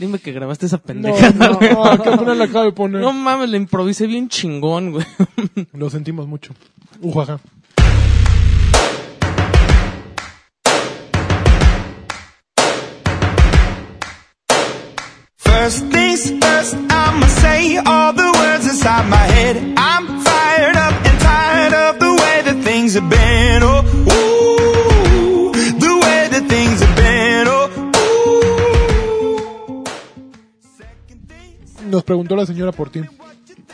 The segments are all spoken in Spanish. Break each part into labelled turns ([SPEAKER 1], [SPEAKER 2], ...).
[SPEAKER 1] Dime que grabaste esa
[SPEAKER 2] No,
[SPEAKER 1] pendeja.
[SPEAKER 2] no,
[SPEAKER 1] güey.
[SPEAKER 2] no, que apenas la acabo de poner.
[SPEAKER 1] No mames, la improvisé bien chingón, güey.
[SPEAKER 2] Lo sentimos mucho. Ujaja.
[SPEAKER 3] First things first, I'ma say all the words inside my head. I'm fired up and tired of the way that things have been. Oh, ooh, the way that things have been. Oh, ooh. Second things
[SPEAKER 2] Nos preguntó la señora por ti.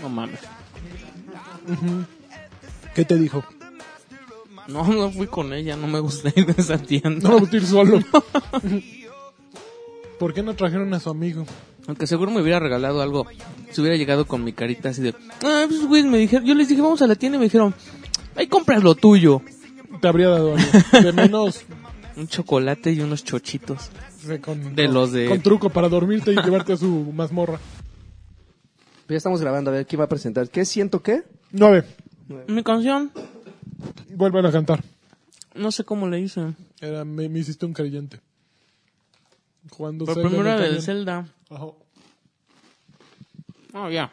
[SPEAKER 1] No mames.
[SPEAKER 2] ¿Qué te dijo?
[SPEAKER 1] No, no fui con ella, no me gusté de esa tienda.
[SPEAKER 2] No me gusta ir solo. ¿Por qué no trajeron a su amigo?
[SPEAKER 1] Aunque seguro me hubiera regalado algo. Si hubiera llegado con mi carita así de. Ah, pues, güey, me dijeron. Yo les dije, vamos a la tienda y me dijeron, ahí compras lo tuyo.
[SPEAKER 2] Te habría dado algo. De menos
[SPEAKER 1] Un chocolate y unos chochitos.
[SPEAKER 2] eh, con,
[SPEAKER 1] De los de-
[SPEAKER 2] con truco para dormirte y llevarte a su mazmorra.
[SPEAKER 4] Pues Ya estamos grabando, a ver quién va a presentar. ¿Qué siento qué?
[SPEAKER 2] Nueve.
[SPEAKER 1] Mi canción,
[SPEAKER 2] Vuelven a cantar.
[SPEAKER 1] no sé cómo le hice.
[SPEAKER 2] Era, me, me hiciste un creyente. Cuando
[SPEAKER 1] Por
[SPEAKER 2] Zelda
[SPEAKER 1] primera
[SPEAKER 2] no
[SPEAKER 1] vez,
[SPEAKER 2] cayó.
[SPEAKER 1] Zelda.
[SPEAKER 2] Ajá.
[SPEAKER 1] Oh, ya.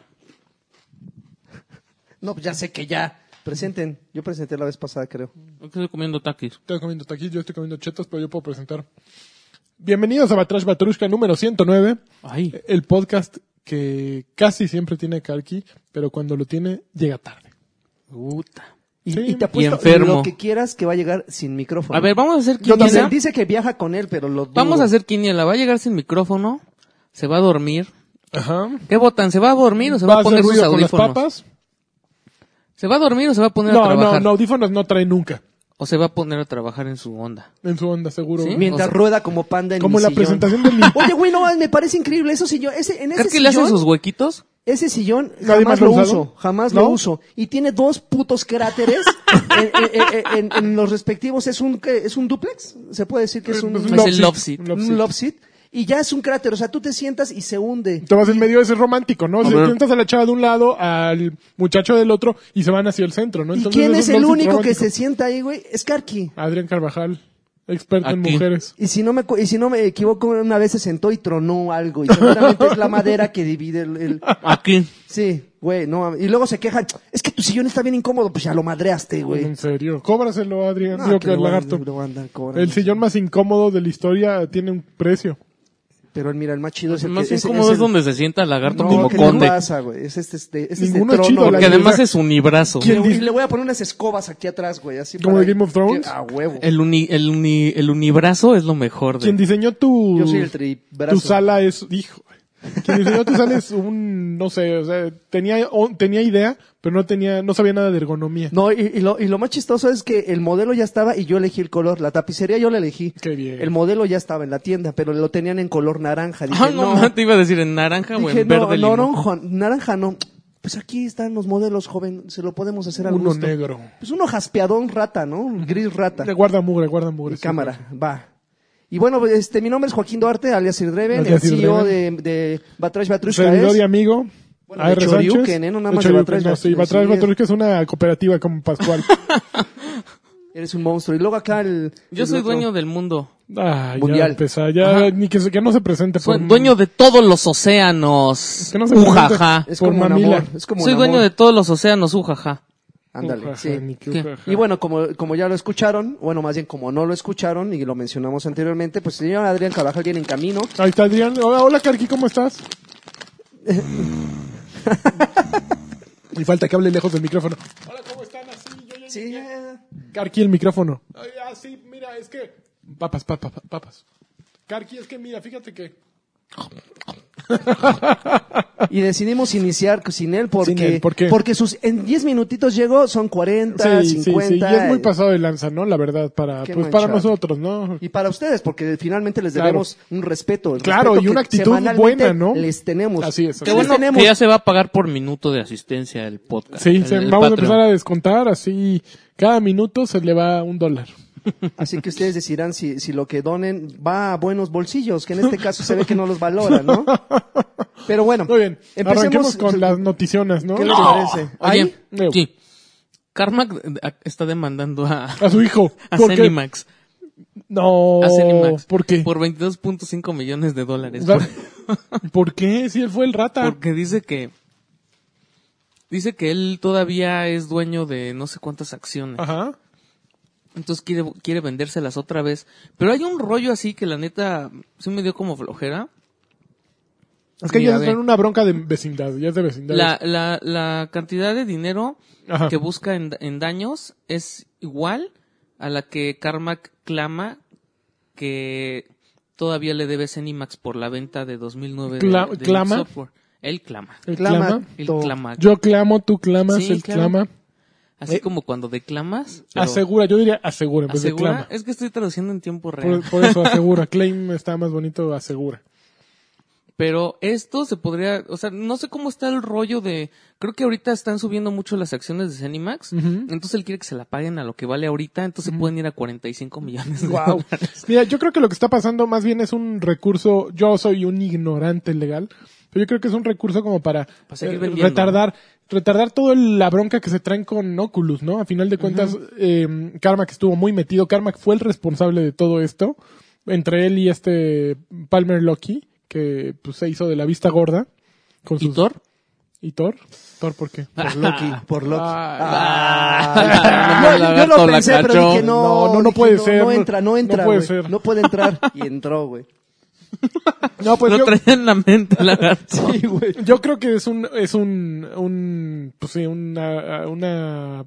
[SPEAKER 4] No, pues ya sé que ya. Presenten. Yo presenté la vez pasada, creo.
[SPEAKER 1] Estoy comiendo taquis.
[SPEAKER 2] Estás comiendo taquillos, yo estoy comiendo chetos, pero yo puedo presentar. Bienvenidos a Batrash Batrushka número 109.
[SPEAKER 1] Ay.
[SPEAKER 2] El podcast que casi siempre tiene Karki, pero cuando lo tiene, llega tarde.
[SPEAKER 1] Puta.
[SPEAKER 4] Y,
[SPEAKER 2] Sí.
[SPEAKER 4] y te apuesto
[SPEAKER 1] Y enfermo.
[SPEAKER 4] lo que quieras que va a llegar sin micrófono.
[SPEAKER 1] A ver, vamos a hacer
[SPEAKER 4] Yo también.
[SPEAKER 1] quiniela.
[SPEAKER 4] Dice que viaja con él, pero lo dudo.
[SPEAKER 1] Vamos a hacer quiniela. Va a llegar sin micrófono. Se va a dormir.
[SPEAKER 2] Ajá.
[SPEAKER 1] ¿Qué votan? ¿Se va a dormir o se va, a
[SPEAKER 2] hacer
[SPEAKER 1] poner sus
[SPEAKER 2] ruido con las
[SPEAKER 1] audífonos?
[SPEAKER 2] papas?
[SPEAKER 1] ¿Se va a dormir o se va a poner a
[SPEAKER 2] No, no,
[SPEAKER 1] trabajar?
[SPEAKER 2] no, audífonos no trae nunca.
[SPEAKER 1] O se va a poner a trabajar en su onda.
[SPEAKER 2] En su onda, seguro.
[SPEAKER 1] ¿Sí?
[SPEAKER 4] Mientras
[SPEAKER 1] O sea,
[SPEAKER 4] rueda como panda en
[SPEAKER 2] Como
[SPEAKER 4] mi
[SPEAKER 2] la
[SPEAKER 4] sillón.
[SPEAKER 2] presentación del
[SPEAKER 4] Oye, güey, no, mames, me parece increíble. Eso sillón, ese, en ese
[SPEAKER 1] ¿Crees que le
[SPEAKER 4] sillón,
[SPEAKER 1] hacen sus huequitos?
[SPEAKER 4] ese sillón
[SPEAKER 2] ¿Nadie más
[SPEAKER 4] jamás
[SPEAKER 2] lo
[SPEAKER 4] lo
[SPEAKER 2] ha usado?
[SPEAKER 4] uso, jamás
[SPEAKER 2] ¿No?
[SPEAKER 4] lo uso. Y tiene dos putos cráteres en, en- en- en- en los respectivos. ¿Es un, qué? es un duplex? ¿Se puede decir que es un,
[SPEAKER 1] un el
[SPEAKER 2] lopsit,
[SPEAKER 1] lopsit.
[SPEAKER 2] un
[SPEAKER 4] Pues, un love seat? Y ya es un cráter, o sea, tú te sientas y se hunde.
[SPEAKER 2] Te vas en medio, es romántico, ¿no? Se
[SPEAKER 1] ver.
[SPEAKER 2] sientas a la chava de un lado, al muchacho del otro, y se van hacia el centro, ¿no?
[SPEAKER 4] ¿Y
[SPEAKER 2] Entonces,
[SPEAKER 4] quién
[SPEAKER 2] eso
[SPEAKER 4] es el
[SPEAKER 2] lopsit
[SPEAKER 4] único que
[SPEAKER 2] romántico.
[SPEAKER 4] se sienta ahí, güey? Es Karki.
[SPEAKER 2] Adrián Carvajal, experto en
[SPEAKER 1] Aquí.
[SPEAKER 2] mujeres.
[SPEAKER 4] Y si no me, cu- y si no me equivoco, una vez se sentó y tronó algo. Y seguramente es la madera que divide el... el-
[SPEAKER 1] Aquí.
[SPEAKER 4] Sí, güey, no. mames. Y luego se quejan, es que tu sillón está bien incómodo, pues ya lo madreaste, güey.
[SPEAKER 2] En serio, cóbraselo, Adrián.
[SPEAKER 4] No,
[SPEAKER 2] Digo
[SPEAKER 4] que
[SPEAKER 2] que el
[SPEAKER 4] lo van-
[SPEAKER 2] lagarto.
[SPEAKER 4] lo van a andar cobrando.
[SPEAKER 2] El sillón más incómodo de la historia tiene un precio.
[SPEAKER 4] Pero mira, el más chido es el
[SPEAKER 1] Más
[SPEAKER 4] que...
[SPEAKER 1] bien
[SPEAKER 4] ese-
[SPEAKER 1] como
[SPEAKER 4] ese-
[SPEAKER 1] es donde se sienta el lagarto
[SPEAKER 4] No,
[SPEAKER 1] como
[SPEAKER 4] ¿qué le
[SPEAKER 1] conde.
[SPEAKER 4] pasa, güey? Es este, este, este
[SPEAKER 2] Ninguno es
[SPEAKER 4] trono,
[SPEAKER 2] chido, la
[SPEAKER 4] güey.
[SPEAKER 1] Porque
[SPEAKER 2] neta.
[SPEAKER 1] además es unibrazo.
[SPEAKER 4] Y
[SPEAKER 2] ¿Quién
[SPEAKER 4] le- y
[SPEAKER 2] dice?
[SPEAKER 4] le voy a poner unas escobas aquí atrás, güey, así
[SPEAKER 2] ¿Como
[SPEAKER 4] para-
[SPEAKER 2] de Game of Thrones?
[SPEAKER 4] A huevo.
[SPEAKER 1] El, uni, el, uni, el unibrazo es lo mejor. De...
[SPEAKER 2] Quien diseñó tu,
[SPEAKER 4] Yo soy el tribrazo.
[SPEAKER 2] tu sala es, hijo, quien diseñó tu sala es un, no sé, o sea, tenía, o- tenía idea, pero no tenía, no sabía nada de ergonomía.
[SPEAKER 4] No, y, y lo, y lo más chistoso es que el modelo ya estaba y yo elegí el color. La tapicería yo la elegí.
[SPEAKER 2] Qué bien.
[SPEAKER 4] El modelo ya estaba en la tienda, pero lo tenían en color naranja. Dije,
[SPEAKER 1] Ah, no,
[SPEAKER 4] no.
[SPEAKER 1] ma, te iba a decir en naranja o
[SPEAKER 4] Dije,
[SPEAKER 1] en
[SPEAKER 4] no,
[SPEAKER 1] verde limón.
[SPEAKER 4] naranjo- naranja no. Pues aquí están los modelos, joven. Se lo podemos hacer al
[SPEAKER 2] Uno
[SPEAKER 4] gusto.
[SPEAKER 2] negro.
[SPEAKER 4] Pues uno jaspeadón rata, ¿no? Gris rata.
[SPEAKER 2] Le Guarda mugre, guarda mugre. sí.
[SPEAKER 4] Cámara, va. Y bueno, este, mi nombre es Joaquín Duarte, alias Sir Dreven, el
[SPEAKER 2] Alias Sir
[SPEAKER 4] CEO de,
[SPEAKER 2] Dreven.
[SPEAKER 4] de Batrash Batrushka.
[SPEAKER 2] Servidor
[SPEAKER 4] es-
[SPEAKER 2] y amigo.
[SPEAKER 4] Bueno,
[SPEAKER 2] AR
[SPEAKER 4] de
[SPEAKER 2] Sánchez.
[SPEAKER 4] Choriuken, ¿eh? No nada
[SPEAKER 2] De
[SPEAKER 4] más de
[SPEAKER 2] Choriuken,
[SPEAKER 4] Batrash,
[SPEAKER 2] no, sí,
[SPEAKER 4] de-
[SPEAKER 2] Batrash
[SPEAKER 4] sí,
[SPEAKER 2] Batrash, que es una cooperativa como Pascual.
[SPEAKER 4] Eres un monstruo. Y luego acá el...
[SPEAKER 1] Yo
[SPEAKER 4] el
[SPEAKER 1] soy
[SPEAKER 4] otro.
[SPEAKER 1] dueño del mundo.
[SPEAKER 2] Ah, ya
[SPEAKER 4] Mundial.
[SPEAKER 2] empezó, ya,
[SPEAKER 1] Ajá.
[SPEAKER 2] ni que, se- que no se presente.
[SPEAKER 1] Soy
[SPEAKER 2] por-
[SPEAKER 1] dueño de todos los océanos.
[SPEAKER 2] Que no se
[SPEAKER 1] ujaja.
[SPEAKER 2] presente.
[SPEAKER 4] Es como
[SPEAKER 2] por
[SPEAKER 4] un
[SPEAKER 2] mamila.
[SPEAKER 4] amor. Es como
[SPEAKER 1] Soy
[SPEAKER 4] un
[SPEAKER 1] dueño
[SPEAKER 4] amor.
[SPEAKER 1] de todos los océanos, ujaja.
[SPEAKER 4] Ándale,
[SPEAKER 2] Ujaja,
[SPEAKER 4] sí.
[SPEAKER 2] ni que
[SPEAKER 1] ¿Qué?
[SPEAKER 2] ujaja.
[SPEAKER 4] Y bueno, como, como ya lo escucharon, bueno, más bien como no lo escucharon y lo mencionamos anteriormente, pues el señor Adrián Carvajal viene en camino.
[SPEAKER 2] Ahí está Adrián. Hola, hola Carqui, ¿cómo estás? y falta que hable lejos del micrófono. Hola, ¿cómo están? Así, yo ya
[SPEAKER 4] Sí,
[SPEAKER 2] Carqui, el micrófono. Así, mira, es que... Papas, papas, papas. Carqui, es que mira, fíjate que...
[SPEAKER 4] y decidimos iniciar sin él porque,
[SPEAKER 2] Sin él, ¿por qué?
[SPEAKER 4] porque sus en 10 minutitos llegó son 40,
[SPEAKER 2] Sí, sí,
[SPEAKER 4] 50.
[SPEAKER 2] sí. Y es muy
[SPEAKER 4] eh,
[SPEAKER 2] pasado de lanza, ¿no? La verdad, para,
[SPEAKER 4] Qué
[SPEAKER 2] pues, para
[SPEAKER 4] manchado.
[SPEAKER 2] nosotros, ¿no?
[SPEAKER 4] Y para ustedes, porque finalmente les
[SPEAKER 2] Claro.
[SPEAKER 4] debemos un respeto. el
[SPEAKER 2] Claro,
[SPEAKER 4] respeto
[SPEAKER 2] y una
[SPEAKER 4] que
[SPEAKER 2] actitud
[SPEAKER 4] semanalmente
[SPEAKER 2] buena, ¿no?
[SPEAKER 4] Les tenemos.
[SPEAKER 2] Así es, así
[SPEAKER 4] ¿Qué
[SPEAKER 1] Qué
[SPEAKER 2] es.
[SPEAKER 4] les
[SPEAKER 1] bueno
[SPEAKER 4] tenemos?
[SPEAKER 1] que ya se va a pagar por minuto de asistencia el podcast.
[SPEAKER 2] Sí,
[SPEAKER 1] el-
[SPEAKER 2] se-
[SPEAKER 1] el
[SPEAKER 2] vamos a
[SPEAKER 1] Patreon.
[SPEAKER 2] empezar a descontar, así cada minuto se le va un dólar.
[SPEAKER 4] Así que ustedes decidirán si, si lo que donen va a buenos bolsillos, que en este caso se ve que no los valoran, ¿no? Pero bueno,
[SPEAKER 2] Muy bien, arranquemos
[SPEAKER 4] empecemos
[SPEAKER 2] con las noticiones, ¿no? Ah,
[SPEAKER 4] ¿Qué les parece?
[SPEAKER 1] Oye,
[SPEAKER 2] Ahí.
[SPEAKER 1] sí. Carmack eh, está demandando a,
[SPEAKER 2] A su hijo.
[SPEAKER 1] a
[SPEAKER 2] ¿Por qué?
[SPEAKER 1] Cenimax.
[SPEAKER 2] No,
[SPEAKER 1] a Cenimax
[SPEAKER 2] ¿por qué?
[SPEAKER 1] Por 22.5 millones de dólares.
[SPEAKER 2] O sea,
[SPEAKER 1] Por-
[SPEAKER 2] ¿Por qué? Si él fue el rata.
[SPEAKER 1] Porque dice que. Dice que él todavía es dueño de no sé cuántas acciones.
[SPEAKER 2] Ajá.
[SPEAKER 1] Entonces quiere, quiere vendérselas otra vez. Pero hay un rollo así que la neta sí me dio como flojera.
[SPEAKER 2] Es que
[SPEAKER 1] Mira,
[SPEAKER 2] ya
[SPEAKER 1] ve.
[SPEAKER 2] están en una bronca de vecindad, ya es de vecindad.
[SPEAKER 1] La, la, la cantidad de dinero
[SPEAKER 2] Ajá.
[SPEAKER 1] que busca en, en daños es igual a la que Carmack clama que todavía le debe Cenimax por la venta de 2009 de-
[SPEAKER 2] Cla-
[SPEAKER 1] de
[SPEAKER 2] ¿clama?
[SPEAKER 1] Id Software. Él clama.
[SPEAKER 2] Él clama.
[SPEAKER 1] Él
[SPEAKER 4] To-
[SPEAKER 1] clama.
[SPEAKER 2] Yo clamo, tú clamas,
[SPEAKER 1] Sí,
[SPEAKER 2] él
[SPEAKER 1] claro.
[SPEAKER 2] clama.
[SPEAKER 1] Así
[SPEAKER 2] Eh,
[SPEAKER 1] como cuando declamas. pero
[SPEAKER 2] Asegura, yo diría asegura en vez
[SPEAKER 1] asegura.
[SPEAKER 2] de clama.
[SPEAKER 1] Es que estoy traduciendo en tiempo real.
[SPEAKER 2] Por, por eso asegura. Claim está más bonito, asegura.
[SPEAKER 1] Pero esto se podría, o sea, no sé cómo está el rollo de, creo que ahorita están subiendo mucho las acciones de Cenimax, entonces él quiere que se la paguen a lo que vale ahorita, entonces pueden ir a 45 millones de
[SPEAKER 2] Wow.
[SPEAKER 1] dólares.
[SPEAKER 2] Pues Mira, yo creo que lo que está pasando más bien es un recurso, yo soy un ignorante legal, pero yo creo que es un recurso como para,
[SPEAKER 1] seguir
[SPEAKER 2] eh,
[SPEAKER 1] vendiendo.
[SPEAKER 2] retardar retardar toda la bronca que se traen con Oculus, ¿no? A final de cuentas, eh, Carmack estuvo muy metido, Carmack fue el responsable de todo esto, entre él y este Palmer Lucky, que pues, se hizo de la vista gorda. Con
[SPEAKER 1] ¿Y
[SPEAKER 2] sus-
[SPEAKER 1] Thor?
[SPEAKER 2] ¿Y Thor? ¿Thor por qué?
[SPEAKER 4] Por Loki, por Loki.
[SPEAKER 1] Ah,
[SPEAKER 4] No,
[SPEAKER 1] el
[SPEAKER 4] yo- yo
[SPEAKER 1] lagarto
[SPEAKER 4] lo
[SPEAKER 1] la
[SPEAKER 4] pensé, pero
[SPEAKER 1] cachó.
[SPEAKER 4] dije, no,
[SPEAKER 2] No, no, no
[SPEAKER 4] dije,
[SPEAKER 2] puede ser,
[SPEAKER 4] No
[SPEAKER 2] no-
[SPEAKER 4] entra, no
[SPEAKER 2] no
[SPEAKER 4] entra,
[SPEAKER 2] puede
[SPEAKER 4] güey.
[SPEAKER 2] ser.
[SPEAKER 4] No puede entrar. Y entró, güey.
[SPEAKER 2] No, pues
[SPEAKER 1] Lo
[SPEAKER 2] yo,
[SPEAKER 1] traía en la mente el lagarto.
[SPEAKER 4] Sí, güey.
[SPEAKER 2] yo creo que es un, es un, un, pues sí, una, una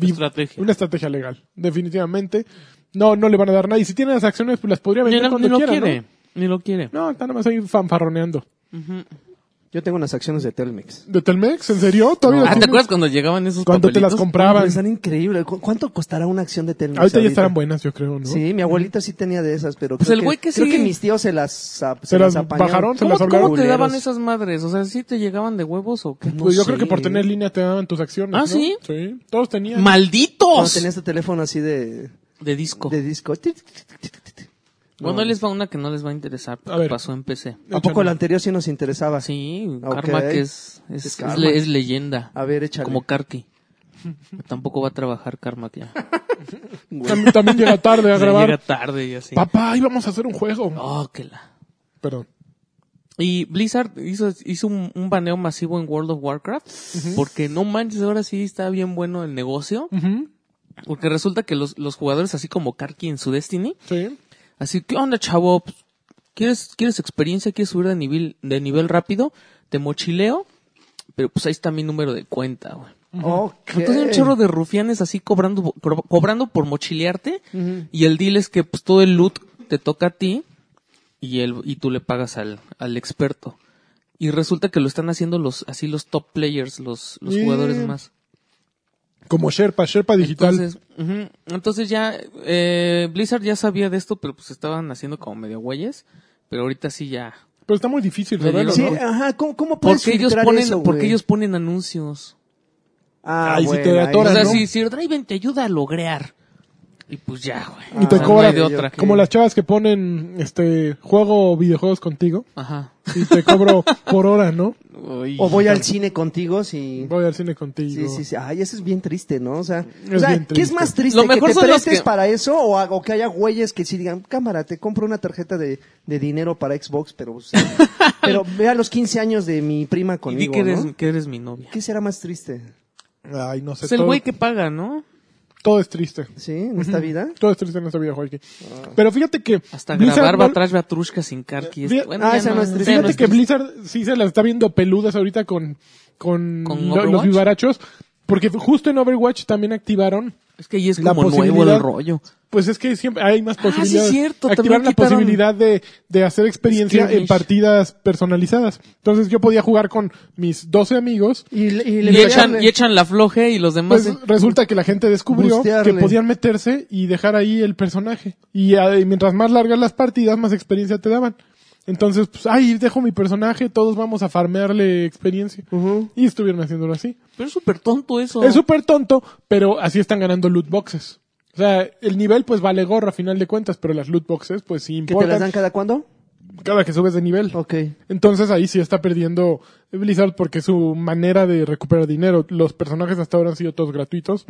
[SPEAKER 1] Estrategia.
[SPEAKER 2] Una estrategia legal, definitivamente. No, no le van a dar nada. Y si tiene las acciones, pues las podría
[SPEAKER 1] Ni,
[SPEAKER 2] vender
[SPEAKER 1] lo-
[SPEAKER 2] cuando
[SPEAKER 1] ni lo
[SPEAKER 2] quiera,
[SPEAKER 1] quiere, ni lo quiere.
[SPEAKER 2] ¿no? No, están nada más ahí fanfarroneando.
[SPEAKER 4] Yo tengo unas acciones de Telmex.
[SPEAKER 2] ¿De Telmex? ¿En serio? ¿Todavía las
[SPEAKER 1] Ah, ¿te
[SPEAKER 2] tienes?
[SPEAKER 1] acuerdas cuando llegaban esos
[SPEAKER 2] Cuando te las
[SPEAKER 1] papelitos?
[SPEAKER 2] compraban.
[SPEAKER 4] Están increíbles. ¿Cu- ¿Cuánto costará una acción de Telmex?
[SPEAKER 2] Ahorita ya estarán buenas, yo creo, ¿no?
[SPEAKER 4] Sí, mi abuelita sí tenía de esas, pero
[SPEAKER 1] Pues
[SPEAKER 4] creo,
[SPEAKER 1] el güey que
[SPEAKER 4] creo
[SPEAKER 1] sí.
[SPEAKER 4] que mis tíos se las a-
[SPEAKER 2] Se las
[SPEAKER 4] apañaron.
[SPEAKER 2] bajaron, se
[SPEAKER 1] ¿Cómo,
[SPEAKER 2] las
[SPEAKER 1] cómo
[SPEAKER 2] hablaron.
[SPEAKER 1] te
[SPEAKER 4] culeros.
[SPEAKER 1] daban esas madres? O sea, ¿sí te llegaban de huevos o qué?
[SPEAKER 4] No
[SPEAKER 2] Pues yo
[SPEAKER 4] sé.
[SPEAKER 2] creo que por tener línea te daban tus acciones.
[SPEAKER 1] Ah,
[SPEAKER 2] ¿no?
[SPEAKER 1] ¿sí?
[SPEAKER 2] Sí, todos tenían.
[SPEAKER 4] Cuando
[SPEAKER 1] ¡Malditos!
[SPEAKER 4] tenía este teléfono así de,
[SPEAKER 1] De disco.
[SPEAKER 4] de disco.
[SPEAKER 1] Bueno, ahí les va una que no les va a interesar
[SPEAKER 2] A
[SPEAKER 1] porque
[SPEAKER 2] ver.
[SPEAKER 1] pasó en PC.
[SPEAKER 4] ¿A poco el anterior sí nos interesaba?
[SPEAKER 1] Sí,
[SPEAKER 4] Ah, Ok.
[SPEAKER 1] Karma que es, es,
[SPEAKER 4] Es
[SPEAKER 1] es
[SPEAKER 4] Karma.
[SPEAKER 1] le- es leyenda.
[SPEAKER 4] A ver, échale.
[SPEAKER 1] Como Karki. Tampoco va a trabajar Karma ya.
[SPEAKER 2] También, también llega tarde a
[SPEAKER 1] Ya Llega
[SPEAKER 2] grabar.
[SPEAKER 1] tarde y así.
[SPEAKER 2] Papá, íbamos a hacer un juego.
[SPEAKER 1] Oh, que la-
[SPEAKER 2] Perdón.
[SPEAKER 1] Y Blizzard hizo, hizo un, un baneo masivo en World of Warcraft. Porque no manches, ahora sí está bien bueno el negocio.
[SPEAKER 2] Ujú,
[SPEAKER 1] Porque resulta que los, los jugadores, así como Karki en su Destiny,
[SPEAKER 2] Sí.
[SPEAKER 1] Así, ¿qué onda, chavo? Pues, ¿Quieres, ¿Quieres experiencia? ¿Quieres subir de nivel, de nivel rápido? Te mochileo, pero pues ahí está mi número de cuenta, güey.
[SPEAKER 4] Ok.
[SPEAKER 1] Entonces hay un chorro de rufianes así cobrando, cobro- cobrando por mochilearte
[SPEAKER 4] Ujú.
[SPEAKER 1] y el deal es que pues todo el loot te toca a ti y el, y tú le pagas al, al experto. Y resulta que lo están haciendo los, así los top players, los, los
[SPEAKER 2] Yeah.
[SPEAKER 1] jugadores más.
[SPEAKER 2] Como Sherpa, Sherpa Digital.
[SPEAKER 1] Entonces, ujú, entonces ya eh, Blizzard ya sabía de esto, pero pues estaban haciendo como medio güeyes. Pero ahorita sí ya.
[SPEAKER 2] Pero Pues está muy difícil
[SPEAKER 1] Le
[SPEAKER 2] saberlo,
[SPEAKER 1] digo,
[SPEAKER 4] Sí,
[SPEAKER 2] ¿no?
[SPEAKER 4] ajá, ¿cómo, cómo puedes
[SPEAKER 1] Porque ellos
[SPEAKER 4] filtrar
[SPEAKER 1] ponen,
[SPEAKER 4] eso,
[SPEAKER 1] porque
[SPEAKER 4] güey?
[SPEAKER 1] ellos ponen anuncios.
[SPEAKER 4] Ah,
[SPEAKER 2] Ahí sí
[SPEAKER 4] bueno,
[SPEAKER 2] te
[SPEAKER 1] o
[SPEAKER 2] atoran,
[SPEAKER 1] sea,
[SPEAKER 2] ¿no?
[SPEAKER 1] si, si Driven te ayuda a logrear. Y pues ya, güey.
[SPEAKER 2] Y te
[SPEAKER 1] O sea, no
[SPEAKER 2] cobran
[SPEAKER 1] hay de otra.
[SPEAKER 2] como las chavas que ponen este juego videojuegos contigo
[SPEAKER 1] Ajá.
[SPEAKER 2] y te cobro por hora, ¿no?
[SPEAKER 1] Uy.
[SPEAKER 4] O voy al cine contigo si...
[SPEAKER 2] Voy al cine contigo.
[SPEAKER 4] Sí, sí, sí. Ay, eso es bien triste, ¿no? O sea,
[SPEAKER 2] Es
[SPEAKER 4] o sea,
[SPEAKER 2] bien
[SPEAKER 4] ¿qué es
[SPEAKER 2] triste.
[SPEAKER 4] más triste?
[SPEAKER 1] Lo mejor
[SPEAKER 4] ¿Que te
[SPEAKER 1] son los
[SPEAKER 4] prestes
[SPEAKER 1] que-
[SPEAKER 4] para eso o, a- o que haya güeyes que sí digan, cámara, te compro una tarjeta de, de dinero para Xbox, pero, o sea, pero ve a los 15 años de mi prima
[SPEAKER 1] Y
[SPEAKER 4] conmigo,
[SPEAKER 1] di que eres,
[SPEAKER 4] ¿no?
[SPEAKER 1] que eres mi novia.
[SPEAKER 4] ¿Qué será más triste?
[SPEAKER 2] Ay, no sé.
[SPEAKER 1] Es el
[SPEAKER 2] todo,
[SPEAKER 1] güey que paga, ¿no?
[SPEAKER 2] todo es triste.
[SPEAKER 4] ¿Sí? ¿En esta vida?
[SPEAKER 2] Todo es triste en esta vida, Joaquín. Pero fíjate que
[SPEAKER 1] Hasta
[SPEAKER 2] Blizzard
[SPEAKER 1] grabar
[SPEAKER 2] no-
[SPEAKER 1] Batrash Batrushka sin Karki. Es-
[SPEAKER 2] Fí-
[SPEAKER 1] bueno,
[SPEAKER 4] ah,
[SPEAKER 1] ya
[SPEAKER 4] esa no es triste.
[SPEAKER 1] ya
[SPEAKER 2] Fíjate
[SPEAKER 1] es
[SPEAKER 2] que
[SPEAKER 1] triste.
[SPEAKER 2] Blizzard sí se las está viendo peludas ahorita con con,
[SPEAKER 1] ¿Con
[SPEAKER 2] lo- los
[SPEAKER 1] Overwatch?
[SPEAKER 2] vivarachos porque justo en Overwatch también activaron
[SPEAKER 1] Es que ahí es
[SPEAKER 2] la
[SPEAKER 1] como nuevo
[SPEAKER 2] posibilidad-
[SPEAKER 1] el rollo. Ah,
[SPEAKER 2] Pues es que siempre hay más
[SPEAKER 1] sí es
[SPEAKER 2] posibilidades.
[SPEAKER 1] cierto, también
[SPEAKER 2] Activar la
[SPEAKER 1] quitaron-
[SPEAKER 2] posibilidad de, de hacer experiencia en
[SPEAKER 1] Skirmish.
[SPEAKER 2] partidas personalizadas. Entonces yo podía jugar con mis 12 amigos.
[SPEAKER 4] Y, le- y le
[SPEAKER 1] Y echan,
[SPEAKER 4] pegan-
[SPEAKER 1] y echan la floje y los demás.
[SPEAKER 2] Pues resulta que la gente descubrió
[SPEAKER 4] Bustearle.
[SPEAKER 2] que podían meterse y dejar ahí el personaje. Y, ah, y mientras más largas las partidas, más experiencia te daban. Entonces, pues, ay, dejo mi personaje, todos vamos a farmearle experiencia.
[SPEAKER 4] Ujú.
[SPEAKER 2] Y estuvieron haciéndolo así.
[SPEAKER 1] Pero es súper tonto eso.
[SPEAKER 2] Es súper tonto, pero así están ganando loot boxes. O sea, el nivel pues vale gorro a final de cuentas, pero las loot boxes pues sí
[SPEAKER 4] ¿Que te las
[SPEAKER 2] importan.
[SPEAKER 4] dan cada cuándo?
[SPEAKER 2] cada que subes de nivel.
[SPEAKER 4] Ok.
[SPEAKER 2] Entonces ahí sí está perdiendo Blizzard porque su manera de recuperar dinero, los personajes hasta ahora han sido todos gratuitos.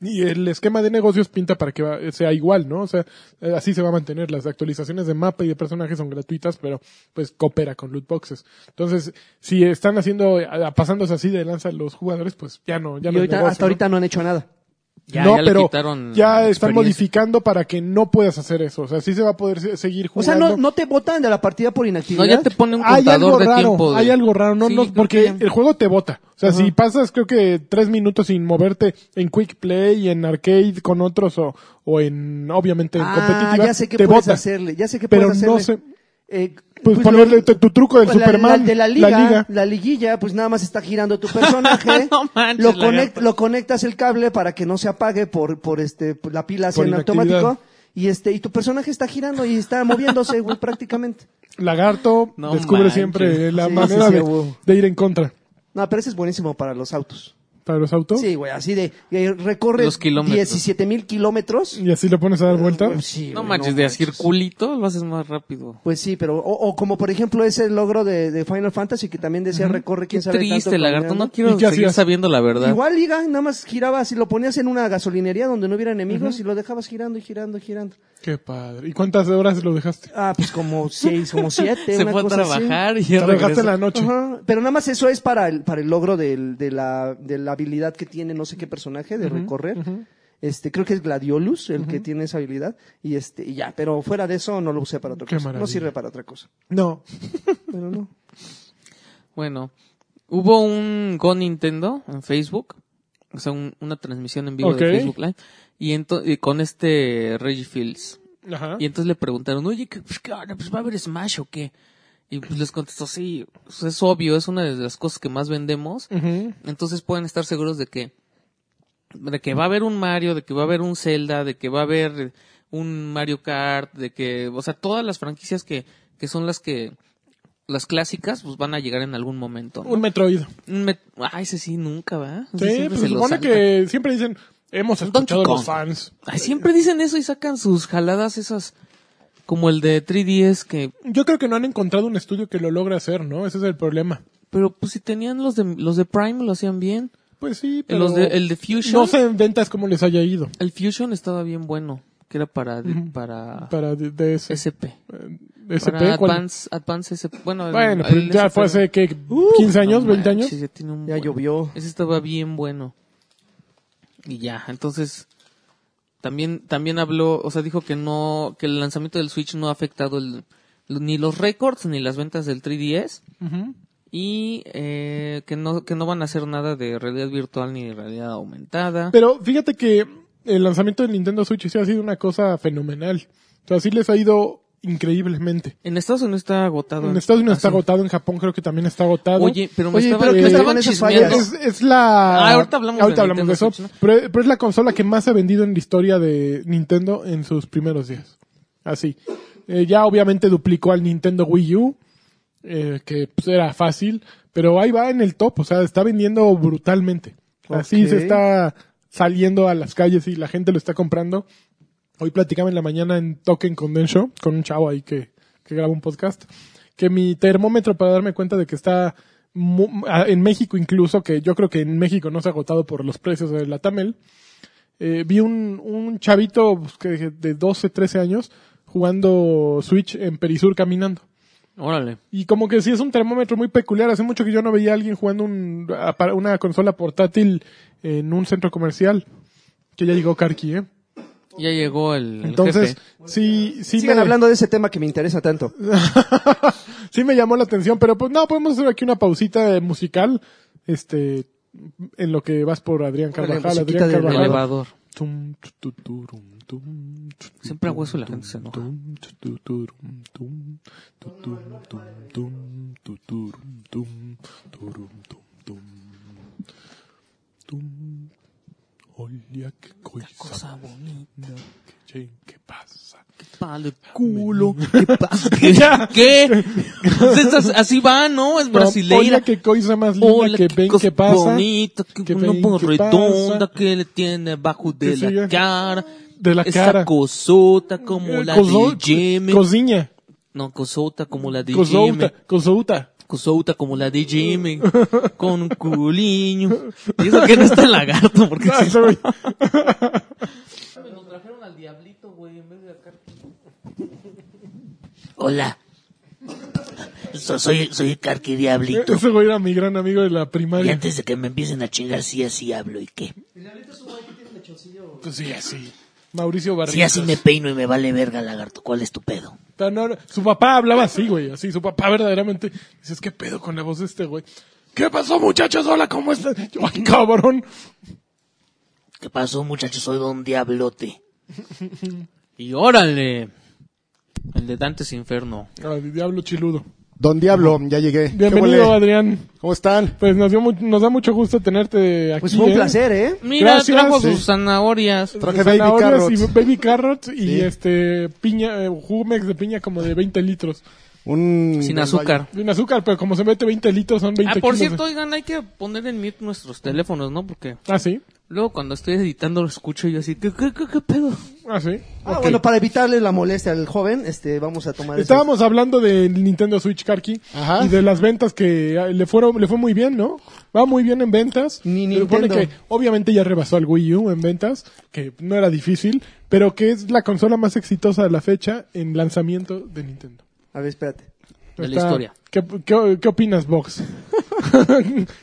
[SPEAKER 2] Y el esquema de negocios pinta para que va- sea igual, ¿no? O sea, eh, así se va a mantener. Las actualizaciones de mapa y de personajes son gratuitas, pero pues coopera con loot boxes. Entonces, si están haciendo, a- pasándose así de lanza los jugadores, pues ya no, ya
[SPEAKER 4] Y
[SPEAKER 2] no es
[SPEAKER 4] ahorita-
[SPEAKER 2] negocio,
[SPEAKER 4] hasta
[SPEAKER 2] ¿no?
[SPEAKER 4] ahorita no han hecho nada.
[SPEAKER 1] Ya,
[SPEAKER 2] no,
[SPEAKER 1] ya le
[SPEAKER 2] pero
[SPEAKER 1] quitaron
[SPEAKER 2] ya
[SPEAKER 1] la
[SPEAKER 2] están
[SPEAKER 1] experiencia.
[SPEAKER 2] modificando para que no puedas hacer eso. O sea, sí se va a poder se- seguir
[SPEAKER 4] O
[SPEAKER 2] jugando.
[SPEAKER 4] sea, no, no te votan de la partida por
[SPEAKER 1] No,
[SPEAKER 4] inactividad.
[SPEAKER 1] ya te pone un
[SPEAKER 2] hay algo
[SPEAKER 1] contador de
[SPEAKER 2] raro,
[SPEAKER 1] tiempo. de-
[SPEAKER 2] hay algo raro, no,
[SPEAKER 1] Sí,
[SPEAKER 2] no,
[SPEAKER 1] creo
[SPEAKER 2] porque
[SPEAKER 1] que ya.
[SPEAKER 2] el juego te bota. O sea, si pasas creo que tres minutos sin moverte en Quick Play, en Arcade con otros o, o en, obviamente en
[SPEAKER 4] ah,
[SPEAKER 2] competitiva,
[SPEAKER 4] ya sé qué
[SPEAKER 2] te
[SPEAKER 4] puedes
[SPEAKER 2] bota.
[SPEAKER 4] hacerle. Ya sé qué
[SPEAKER 2] Pero
[SPEAKER 4] puedes
[SPEAKER 2] no
[SPEAKER 4] hacerle.
[SPEAKER 2] sé.
[SPEAKER 4] Eh,
[SPEAKER 2] Pues,
[SPEAKER 4] lo-
[SPEAKER 2] ponerle tu, tu truco del
[SPEAKER 4] Pues la-
[SPEAKER 2] Superman,
[SPEAKER 4] la- de la liga,
[SPEAKER 2] la
[SPEAKER 4] la
[SPEAKER 2] liga. Ah,
[SPEAKER 4] liguilla, pues nada más está girando tu personaje.
[SPEAKER 1] No manches,
[SPEAKER 4] lo, conect-
[SPEAKER 1] lagarto.
[SPEAKER 4] lo conectas el cable para que no se apague por, por este, por la pila
[SPEAKER 2] Por
[SPEAKER 4] en
[SPEAKER 2] inactividad.
[SPEAKER 4] automático. Y este, y tu personaje está girando y está moviéndose, güey, prácticamente.
[SPEAKER 2] Lagarto
[SPEAKER 1] No
[SPEAKER 2] descubre
[SPEAKER 1] manches.
[SPEAKER 2] siempre la
[SPEAKER 4] Sí,
[SPEAKER 2] manera
[SPEAKER 4] sí, sí,
[SPEAKER 2] de,
[SPEAKER 4] a huevo.
[SPEAKER 2] de ir en contra
[SPEAKER 4] No, pero ese es buenísimo para los autos.
[SPEAKER 2] para los autos.
[SPEAKER 4] Sí, güey, así de, eh, recorre
[SPEAKER 1] Los kilómetros.
[SPEAKER 4] 17 mil kilómetros.
[SPEAKER 2] Y así le pones a dar vuelta.
[SPEAKER 4] Pues sí,
[SPEAKER 1] No
[SPEAKER 4] güey,
[SPEAKER 1] manches, de a circulito lo haces más rápido.
[SPEAKER 4] Pues sí, pero, o, o como por ejemplo ese logro de, de Final Fantasy que también decía recorre
[SPEAKER 1] Qué
[SPEAKER 4] quién sabe tanto
[SPEAKER 1] triste, lagarto.
[SPEAKER 4] caminando.
[SPEAKER 1] No
[SPEAKER 2] ¿Y
[SPEAKER 1] quiero
[SPEAKER 2] qué
[SPEAKER 1] seguir
[SPEAKER 2] hacías?
[SPEAKER 1] sabiendo la verdad.
[SPEAKER 4] Igual Liga, nada más girabas y lo ponías en una gasolinería donde no hubiera enemigos y lo dejabas girando y girando y girando.
[SPEAKER 2] Qué padre. ¿Y cuántas horas lo dejaste?
[SPEAKER 4] Ah, pues como seis, como siete,
[SPEAKER 1] Se
[SPEAKER 4] una
[SPEAKER 1] fue a
[SPEAKER 4] cosa así.
[SPEAKER 1] trabajar y ya
[SPEAKER 2] Lo dejaste en la
[SPEAKER 1] regresó.
[SPEAKER 2] noche.
[SPEAKER 4] Ajá, Pero nada más eso es para el, para el logro del- de, la, de la habilidad que tiene no sé qué personaje de recorrer. Este, creo que es Gladiolus el que tiene esa habilidad. Y este, y ya, pero fuera de eso no lo usé para otra
[SPEAKER 2] Qué
[SPEAKER 4] cosa. No
[SPEAKER 2] maravilla.
[SPEAKER 4] sirve para otra cosa.
[SPEAKER 2] No.
[SPEAKER 4] Pero no.
[SPEAKER 1] Bueno, hubo un Go Nintendo en Facebook, o sea, un- una transmisión en vivo
[SPEAKER 2] Ok.
[SPEAKER 1] de Facebook Live, y, ento- y con este Reggie Fields.
[SPEAKER 2] Ajá.
[SPEAKER 1] Y entonces le preguntaron, oye, ¿qué, pues, qué onda? Pues, va a haber Smash o qué? Y pues les contestó, sí, pues, es obvio, es una de las cosas que más vendemos,
[SPEAKER 2] Ujú.
[SPEAKER 1] entonces pueden estar seguros de que, de que va a haber un Mario, de que va a haber un Zelda, de que va a haber un Mario Kart, de que, o sea, todas las franquicias que, que son las que, las clásicas, pues van a llegar en algún momento. ¿no?
[SPEAKER 2] Un Metroid.
[SPEAKER 1] Un met- Ah, ese sí, nunca, ¿va? Ese
[SPEAKER 2] Sí,
[SPEAKER 1] siempre
[SPEAKER 2] pues
[SPEAKER 1] se
[SPEAKER 2] se
[SPEAKER 1] lo
[SPEAKER 2] supone
[SPEAKER 1] salta.
[SPEAKER 2] que siempre dicen, hemos escuchado
[SPEAKER 1] Donkey
[SPEAKER 2] a los
[SPEAKER 1] Kong.
[SPEAKER 2] fans.
[SPEAKER 1] Ay, siempre dicen eso y sacan sus jaladas esas, como el de 3DS, que...
[SPEAKER 2] Yo creo que no han encontrado un estudio que lo logre hacer, ¿no? Ese es el problema.
[SPEAKER 1] Pero pues si tenían los de, los de Prime, lo hacían bien.
[SPEAKER 2] Pues sí, pero...
[SPEAKER 1] Los de- el de Fusion.
[SPEAKER 2] No sé en ventas cómo les haya ido
[SPEAKER 1] El Fusion estaba bien bueno, que era para... para...
[SPEAKER 2] para de, de ese,
[SPEAKER 1] SP.
[SPEAKER 2] eh,
[SPEAKER 1] Ah. Para
[SPEAKER 2] SP. ¿cuál?
[SPEAKER 1] Advance, Advance SP. Bueno, el-
[SPEAKER 2] Bueno,
[SPEAKER 1] el
[SPEAKER 2] pues ya
[SPEAKER 1] SP.
[SPEAKER 2] fue hace, ¿qué? ¿15
[SPEAKER 1] No
[SPEAKER 2] años? ¿20 años?
[SPEAKER 1] manches, Ya, tiene un
[SPEAKER 4] Ya
[SPEAKER 1] buen.
[SPEAKER 4] llovió.
[SPEAKER 1] Ese estaba bien bueno. Y ya, entonces también también habló, o sea, dijo que no que el lanzamiento del Switch no ha afectado el- ni los récords ni las ventas del 3DS
[SPEAKER 2] Ujú.
[SPEAKER 1] y eh, que no que no van a hacer nada de realidad virtual ni de realidad aumentada.
[SPEAKER 2] Pero fíjate que el lanzamiento del Nintendo Switch sí ha sido una cosa fenomenal. O sea, sí les ha ido increíblemente.
[SPEAKER 1] en Estados Unidos está agotado.
[SPEAKER 2] En Estados
[SPEAKER 1] Ah,
[SPEAKER 2] Unidos está
[SPEAKER 1] sí.
[SPEAKER 2] agotado, en Japón creo que también está agotado.
[SPEAKER 1] Oye, pero me
[SPEAKER 4] Oye,
[SPEAKER 1] estaba-
[SPEAKER 4] pero ¿qué
[SPEAKER 1] me
[SPEAKER 2] tal
[SPEAKER 1] estaban
[SPEAKER 4] con esas
[SPEAKER 1] chismeando.
[SPEAKER 4] fallas?
[SPEAKER 2] Es, es la.
[SPEAKER 1] Ah, ahorita hablamos
[SPEAKER 2] ahorita
[SPEAKER 1] de
[SPEAKER 2] hablamos
[SPEAKER 1] Nintendo
[SPEAKER 2] de eso.
[SPEAKER 1] Switch, ¿no?
[SPEAKER 2] Pero, pero es la consola que más se ha vendido en la historia de Nintendo en sus primeros días. Así. Eh, ya obviamente duplicó al Nintendo Wii U, eh, que pues, era fácil, pero ahí va en el top, o sea, está vendiendo brutalmente. Así
[SPEAKER 4] Ok.
[SPEAKER 2] se está saliendo a las calles y la gente lo está comprando. Hoy platicaba en la mañana en Token Condensho con un chavo ahí que, que graba un podcast, que mi termómetro para darme cuenta de que está mu- a- en México incluso, que yo creo que en México no se ha agotado por los precios de la Tamel, eh, vi un, un chavito pues, que dije, de 12, 13 años jugando Switch en Perisur caminando.
[SPEAKER 1] Órale.
[SPEAKER 2] Y como que sí es un termómetro muy peculiar. Hace mucho que yo no veía a alguien jugando un, a- para- una consola portátil en un centro comercial. Que ya llegó Karki, ¿eh?
[SPEAKER 1] Ya llegó el, el
[SPEAKER 2] Entonces,
[SPEAKER 1] jefe.
[SPEAKER 2] sí, sí
[SPEAKER 4] Sigan
[SPEAKER 2] me-
[SPEAKER 4] hablando de ese tema que me interesa tanto.
[SPEAKER 2] sí me llamó la atención, pero pues no, podemos hacer aquí una pausita eh, musical, este, en lo que vas por Adrián
[SPEAKER 4] Órale,
[SPEAKER 2] Carvajal,
[SPEAKER 4] musiquita
[SPEAKER 2] Adrián
[SPEAKER 4] del
[SPEAKER 1] el
[SPEAKER 4] Bajada.
[SPEAKER 2] Carvajal.
[SPEAKER 1] elevador.
[SPEAKER 2] Tum, tu, tu, turum, tum, tu, tu,
[SPEAKER 1] Siempre hago
[SPEAKER 2] tum,
[SPEAKER 1] eso y la gente
[SPEAKER 2] tum,
[SPEAKER 1] se é. enoja.
[SPEAKER 2] tum, tu, tu, turum, tum, tu, tum, tum, tum, tu, turum, tum, turum, tum, tum. Tum. Oye, qué
[SPEAKER 1] Cosa
[SPEAKER 2] cosa.
[SPEAKER 1] bonita.
[SPEAKER 2] Che, ¿Qué pasa?
[SPEAKER 1] Palo el culo. ¿Qué pasa? ¿Qué? Pues esas- así va, ¿no? Es brasileira.
[SPEAKER 2] Oye, qué cosa más linda
[SPEAKER 1] Hola,
[SPEAKER 2] que ven
[SPEAKER 1] cosa
[SPEAKER 2] que pasa.
[SPEAKER 1] bonita, que,
[SPEAKER 2] que
[SPEAKER 1] una
[SPEAKER 2] ven
[SPEAKER 1] voz
[SPEAKER 2] que
[SPEAKER 1] redonda
[SPEAKER 2] pasa.
[SPEAKER 1] que le tiene bajo de
[SPEAKER 2] Que
[SPEAKER 1] la
[SPEAKER 2] sigue.
[SPEAKER 1] cara.
[SPEAKER 2] De la
[SPEAKER 1] Esa
[SPEAKER 2] cara.
[SPEAKER 1] cosota como
[SPEAKER 2] Eh,
[SPEAKER 1] la
[SPEAKER 2] coso-
[SPEAKER 1] de Jimmy.
[SPEAKER 2] Cosiña.
[SPEAKER 1] no, cosota como la de Jimmy.
[SPEAKER 2] Cosouta. Cosouta.
[SPEAKER 1] Cosouta como la de Jimmy, con un culiño. Y eso que no está el lagarto, porque
[SPEAKER 2] Ah,
[SPEAKER 1] si-
[SPEAKER 2] ese güey.
[SPEAKER 1] Nos trajeron al diablito, güey, en vez de acá. Hola.
[SPEAKER 5] So- soy, soy Carqui Diablito.
[SPEAKER 2] Ese güey era mi gran amigo de la
[SPEAKER 5] Y
[SPEAKER 2] primaria.
[SPEAKER 5] antes de que me empiecen a chingar, sí, así hablo y qué.
[SPEAKER 2] Pues sí, así. Mauricio Barrientos.
[SPEAKER 5] Sí, así me peino y me vale verga, lagarto. ¿Cuál es tu pedo?
[SPEAKER 2] Tan hor- Su papá hablaba así, güey, así. Su papá verdaderamente. Dices, ¿qué pedo con la voz de este güey? ¿Qué pasó, muchachos? Hola, ¿cómo están? Yo, ay, cabrón.
[SPEAKER 5] ¿Qué pasó, muchacho? Soy Don Diablote.
[SPEAKER 1] Y órale. El de Dantes Inferno.
[SPEAKER 2] Ay, diablo chiludo.
[SPEAKER 6] Don Diablo, ya llegué. ¿Qué
[SPEAKER 2] Bienvenido,
[SPEAKER 6] huele?
[SPEAKER 2] Adrián.
[SPEAKER 6] ¿Cómo están?
[SPEAKER 2] Pues nos, dio mu- nos da mucho gusto tenerte aquí.
[SPEAKER 4] Pues fue
[SPEAKER 2] ¿eh?
[SPEAKER 4] un placer, ¿eh?
[SPEAKER 1] Mira,
[SPEAKER 2] Gracias,
[SPEAKER 1] trajo
[SPEAKER 6] sí.
[SPEAKER 1] sus zanahorias.
[SPEAKER 6] Traje baby
[SPEAKER 2] Zanahorias
[SPEAKER 6] carrots.
[SPEAKER 2] y baby carrots y
[SPEAKER 6] Sí.
[SPEAKER 2] este piña, eh, jumex de piña como de 20 litros.
[SPEAKER 6] Un...
[SPEAKER 1] Sin azúcar.
[SPEAKER 2] Sin azúcar, pero como se mete 20 litros son 20
[SPEAKER 1] Ah, por
[SPEAKER 2] kilos de-
[SPEAKER 1] cierto, oigan, hay que poner en mute nuestros teléfonos, ¿no? Porque
[SPEAKER 2] Ah, sí.
[SPEAKER 1] luego cuando estoy editando lo escucho y yo así, ¿qué, qué, qué, qué pedo?
[SPEAKER 2] Ah, sí.
[SPEAKER 4] Ah,
[SPEAKER 2] Ok.
[SPEAKER 4] bueno, para evitarle la molestia al joven, este, vamos a tomar eso.
[SPEAKER 2] Estábamos hablando del Nintendo Switch Karki
[SPEAKER 6] Ajá.
[SPEAKER 2] y de las ventas que ah, le fueron le fue muy bien, ¿no? Va muy bien en ventas.
[SPEAKER 4] Ni
[SPEAKER 2] Se supone
[SPEAKER 4] Nintendo.
[SPEAKER 2] que obviamente ya rebasó al Wii U en ventas, que no era difícil, pero que es la consola más exitosa de la fecha en lanzamiento de Nintendo.
[SPEAKER 4] A ver, espérate.
[SPEAKER 1] De la
[SPEAKER 2] Está-
[SPEAKER 1] historia.
[SPEAKER 2] ¿Qué, qué, qué opinas, Vox?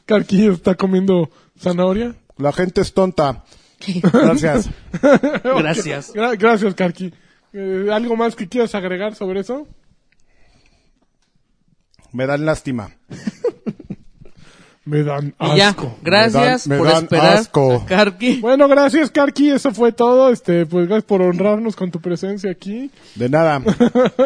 [SPEAKER 2] Karki está comiendo zanahoria.
[SPEAKER 6] La gente es tonta. Gracias.
[SPEAKER 1] Gracias.
[SPEAKER 2] Gra- gracias, Karki. Eh, ¿Algo más que quieras agregar sobre eso?
[SPEAKER 6] Me dan lástima.
[SPEAKER 2] Me dan
[SPEAKER 1] Y ya,
[SPEAKER 2] asco.
[SPEAKER 1] gracias
[SPEAKER 6] Me dan- me
[SPEAKER 1] por
[SPEAKER 6] dan
[SPEAKER 1] esperar
[SPEAKER 6] asco.
[SPEAKER 1] a Karki.
[SPEAKER 2] Bueno, gracias, Karki. Eso fue todo. Este, pues gracias por honrarnos con tu presencia aquí.
[SPEAKER 6] De nada.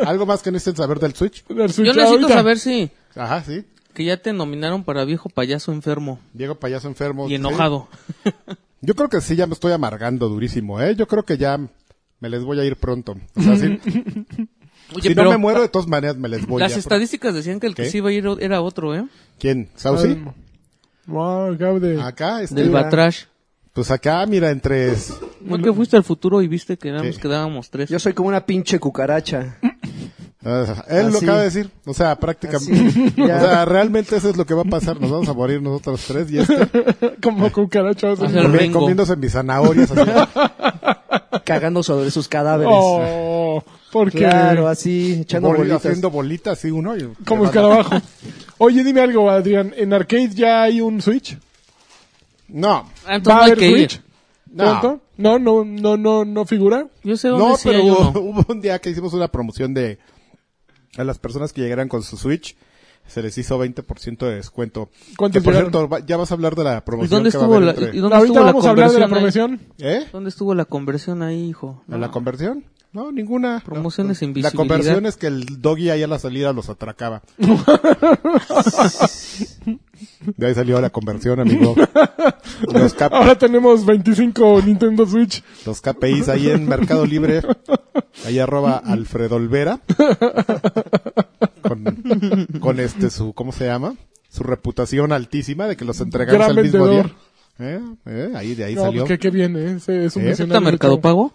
[SPEAKER 6] ¿Algo más que necesiten saber del Switch?
[SPEAKER 2] Del Switch
[SPEAKER 1] Yo necesito
[SPEAKER 2] ahorita.
[SPEAKER 1] saber si
[SPEAKER 6] Ajá, sí.
[SPEAKER 1] que ya te nominaron para viejo payaso enfermo
[SPEAKER 6] Diego Payaso enfermo.
[SPEAKER 1] y
[SPEAKER 6] Sí.
[SPEAKER 1] enojado.
[SPEAKER 6] Yo creo que sí, ya me estoy amargando durísimo, ¿eh? Yo creo que ya me les voy a ir pronto. O sea, sí,
[SPEAKER 1] Oye,
[SPEAKER 6] si
[SPEAKER 1] pero
[SPEAKER 6] no me muero, de todas maneras me les voy
[SPEAKER 1] las
[SPEAKER 6] ya pronto.
[SPEAKER 1] estadísticas decían que el que
[SPEAKER 6] ¿Qué?
[SPEAKER 1] sí iba a ir era otro, ¿eh?
[SPEAKER 6] ¿Quién? ¿Sausi?
[SPEAKER 2] Wow, Gaude.
[SPEAKER 4] Ah,
[SPEAKER 6] Acá, este,
[SPEAKER 1] Del Batrash.
[SPEAKER 6] pues acá, mira, entre...
[SPEAKER 1] ¿No que fuiste al futuro y viste que éramos,
[SPEAKER 6] Sí.
[SPEAKER 1] quedábamos tres?
[SPEAKER 4] Yo soy como una pinche cucaracha.
[SPEAKER 6] Ah, él lo
[SPEAKER 4] Así.
[SPEAKER 6] acaba de decir, o sea, prácticamente.
[SPEAKER 4] Así,
[SPEAKER 6] o
[SPEAKER 4] ya.
[SPEAKER 6] sea, realmente eso es lo que va a pasar, nos vamos a morir nosotros tres y este
[SPEAKER 4] ah.
[SPEAKER 2] Como cucaracha. vas a-
[SPEAKER 1] O sea,
[SPEAKER 6] comi-
[SPEAKER 1] Ringo.
[SPEAKER 6] comiéndose mis zanahorias. así.
[SPEAKER 4] Cagando sobre sus cadáveres.
[SPEAKER 2] Oh, porque
[SPEAKER 4] claro, así, echando
[SPEAKER 6] Bol-
[SPEAKER 4] bolitas.
[SPEAKER 6] haciendo bolitas, sí, uno. Y,
[SPEAKER 2] como escarabajo. Oye, dime algo, Adrián. ¿En Arcade ya hay un Switch?
[SPEAKER 6] No,
[SPEAKER 1] Ah, entonces
[SPEAKER 2] ¿Va a
[SPEAKER 1] no hay
[SPEAKER 2] haber
[SPEAKER 1] que
[SPEAKER 2] Switch?
[SPEAKER 1] ir.
[SPEAKER 6] no.
[SPEAKER 2] ¿Pronto? No, no, no, no, no figura.
[SPEAKER 1] Yo sé dónde
[SPEAKER 6] No,
[SPEAKER 1] sí
[SPEAKER 6] pero
[SPEAKER 1] hay
[SPEAKER 6] hubo,
[SPEAKER 1] uno.
[SPEAKER 6] hubo un día que hicimos una promoción de a las personas que llegaran con su Switch se les hizo 20% de descuento.
[SPEAKER 2] ¿Cuántos
[SPEAKER 6] Que, por
[SPEAKER 2] llegaron?
[SPEAKER 6] cierto, va- ya vas a hablar de la
[SPEAKER 1] ¿Y
[SPEAKER 6] promoción
[SPEAKER 1] dónde
[SPEAKER 6] que va a
[SPEAKER 1] estuvo la,
[SPEAKER 6] haber entre-
[SPEAKER 1] y dónde
[SPEAKER 2] Ahorita
[SPEAKER 1] estuvo la
[SPEAKER 2] vamos a hablar de la
[SPEAKER 1] conversión
[SPEAKER 2] promoción.
[SPEAKER 6] ¿Eh?
[SPEAKER 1] ahí? ¿Dónde estuvo la conversión ahí, hijo?
[SPEAKER 6] ¿A la conversión? No, ninguna.
[SPEAKER 1] Promociones
[SPEAKER 6] No. La
[SPEAKER 1] invisibilidad.
[SPEAKER 6] conversión es que el doggy ahí a la salida los atracaba. De ahí salió la conversión, amigo. Los, K-
[SPEAKER 2] Ahora tenemos 25 Nintendo Switch.
[SPEAKER 6] los KPIs ahí en Mercado Libre. Ahí arroba Alfredo Olvera. Con, con este su, ¿cómo se llama? Su reputación altísima de que los entregamos
[SPEAKER 2] Gran
[SPEAKER 6] al mismo
[SPEAKER 2] vendedor.
[SPEAKER 6] día. ¿Eh? ¿Eh? Ahí, de ahí
[SPEAKER 2] No,
[SPEAKER 6] salió.
[SPEAKER 2] pues que, que bien, ¿eh? Ese Es un
[SPEAKER 6] ¿Eh?
[SPEAKER 1] ¿Está
[SPEAKER 2] visionario,
[SPEAKER 1] Mercado
[SPEAKER 2] chavo.
[SPEAKER 1] Pago?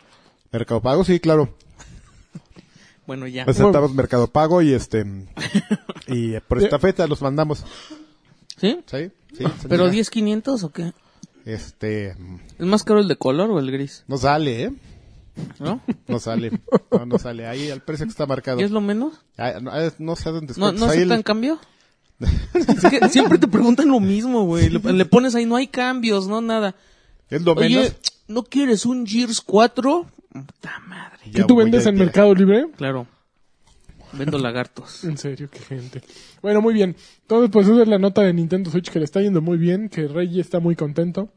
[SPEAKER 6] Mercado Pago, sí, claro.
[SPEAKER 1] Bueno, ya.
[SPEAKER 6] Aceptamos Mercado Pago y este y eh, por estafeta los mandamos.
[SPEAKER 1] ¿Sí?
[SPEAKER 6] Sí, sí. se
[SPEAKER 1] ¿Pero
[SPEAKER 6] llega.
[SPEAKER 1] 10.500 o qué?
[SPEAKER 6] Este mm,
[SPEAKER 1] ¿Es más caro el de color o el gris?
[SPEAKER 6] no sale, ¿eh?
[SPEAKER 1] ¿No?
[SPEAKER 6] No sale. No, no sale. Ahí al precio que está marcado.
[SPEAKER 1] ¿Y es lo menos?
[SPEAKER 6] Ah, no, ah, no sé dónde
[SPEAKER 1] ¿No,
[SPEAKER 6] descuentos.
[SPEAKER 1] no
[SPEAKER 6] Ahí el-
[SPEAKER 1] aceptan cambio? es que siempre te preguntan lo mismo, güey. Le, le pones ahí, no hay cambios, no nada.
[SPEAKER 6] es lo menos.
[SPEAKER 1] Oye, ¿no quieres un Gears 4? Puta madre.
[SPEAKER 2] ¿Qué
[SPEAKER 6] Ya
[SPEAKER 2] tú
[SPEAKER 6] voy
[SPEAKER 2] vendes
[SPEAKER 6] a
[SPEAKER 2] en
[SPEAKER 6] ir.
[SPEAKER 2] Mercado Libre?
[SPEAKER 1] Claro. Vendo lagartos.
[SPEAKER 2] En serio, qué gente. Bueno, muy bien. Entonces, pues esa es la nota de Nintendo Switch que le está yendo muy bien, que Reggie está muy contento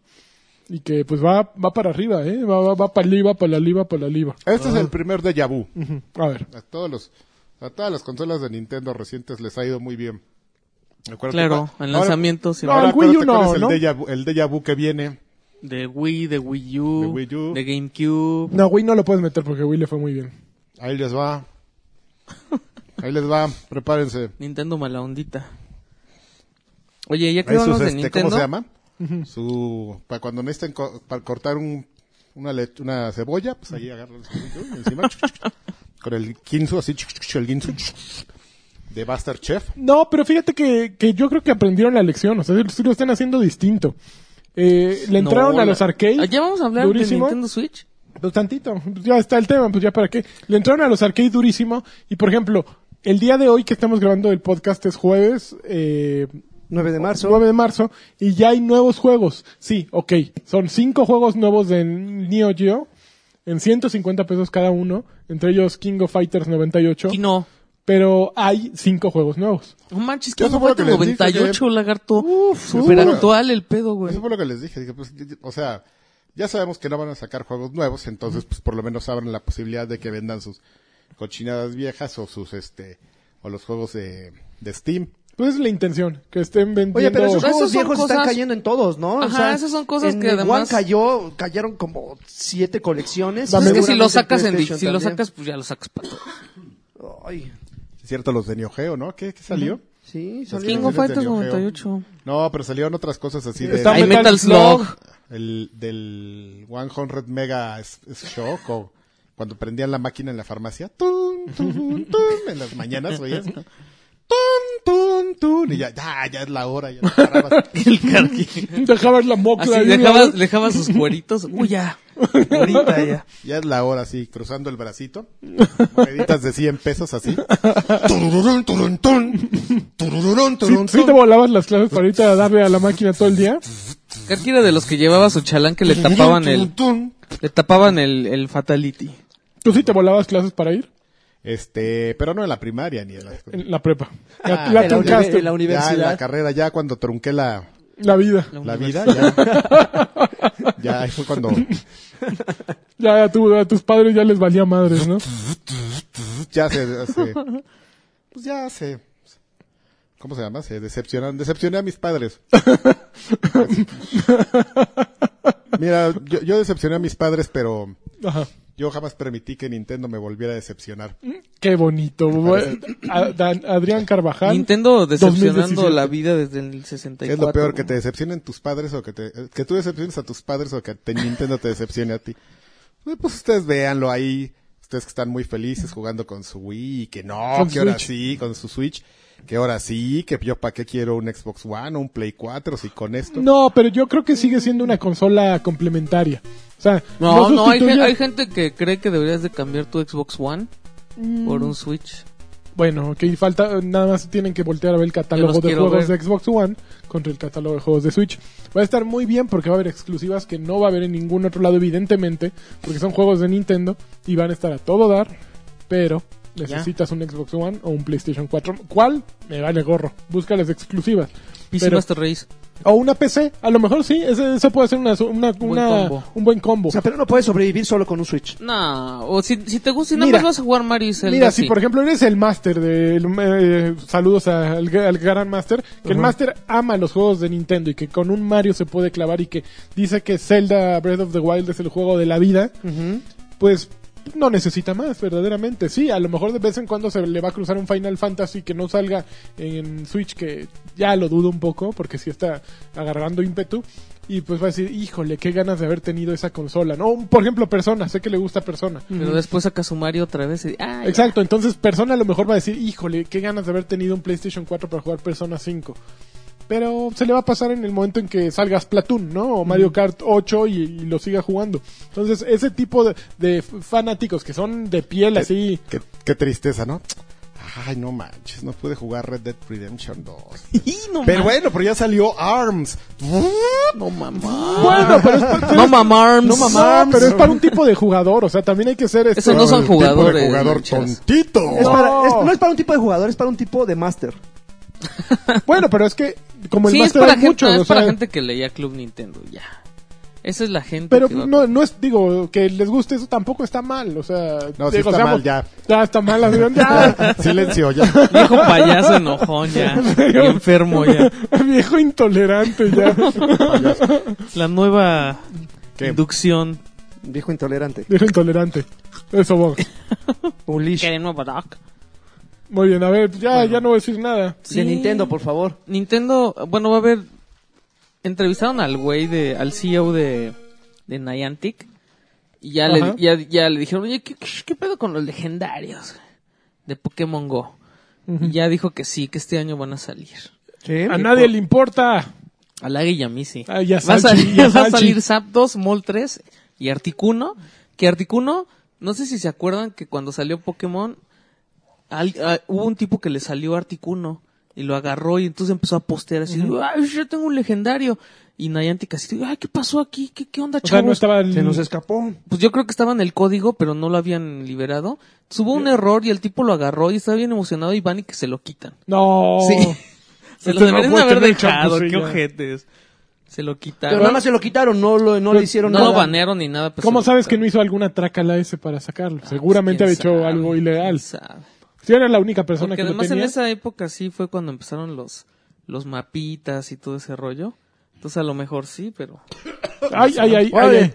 [SPEAKER 2] y que pues va, va para arriba, ¿eh? Va, va, va para arriba, para la liva, para la liva.
[SPEAKER 6] Este es el primer de vu.
[SPEAKER 2] Ujú. A ver.
[SPEAKER 6] A todos los a todas las consolas de Nintendo recientes les ha ido muy bien. Acuérdate,
[SPEAKER 1] Claro,
[SPEAKER 6] cua-
[SPEAKER 1] en
[SPEAKER 6] ahora-
[SPEAKER 1] lanzamiento siempre.
[SPEAKER 6] ahora
[SPEAKER 2] No, el Wii U
[SPEAKER 6] acuérdate cuál es
[SPEAKER 2] no,
[SPEAKER 6] el
[SPEAKER 2] ¿no?
[SPEAKER 6] déjà vu- el déjà vu que viene.
[SPEAKER 1] De Wii, de Wii U,
[SPEAKER 6] De Wii U.
[SPEAKER 1] de GameCube.
[SPEAKER 2] No, Wii no lo puedes meter porque Wii le fue muy bien.
[SPEAKER 6] Ahí les va. Ahí les va, prepárense.
[SPEAKER 1] Nintendo mala ondita. Oye, ya que
[SPEAKER 6] Ahí sus,
[SPEAKER 1] hablamos de
[SPEAKER 6] este,
[SPEAKER 1] Nintendo.
[SPEAKER 6] ¿Cómo se llama? Su, para cuando necesiten co- para cortar un, una, le- una cebolla, pues ahí agarran el cebollito y encima chuc, chuc, chuc, con el quinzo así, chuc, chuc, chuc, el guinzo. chuc, chuc. de Buster Chef.
[SPEAKER 2] No, pero fíjate que, que yo creo que aprendieron la lección. O sea, sí lo están haciendo distinto. Eh, le entraron
[SPEAKER 1] No,
[SPEAKER 2] a los
[SPEAKER 1] la-
[SPEAKER 2] arcades.
[SPEAKER 1] Ya vamos a hablar
[SPEAKER 2] durísimo.
[SPEAKER 1] de Nintendo Switch.
[SPEAKER 2] Pues tantito, pues ya está el tema, pues ya para qué. Le entraron a los arcades durísimo. Y por ejemplo, el día de hoy que estamos grabando el podcast es jueves, eh,
[SPEAKER 4] 9 de marzo.
[SPEAKER 2] 9 de marzo, y ya hay nuevos juegos. Sí, ok, son cinco juegos nuevos de Neo Geo, en 150 pesos cada uno, entre ellos King of Fighters 98.
[SPEAKER 1] Y no.
[SPEAKER 2] Pero hay cinco juegos nuevos.
[SPEAKER 1] No manches, que
[SPEAKER 6] Eso
[SPEAKER 1] no
[SPEAKER 6] fue
[SPEAKER 1] fue
[SPEAKER 6] lo que les dije
[SPEAKER 1] 98,
[SPEAKER 6] ayer.
[SPEAKER 1] lagarto.
[SPEAKER 6] Uf,
[SPEAKER 1] Súper
[SPEAKER 6] uf.
[SPEAKER 1] actual el pedo, güey.
[SPEAKER 6] Eso fue lo que les dije. dije, pues, y- y- o sea, ya sabemos que no van a sacar juegos nuevos, entonces pues por lo menos abran la posibilidad de que vendan sus cochinadas viejas o sus este o los juegos de, de Steam.
[SPEAKER 2] Pues es la intención, que estén vendiendo.
[SPEAKER 4] Oye, pero esos
[SPEAKER 1] Esas
[SPEAKER 4] juegos
[SPEAKER 1] son
[SPEAKER 4] viejos están
[SPEAKER 1] cosas-
[SPEAKER 4] cayendo en todos, ¿no?
[SPEAKER 1] Ajá, esas son cosas
[SPEAKER 4] en
[SPEAKER 1] que
[SPEAKER 4] el
[SPEAKER 1] además-
[SPEAKER 4] One cayó, cayeron como siete colecciones.
[SPEAKER 1] Pues es que si
[SPEAKER 4] Seguramente
[SPEAKER 1] lo
[SPEAKER 4] en
[SPEAKER 1] sacas en,
[SPEAKER 4] PlayStation
[SPEAKER 1] si lo
[SPEAKER 4] también.
[SPEAKER 1] sacas, pues ya lo sacas para todo.
[SPEAKER 4] Ay,
[SPEAKER 6] Es cierto, los de Neo Geo, ¿no? ¿Qué, qué salió?
[SPEAKER 4] sí,
[SPEAKER 6] Los
[SPEAKER 4] salió.
[SPEAKER 1] King of
[SPEAKER 6] de
[SPEAKER 1] Fighters
[SPEAKER 6] Neo Geo.
[SPEAKER 1] 98.
[SPEAKER 6] No, pero salieron otras cosas así de...
[SPEAKER 2] Está
[SPEAKER 1] Hay
[SPEAKER 2] Metal
[SPEAKER 1] Metal
[SPEAKER 2] Slug.
[SPEAKER 1] Slug.
[SPEAKER 6] el del 100 Mega S- S- Shock o cuando prendían la máquina en la farmacia, tun, tun, tun, en las mañanas oías, tun, tun, tun, y ya, ya, ya es la hora, ya no parabas.
[SPEAKER 2] Dejabas la mocla
[SPEAKER 1] Así
[SPEAKER 2] ahí,
[SPEAKER 1] dejabas,
[SPEAKER 2] ¿no?
[SPEAKER 1] dejabas sus cueritos. Uy, ya.
[SPEAKER 4] Ahorita ya.
[SPEAKER 6] ya es la hora, así, cruzando el bracito, moneditas de 100 pesos así, turururun, turun, tun, turururun,
[SPEAKER 2] Sí,
[SPEAKER 6] turun,
[SPEAKER 2] sí te
[SPEAKER 6] tun.
[SPEAKER 2] volabas las claves para irte a darle a la máquina todo el día.
[SPEAKER 1] Karki era de los que llevaba su chalán
[SPEAKER 6] Pues
[SPEAKER 1] que le tapaban el,
[SPEAKER 6] Tun, tun.
[SPEAKER 1] le tapaban el, el fatality.
[SPEAKER 2] ¿Tú sí te volabas clases para ir?
[SPEAKER 6] Este, pero no en la primaria ni en la,
[SPEAKER 2] En la prepa. La,
[SPEAKER 6] Ah,
[SPEAKER 2] la
[SPEAKER 6] en
[SPEAKER 4] la
[SPEAKER 2] truncaste.
[SPEAKER 4] uni- en la uni-
[SPEAKER 6] ya en la
[SPEAKER 4] universidad.
[SPEAKER 6] carrera, ya cuando trunqué la,
[SPEAKER 2] La vida.
[SPEAKER 6] la vida, ya, ya ahí fue cuando pues,
[SPEAKER 2] Ya a, tu- a tus padres ya les valía madres, ¿no?
[SPEAKER 6] ya se, se- pues ya se ¿cómo se llama? se decepcionan decepcioné a mis padres mira yo, yo decepcioné a mis padres pero
[SPEAKER 2] Ajá.
[SPEAKER 6] yo jamás permití que Nintendo me volviera a decepcionar
[SPEAKER 2] Qué bonito. A- Dan- Adrián Carvajal.
[SPEAKER 1] Nintendo decepcionando
[SPEAKER 2] 2017.
[SPEAKER 1] la vida desde el
[SPEAKER 6] ¿Qué
[SPEAKER 1] 64.
[SPEAKER 6] es lo peor que te decepcionen tus padres o que te eh, que tú decepciones a tus padres o que te- Nintendo te decepcione a ti Eh, pues ustedes véanlo ahí ustedes que están muy felices jugando con su Wii y que no
[SPEAKER 2] Con
[SPEAKER 6] que ahora
[SPEAKER 2] Switch.
[SPEAKER 6] sí con su Switch que ahora sí que yo para qué quiero un Xbox One o un Play 4 si con esto
[SPEAKER 2] No, pero yo creo que sigue siendo una consola complementaria. O sea,
[SPEAKER 1] No, no, hay, gen-
[SPEAKER 2] sustituye-
[SPEAKER 1] hay gente que cree que deberías de cambiar tu Xbox One
[SPEAKER 2] Mm.
[SPEAKER 1] por un Switch.
[SPEAKER 2] Bueno, que falta, nada más tienen que voltear a ver el catálogo
[SPEAKER 1] Yo los
[SPEAKER 2] de
[SPEAKER 1] quiero
[SPEAKER 2] juegos
[SPEAKER 1] ver.
[SPEAKER 2] de Xbox One contra el catálogo de juegos de Switch. Va a estar muy bien porque va a haber exclusivas que no va a haber en ningún otro lado, evidentemente, porque son juegos de Nintendo y van a estar a todo dar, pero necesitas un Xbox One o un PlayStation 4. ¿Cuál? Me vale gorro. Busca las exclusivas.
[SPEAKER 1] PC
[SPEAKER 2] Pero-
[SPEAKER 1] Master Race.
[SPEAKER 2] o una PC, a lo mejor sí, ese- eso puede ser una, una-
[SPEAKER 1] Buen
[SPEAKER 2] una-
[SPEAKER 1] combo.
[SPEAKER 2] un buen combo.
[SPEAKER 4] O sea, pero no puedes sobrevivir solo con un Switch.
[SPEAKER 1] No, o si, si te gusta, si nada
[SPEAKER 2] Mira.
[SPEAKER 1] más vas a jugar Mario y Zelda.
[SPEAKER 2] Mira, si
[SPEAKER 1] sí.
[SPEAKER 2] por ejemplo eres el máster de eh, saludos al, al gran máster, que el máster ama los juegos de Nintendo y que con un Mario se puede clavar y que dice que Zelda Breath of the Wild es el juego de la vida, pues no necesita más, verdaderamente. Sí, a lo mejor de vez en cuando se le va a cruzar un Final Fantasy que no salga en Switch, que ya lo dudo un poco, porque sí está agarrando ímpetu. Y pues va a decir, híjole, qué ganas de haber tenido esa consola, ¿no? Por ejemplo, Persona, sé que le gusta Persona.
[SPEAKER 1] Pero después sacas su Mario otra vez y. ah, ya.
[SPEAKER 2] Exacto, entonces Persona a lo mejor va a decir, híjole, qué ganas de haber tenido un PlayStation 4 para jugar Persona 5. Pero se le va a pasar en el momento en que salgas Platoon, ¿no? O Mario Kart 8 y, y lo siga jugando. Entonces, ese tipo de, de fanáticos que son de piel así...
[SPEAKER 6] Qué, qué tristeza, ¿no? Ay, no manches, no pude jugar Red Dead Redemption 2. pero bueno, pero ya salió ARMS.
[SPEAKER 1] No mamá.
[SPEAKER 2] Bueno, pero es, pa-
[SPEAKER 1] Ah. No mamarms.
[SPEAKER 2] no, mamá, pero es para un tipo de jugador, o sea, también hay que ser... este-
[SPEAKER 1] Eso no son
[SPEAKER 6] El tipo de
[SPEAKER 1] jugadores,
[SPEAKER 6] jugador
[SPEAKER 1] muchachos.
[SPEAKER 6] tontito.
[SPEAKER 4] Es para- es- no es para un tipo de jugador, es para un tipo de máster.
[SPEAKER 2] Bueno, pero es que como el
[SPEAKER 1] Sí, es
[SPEAKER 2] máster
[SPEAKER 1] para,
[SPEAKER 2] hay
[SPEAKER 1] gente,
[SPEAKER 2] muchos,
[SPEAKER 1] es
[SPEAKER 2] o
[SPEAKER 1] para
[SPEAKER 2] sea,
[SPEAKER 1] gente que leía Club Nintendo, ya. Esa es la gente.
[SPEAKER 2] Pero
[SPEAKER 1] que va-
[SPEAKER 2] no, no es, digo, que les guste eso tampoco está mal, o sea...
[SPEAKER 6] No, sí
[SPEAKER 2] digo,
[SPEAKER 6] está
[SPEAKER 2] seamos-
[SPEAKER 6] mal, ya.
[SPEAKER 2] Ya está mal, Adrián, ya.
[SPEAKER 6] Silencio, ya.
[SPEAKER 1] Viejo payaso enojón, ya. Y enfermo, ya.
[SPEAKER 2] Viejo intolerante ya.
[SPEAKER 1] La nueva
[SPEAKER 6] ¿Qué?
[SPEAKER 1] inducción.
[SPEAKER 4] Viejo intolerante.
[SPEAKER 2] Viejo intolerante. Eso, Bob.
[SPEAKER 4] Ulish.
[SPEAKER 1] ¿Qué de nuevo, Doc?
[SPEAKER 2] Muy bien, a ver, ya, ya no voy a decir nada.
[SPEAKER 4] De
[SPEAKER 1] Sí.
[SPEAKER 4] Nintendo, por favor.
[SPEAKER 1] Nintendo, bueno, va a haber. Entrevistaron al güey de, al CEO de, de Niantic. Y ya
[SPEAKER 2] Ajá.
[SPEAKER 1] le, ya, ya le dijeron, oye, ¿qué, qué, qué pedo con los legendarios de Pokémon Go? Y ya dijo que sí, que este año van a salir.
[SPEAKER 4] Sí.
[SPEAKER 2] A nadie le importa.
[SPEAKER 1] A Lage y a mí sí.
[SPEAKER 2] Ah, y a
[SPEAKER 1] va, a
[SPEAKER 2] Salchi,
[SPEAKER 1] salir,
[SPEAKER 2] y a
[SPEAKER 1] va a
[SPEAKER 2] Salchi.
[SPEAKER 1] salir Zap 2, Mol 3 y Articuno. Que Articuno, no sé si se acuerdan que cuando salió Pokémon, al- ah, hubo un tipo que le salió Articuno y lo agarró y entonces empezó a postear así, ¡ay, yo tengo un legendario! Y Niantic así, ¡ay, qué pasó aquí! ¿Qué, qué onda,
[SPEAKER 2] O sea,
[SPEAKER 1] chavos?
[SPEAKER 2] no estaba el-
[SPEAKER 4] Se nos escapó.
[SPEAKER 1] Pues yo creo que estaba en el código, pero no lo habían liberado. Entonces, hubo un error y el tipo lo agarró y estaba bien emocionado y van y que se lo quitan.
[SPEAKER 2] No.
[SPEAKER 1] Sí. Se lo
[SPEAKER 2] Este no
[SPEAKER 1] deberían
[SPEAKER 2] puede
[SPEAKER 1] haber
[SPEAKER 2] tener
[SPEAKER 1] dejado, qué
[SPEAKER 2] chapucilla.
[SPEAKER 1] ojetes. Se lo quitaron.
[SPEAKER 4] Pero nada más se lo quitaron, no lo, no le hicieron
[SPEAKER 1] no
[SPEAKER 4] nada.
[SPEAKER 1] lo banearon ni nada. pues,
[SPEAKER 2] ¿Cómo
[SPEAKER 1] se lo
[SPEAKER 2] sabes que
[SPEAKER 1] quitaron.
[SPEAKER 2] no hizo alguna trácala ese para sacarlo? Seguramente
[SPEAKER 1] Pues,
[SPEAKER 2] había
[SPEAKER 1] quién
[SPEAKER 2] hecho
[SPEAKER 1] sabe,
[SPEAKER 2] algo
[SPEAKER 1] quién
[SPEAKER 2] ilegal. Si
[SPEAKER 1] sabe.
[SPEAKER 2] era la única persona
[SPEAKER 1] Porque
[SPEAKER 2] que lo
[SPEAKER 1] además
[SPEAKER 2] tenía.
[SPEAKER 1] en esa época sí fue cuando empezaron los, los mapitas y todo ese rollo. Entonces a lo mejor sí, pero
[SPEAKER 2] Ay, ay, ay, ay,
[SPEAKER 4] Oye,
[SPEAKER 2] ay.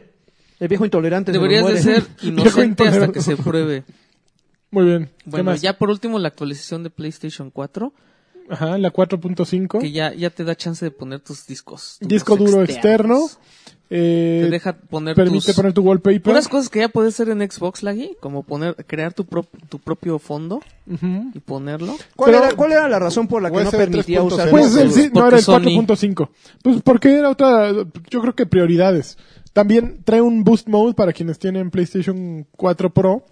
[SPEAKER 4] El viejo intolerante. se nos
[SPEAKER 1] deberías de
[SPEAKER 4] muere.
[SPEAKER 1] ser inocente hasta que se
[SPEAKER 2] intolerante.
[SPEAKER 1] pruebe.
[SPEAKER 2] Muy bien. ¿Qué
[SPEAKER 1] Bueno,
[SPEAKER 2] más?
[SPEAKER 1] ya por último la actualización de PlayStation 4,
[SPEAKER 2] Ajá, la 4.5.
[SPEAKER 1] que ya, ya te da chance de poner tus discos. tus
[SPEAKER 2] Disco duro externo. Eh,
[SPEAKER 1] Te deja poner
[SPEAKER 2] permite
[SPEAKER 1] tus...
[SPEAKER 2] poner tu wallpaper.
[SPEAKER 1] Unas cosas que ya puedes hacer en Xbox, Laggy, como poner, crear tu, prop- tu propio fondo
[SPEAKER 2] Ujú.
[SPEAKER 1] y ponerlo.
[SPEAKER 4] ¿Cuál,
[SPEAKER 2] Pero-
[SPEAKER 4] era, cuál era la razón por la que no
[SPEAKER 6] USB
[SPEAKER 4] permitía
[SPEAKER 6] 3.0.
[SPEAKER 4] usar
[SPEAKER 2] Pues
[SPEAKER 4] disco
[SPEAKER 2] el,
[SPEAKER 4] duro?
[SPEAKER 2] sí, no
[SPEAKER 1] Porque
[SPEAKER 2] era el
[SPEAKER 1] Sony-
[SPEAKER 2] 4.5. Pues porque era otra, yo creo que prioridades. También trae un boost mode para quienes tienen PlayStation 4 Pro.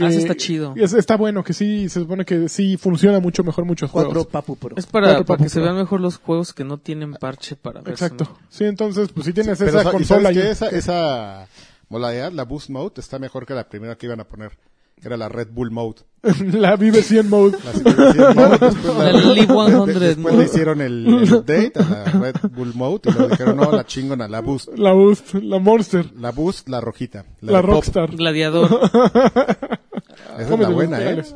[SPEAKER 1] Ah, ese está chido.
[SPEAKER 2] es- está bueno, que sí, se supone que sí funciona mucho mejor muchos
[SPEAKER 4] Cuatro
[SPEAKER 2] juegos.
[SPEAKER 4] papu pro.
[SPEAKER 1] Es para,
[SPEAKER 2] Cuatro
[SPEAKER 1] para que
[SPEAKER 2] papas,
[SPEAKER 1] se
[SPEAKER 2] ¿no?
[SPEAKER 1] vean mejor los juegos que no tienen parche para ver
[SPEAKER 2] Exacto. Sí, entonces, pues si tienes
[SPEAKER 6] Pero
[SPEAKER 2] esa
[SPEAKER 6] sa- ¿y
[SPEAKER 2] consola
[SPEAKER 6] sabes qué?
[SPEAKER 2] ahí-
[SPEAKER 6] esa, esa modalidad, la Boost Mode, está mejor que la primera que iban a poner, que era la Red Bull Mode.
[SPEAKER 2] la Vive 100 mode.
[SPEAKER 6] La simulación mode, después
[SPEAKER 1] La Lily 100
[SPEAKER 6] de- después
[SPEAKER 1] mode.
[SPEAKER 6] le hicieron el, el update a la Red Bull Mode y luego dijeron, no, la chingona, la Boost.
[SPEAKER 2] La Boost, la Monster,
[SPEAKER 6] La Boost, la rojita.
[SPEAKER 2] la,
[SPEAKER 6] de pop.
[SPEAKER 2] Rockstar.
[SPEAKER 1] Gladiador.
[SPEAKER 6] Esa es
[SPEAKER 2] ¿Cómo
[SPEAKER 6] la
[SPEAKER 2] te
[SPEAKER 6] buena,
[SPEAKER 2] gusta,
[SPEAKER 6] ¿eh?
[SPEAKER 2] Alex?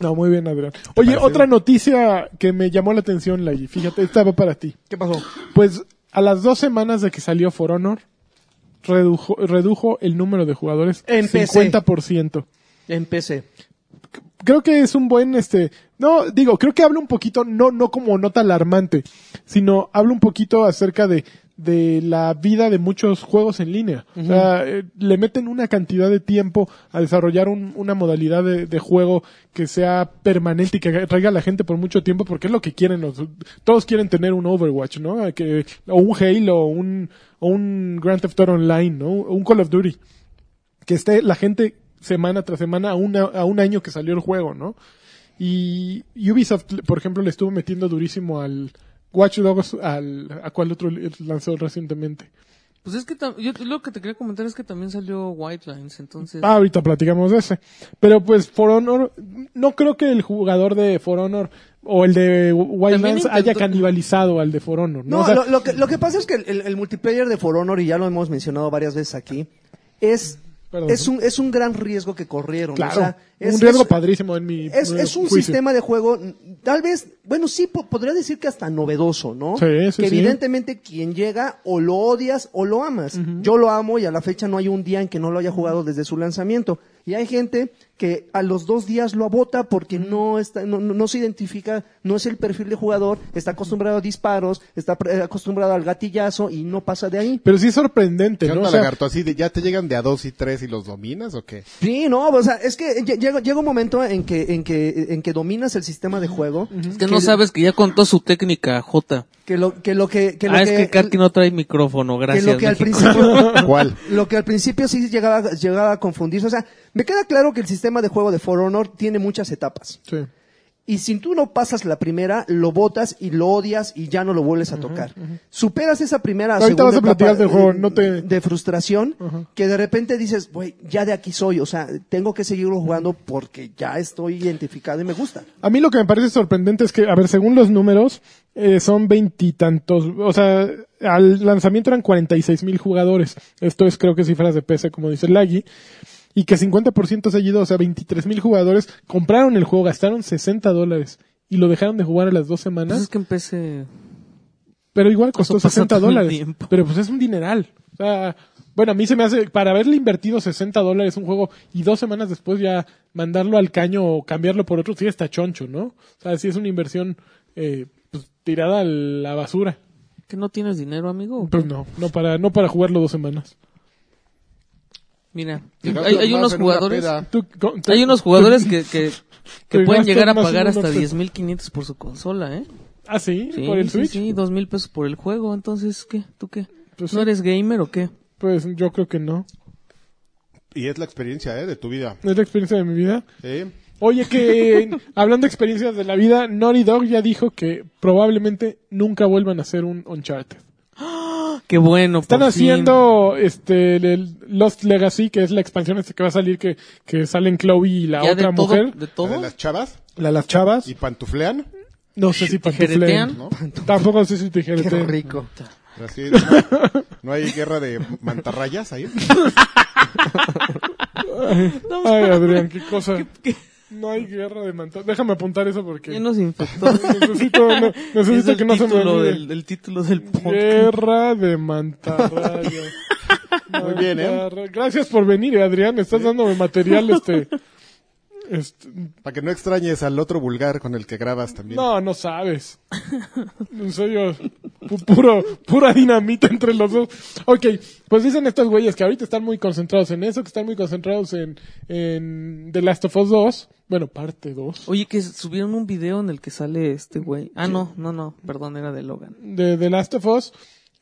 [SPEAKER 2] No, muy bien, Adrián. Oye, otra noticia que me llamó la atención, Lay. Fíjate, esta va para ti.
[SPEAKER 4] ¿Qué pasó?
[SPEAKER 2] Pues a las dos semanas de que salió For Honor, redujo, redujo el número de jugadores
[SPEAKER 4] En PC.
[SPEAKER 2] 50%.
[SPEAKER 4] En PC.
[SPEAKER 2] Creo que es un buen, este, no, digo, creo que habla un poquito, no, no como nota alarmante, sino habla un poquito acerca de, de la vida de muchos juegos en línea. O sea, eh, le meten una cantidad de tiempo a desarrollar un- una modalidad de, de juego que sea permanente y que traiga a la gente por mucho tiempo, porque es lo que quieren los, todos quieren tener un Overwatch, ¿no? Que, o un Halo, o un, o un Grand Theft Auto Online, ¿no? O Un Call of Duty que esté la gente semana tras semana a, una- a un año que salió el juego, ¿no? Y Ubisoft, por ejemplo, le estuvo metiendo durísimo al Watch Dogs, al, ¿a cuál otro le- lanzó recientemente?
[SPEAKER 1] Pues es que tam- yo lo que te quería comentar es que también salió White Lines, entonces...
[SPEAKER 2] Ah, ahorita platicamos de ese. Pero pues For Honor, no creo que el jugador de For Honor o el de
[SPEAKER 1] También
[SPEAKER 2] Wildlands
[SPEAKER 1] intentó-
[SPEAKER 2] haya canibalizado al de For Honor, ¿no?
[SPEAKER 4] No,
[SPEAKER 2] O sea,
[SPEAKER 4] lo, lo que, lo que pasa es que el, el- el multiplayer de For Honor, y ya lo hemos mencionado varias veces aquí, es,
[SPEAKER 2] Perdón.
[SPEAKER 4] es, un, es un gran riesgo que corrieron.
[SPEAKER 2] claro,
[SPEAKER 4] o sea, es,
[SPEAKER 2] un riesgo
[SPEAKER 4] es-
[SPEAKER 2] padrísimo en mi
[SPEAKER 4] Es,
[SPEAKER 2] eh,
[SPEAKER 4] es un
[SPEAKER 2] juicio.
[SPEAKER 4] sistema de juego, mm, tal vez, bueno, sí, po- podría decir que hasta novedoso, ¿no?
[SPEAKER 2] Sí, sí,
[SPEAKER 4] que
[SPEAKER 2] sí.
[SPEAKER 4] evidentemente quien llega o lo odias o lo amas. Yo lo amo y a la fecha no hay un día en que no lo haya jugado desde su lanzamiento. Y hay gente que a los dos días lo abota porque no, está, no, no- no se identifica, no es el perfil de jugador, está acostumbrado a disparos, está pre- eh, acostumbrado al gatillazo y no pasa de ahí.
[SPEAKER 2] Pero sí es sorprendente,
[SPEAKER 6] ¿Qué
[SPEAKER 2] ¿no?
[SPEAKER 6] onda,
[SPEAKER 2] O sea,
[SPEAKER 6] lagarto? ¿Así de, ya te llegan de a dos y tres y los dominas o qué?
[SPEAKER 4] Sí, no, o sea, es que lle- llega, llega un momento en que, en, que, en que dominas el sistema de juego.
[SPEAKER 1] es que no sabes que ya contó su técnica, J.
[SPEAKER 4] Que lo que, lo que, que lo
[SPEAKER 1] ah, es que Karki no trae micrófono,
[SPEAKER 4] que
[SPEAKER 1] gracias.
[SPEAKER 4] lo que al
[SPEAKER 1] México.
[SPEAKER 4] principio
[SPEAKER 6] ¿Cuál?
[SPEAKER 4] lo que al principio sí llegaba llegaba a confundirse o sea me queda claro que el sistema de juego de For Honor tiene muchas etapas
[SPEAKER 2] sí.
[SPEAKER 4] y si tú no pasas la primera lo botas y lo odias y ya no lo vuelves a tocar superas esa primera
[SPEAKER 2] Ahorita
[SPEAKER 4] segunda
[SPEAKER 2] vas a platicar
[SPEAKER 4] etapa,
[SPEAKER 2] del juego,
[SPEAKER 4] eh,
[SPEAKER 2] no te-
[SPEAKER 4] de frustración
[SPEAKER 2] Ajá.
[SPEAKER 4] que de repente dices güey ya de aquí soy o sea tengo que seguirlo jugando porque ya estoy identificado y me gusta
[SPEAKER 2] A mí lo que me parece sorprendente es que, a ver, según los números, eh, son veintitantos, o sea, al lanzamiento eran 46 mil jugadores. Esto es, creo que cifras de PC, como dice Laggy. Y que 50% seguido, o sea, 23 mil jugadores compraron el juego, gastaron 60 dólares y lo dejaron de jugar a las
[SPEAKER 1] Pues
[SPEAKER 2] dos semanas.
[SPEAKER 1] es que empecé...
[SPEAKER 2] Pero igual costó
[SPEAKER 1] Eso pasa
[SPEAKER 2] 60
[SPEAKER 1] todo el
[SPEAKER 2] dólares.
[SPEAKER 1] tiempo.
[SPEAKER 2] Pero pues es un dineral. O sea, bueno, a mí se me hace, para haberle invertido 60 dólares un juego y dos semanas después ya mandarlo al caño o cambiarlo por otro, sí está choncho, ¿no? O sea, sí es una inversión eh, pues, tirada a la basura.
[SPEAKER 1] ¿Que no tienes dinero, amigo?
[SPEAKER 2] Pues no, no para, no para jugarlo dos semanas.
[SPEAKER 1] Mira,
[SPEAKER 6] Llegaste
[SPEAKER 1] hay, hay
[SPEAKER 6] más
[SPEAKER 1] unos
[SPEAKER 6] en una
[SPEAKER 1] jugadores,
[SPEAKER 6] peda.
[SPEAKER 2] Tú con- te-
[SPEAKER 1] hay unos jugadores que, que, que
[SPEAKER 2] Te
[SPEAKER 1] pueden
[SPEAKER 2] gastas
[SPEAKER 1] llegar a
[SPEAKER 2] más en
[SPEAKER 1] pagar
[SPEAKER 2] una
[SPEAKER 1] hasta
[SPEAKER 2] peda.
[SPEAKER 1] 10.500 por su consola, ¿eh?
[SPEAKER 2] Ah, sí,
[SPEAKER 1] Sí,
[SPEAKER 2] por el
[SPEAKER 1] sí,
[SPEAKER 2] Switch.
[SPEAKER 1] Sí, dos mil pesos por el juego. Entonces, ¿qué? ¿Tú qué?
[SPEAKER 2] Pues
[SPEAKER 1] ¿No
[SPEAKER 2] sí.
[SPEAKER 1] eres gamer o qué?
[SPEAKER 2] Pues yo creo que no.
[SPEAKER 6] Y es la experiencia, ¿eh? De tu vida. ¿eh?
[SPEAKER 2] Es la experiencia de mi vida.
[SPEAKER 6] Sí.
[SPEAKER 2] Oye, que hablando de experiencias de la vida, Naughty Dog ya dijo que probablemente nunca vuelvan a hacer un Uncharted.
[SPEAKER 1] Qué bueno.
[SPEAKER 2] Están
[SPEAKER 1] por fin.
[SPEAKER 2] haciendo este el Lost Legacy, que es la expansión esta que va a salir, que, que salen Chloe y la
[SPEAKER 1] Ya
[SPEAKER 2] otra
[SPEAKER 1] de todo,
[SPEAKER 2] mujer,
[SPEAKER 1] De
[SPEAKER 6] La
[SPEAKER 1] todo.
[SPEAKER 6] de las chavas
[SPEAKER 2] la, las chavas.
[SPEAKER 6] y pantuflean.
[SPEAKER 2] No sé si
[SPEAKER 1] ¿Tijeretean?
[SPEAKER 2] pantuflean. Tampoco sé si
[SPEAKER 4] Qué
[SPEAKER 2] tijeretean.
[SPEAKER 4] rico.
[SPEAKER 6] Así, ¿no? ¿No hay guerra de mantarrayas ahí?
[SPEAKER 2] Ay, Adrián, qué cosa. No hay guerra de mantas. Déjame apuntar eso porque
[SPEAKER 1] ¿Quién nos infectó?
[SPEAKER 2] necesito, ne-
[SPEAKER 1] Es
[SPEAKER 2] necesito
[SPEAKER 1] el
[SPEAKER 2] que no se me
[SPEAKER 1] título
[SPEAKER 2] olvide.
[SPEAKER 1] del, del título del podcast.
[SPEAKER 2] Guerra de mantarrayas.
[SPEAKER 6] Muy bien, ¿eh?
[SPEAKER 2] Mantarra- Gracias por venir, eh, Adrián. Estás dándome material, este... este-
[SPEAKER 6] Para que no extrañes al otro vulgar con el que grabas también.
[SPEAKER 2] No, no sabes. En serio, pu- puro, pura dinamita entre los dos. Ok, pues dicen estos güeyes que ahorita están muy concentrados en eso, que están muy concentrados en, en The Last of Us 2. Bueno, parte 2.
[SPEAKER 1] Oye, que subieron un video en el que sale este güey. Ah, no, no, no. Perdón, era de Logan.
[SPEAKER 2] de The Last of Us,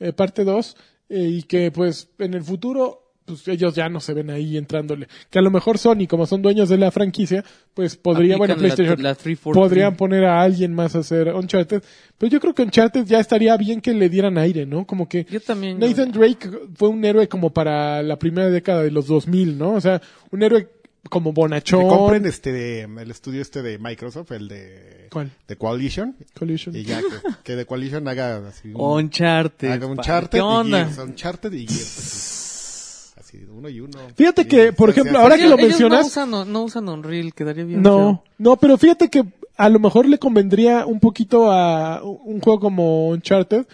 [SPEAKER 2] eh, parte 2, eh, y que pues en el futuro pues ellos ya no se ven ahí entrándole. Que a lo mejor Sony, como son dueños de la franquicia, pues podría,
[SPEAKER 1] Aplican
[SPEAKER 2] bueno,
[SPEAKER 1] la-
[SPEAKER 2] PlayStation,
[SPEAKER 1] la 343.
[SPEAKER 2] podrían poner a alguien más a hacer Uncharted. Pero yo creo que Uncharted ya estaría bien que le dieran aire, ¿no? Como que
[SPEAKER 1] Yo también.
[SPEAKER 2] Nathan Drake fue un héroe como para la primera década de los 2000, ¿no? O sea, un héroe como
[SPEAKER 6] Que compren
[SPEAKER 2] bonachón.
[SPEAKER 6] este, el estudio este de Microsoft, el de...
[SPEAKER 2] ¿Cuál?
[SPEAKER 6] De Coalition.
[SPEAKER 2] Collision.
[SPEAKER 6] Y ya, que, que de Coalition haga así...
[SPEAKER 2] Mm.
[SPEAKER 6] un-
[SPEAKER 1] Uncharted.
[SPEAKER 6] haga un
[SPEAKER 1] pa-
[SPEAKER 6] charter
[SPEAKER 1] ¿Qué
[SPEAKER 6] Ah, y
[SPEAKER 1] onda?
[SPEAKER 6] Gears, Uncharted y Gears. Así, uno y uno.
[SPEAKER 2] Fíjate
[SPEAKER 6] Y-
[SPEAKER 2] que, por
[SPEAKER 6] o sea,
[SPEAKER 2] ejemplo,
[SPEAKER 6] se
[SPEAKER 2] ahora
[SPEAKER 6] hace-
[SPEAKER 2] que lo
[SPEAKER 1] Ellos
[SPEAKER 2] mencionas-
[SPEAKER 1] No usan, no usan Unreal, quedaría bien.
[SPEAKER 2] No,
[SPEAKER 1] feo.
[SPEAKER 2] no, pero fíjate que a lo mejor le convendría un poquito a un juego como Uncharted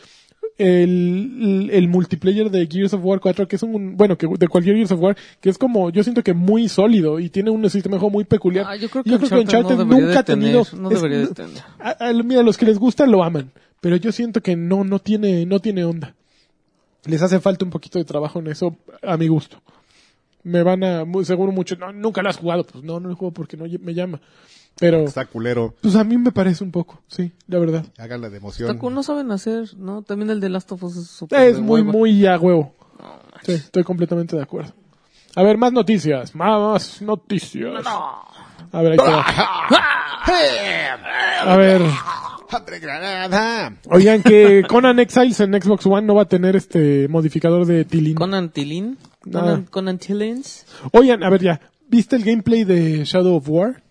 [SPEAKER 2] el, el multiplayer de Gears of War 4, que es un, bueno, que de cualquier Gears of War, que es como, yo siento que muy sólido y tiene un sistema de juego muy peculiar.
[SPEAKER 1] Ah, yo creo que Uncharted no debería
[SPEAKER 2] nunca
[SPEAKER 1] de tener,
[SPEAKER 2] ha tenido,
[SPEAKER 1] no
[SPEAKER 2] es-
[SPEAKER 1] debería de tener.
[SPEAKER 2] a- a- mira, los que les gusta lo aman, pero yo siento que no, no tiene, no tiene onda. Les hace falta un poquito de trabajo en eso, a mi gusto. Me van a, mu- seguro mucho, no, nunca lo has jugado, pues no, no lo juego porque no lle- me llama. Pero,
[SPEAKER 6] Está culero.
[SPEAKER 2] pues a mí me parece un poco, sí, la verdad.
[SPEAKER 6] Háganla de emoción.
[SPEAKER 1] Taco, No saben hacer, ¿no? También el de Last of Us es súper
[SPEAKER 2] Es
[SPEAKER 1] de
[SPEAKER 2] muy,
[SPEAKER 1] hueva.
[SPEAKER 2] muy a huevo. Sí, estoy completamente de acuerdo. A ver, más noticias, más noticias. A ver, ahí te va. A ver,
[SPEAKER 6] ¡Hambre granada!
[SPEAKER 2] oigan que Conan Exiles en Xbox One no va a tener este modificador de tilín.
[SPEAKER 1] Con Antilin.
[SPEAKER 2] Nada.
[SPEAKER 1] Con, Antilins.
[SPEAKER 2] Oigan, a ver ya, ¿viste el gameplay de Shadow of War?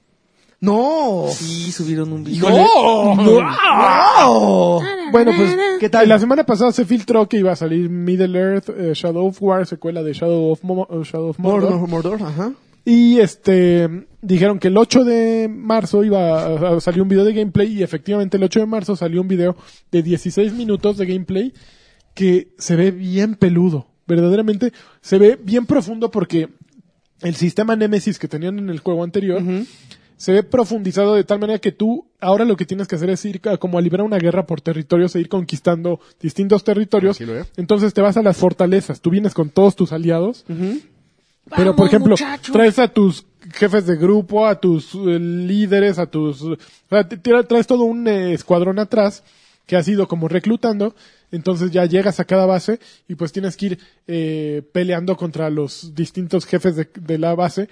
[SPEAKER 4] ¡No!
[SPEAKER 1] Sí, subieron un video.
[SPEAKER 4] ¡Híjole!
[SPEAKER 2] ¡No! Bueno, pues,
[SPEAKER 4] ¿Qué tal?
[SPEAKER 2] La semana pasada se filtró que iba a salir Middle Earth, eh, Shadow of War, secuela de Shadow of, Mo- eh, Shadow of Mordor.
[SPEAKER 4] Mordor, Mordor, ajá.
[SPEAKER 2] Y este dijeron que el 8 de marzo iba a, a salir un video de gameplay y efectivamente el 8 de marzo salió un video de 16 minutos de gameplay que se ve bien peludo, verdaderamente se ve bien profundo porque el sistema Nemesis que tenían en el juego anterior se ve profundizado de tal manera que tú ahora lo que tienes que hacer es ir a- como a liberar una guerra por territorios e ir conquistando distintos territorios.
[SPEAKER 6] Tranquilo, ¿eh?
[SPEAKER 2] Entonces te vas a las fortalezas, tú vienes con todos tus aliados pero, por ejemplo, traes a tus jefes de grupo, a tus eh, líderes, a tus... o sea, te- te- traes todo un eh, escuadrón atrás que has ido como reclutando, entonces ya llegas a cada base y pues tienes que ir eh, peleando contra los distintos jefes de, de la base,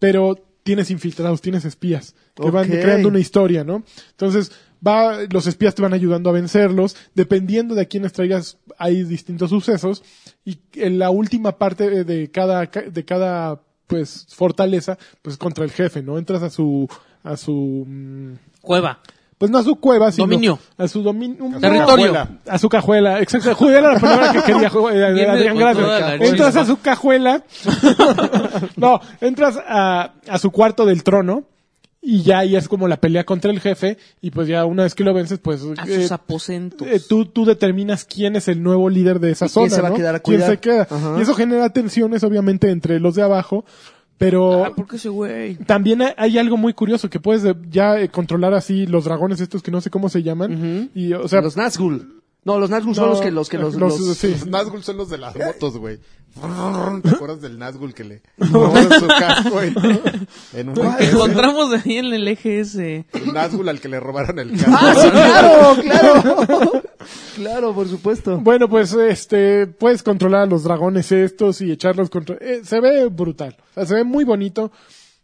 [SPEAKER 2] pero tienes infiltrados, tienes espías que van
[SPEAKER 4] Ok.
[SPEAKER 2] creando una historia, ¿no? Entonces, va, los espías te van ayudando a vencerlos, dependiendo de a quiénes traigas, hay distintos sucesos, y en la última parte de- de cada, ca- de cada, pues, fortaleza, pues contra el jefe, ¿no? Entras a su, a su, mm,
[SPEAKER 1] Cueva.
[SPEAKER 2] pues no a su cueva, sino
[SPEAKER 1] Dominio.
[SPEAKER 2] a su dominio,
[SPEAKER 1] Territorio.
[SPEAKER 2] a su cajuela, exacto, justo era la palabra que quería, ju- eh,
[SPEAKER 1] Viene
[SPEAKER 2] Adrián,
[SPEAKER 1] con toda la
[SPEAKER 2] gracias. Entras
[SPEAKER 1] chispa.
[SPEAKER 2] a su cajuela, no, entras a, a su cuarto del trono, y ya ahí es como la pelea contra el jefe, y pues ya una vez que lo vences, pues...
[SPEAKER 1] A
[SPEAKER 2] eh,
[SPEAKER 1] sus aposentos.
[SPEAKER 2] eh, tú, tú determinas quién es el nuevo líder de esa
[SPEAKER 4] Y quién
[SPEAKER 2] zona,
[SPEAKER 4] se va a
[SPEAKER 2] ¿no?
[SPEAKER 4] quedar a
[SPEAKER 2] Quién
[SPEAKER 4] cuidar.
[SPEAKER 2] se queda.
[SPEAKER 4] Ajá.
[SPEAKER 2] Y eso genera tensiones, obviamente, entre los de abajo, pero...
[SPEAKER 1] Ah, ¿por qué ese güey?
[SPEAKER 2] También hay- hay algo muy curioso que puedes eh, ya eh, controlar así los dragones estos que no sé cómo se llaman y o sea
[SPEAKER 4] Los Nazgul. No, los Nazgûl son
[SPEAKER 2] No,
[SPEAKER 4] los que los que los,
[SPEAKER 2] los-
[SPEAKER 4] los-
[SPEAKER 2] sí.
[SPEAKER 6] Los Nazgul son los de las
[SPEAKER 2] ¿Eh?
[SPEAKER 6] motos, güey. ¿Te acuerdas del Nazgul que le robaron su casco en, en un
[SPEAKER 1] Encontramos ahí en el eje ese.
[SPEAKER 6] El Nazgul al que le robaron el
[SPEAKER 4] Ah,
[SPEAKER 6] casco.
[SPEAKER 4] sí, claro, claro. claro, por supuesto.
[SPEAKER 2] Bueno, pues este puedes controlar a los dragones estos y echarlos contra eh, se ve brutal. O sea, se ve muy bonito.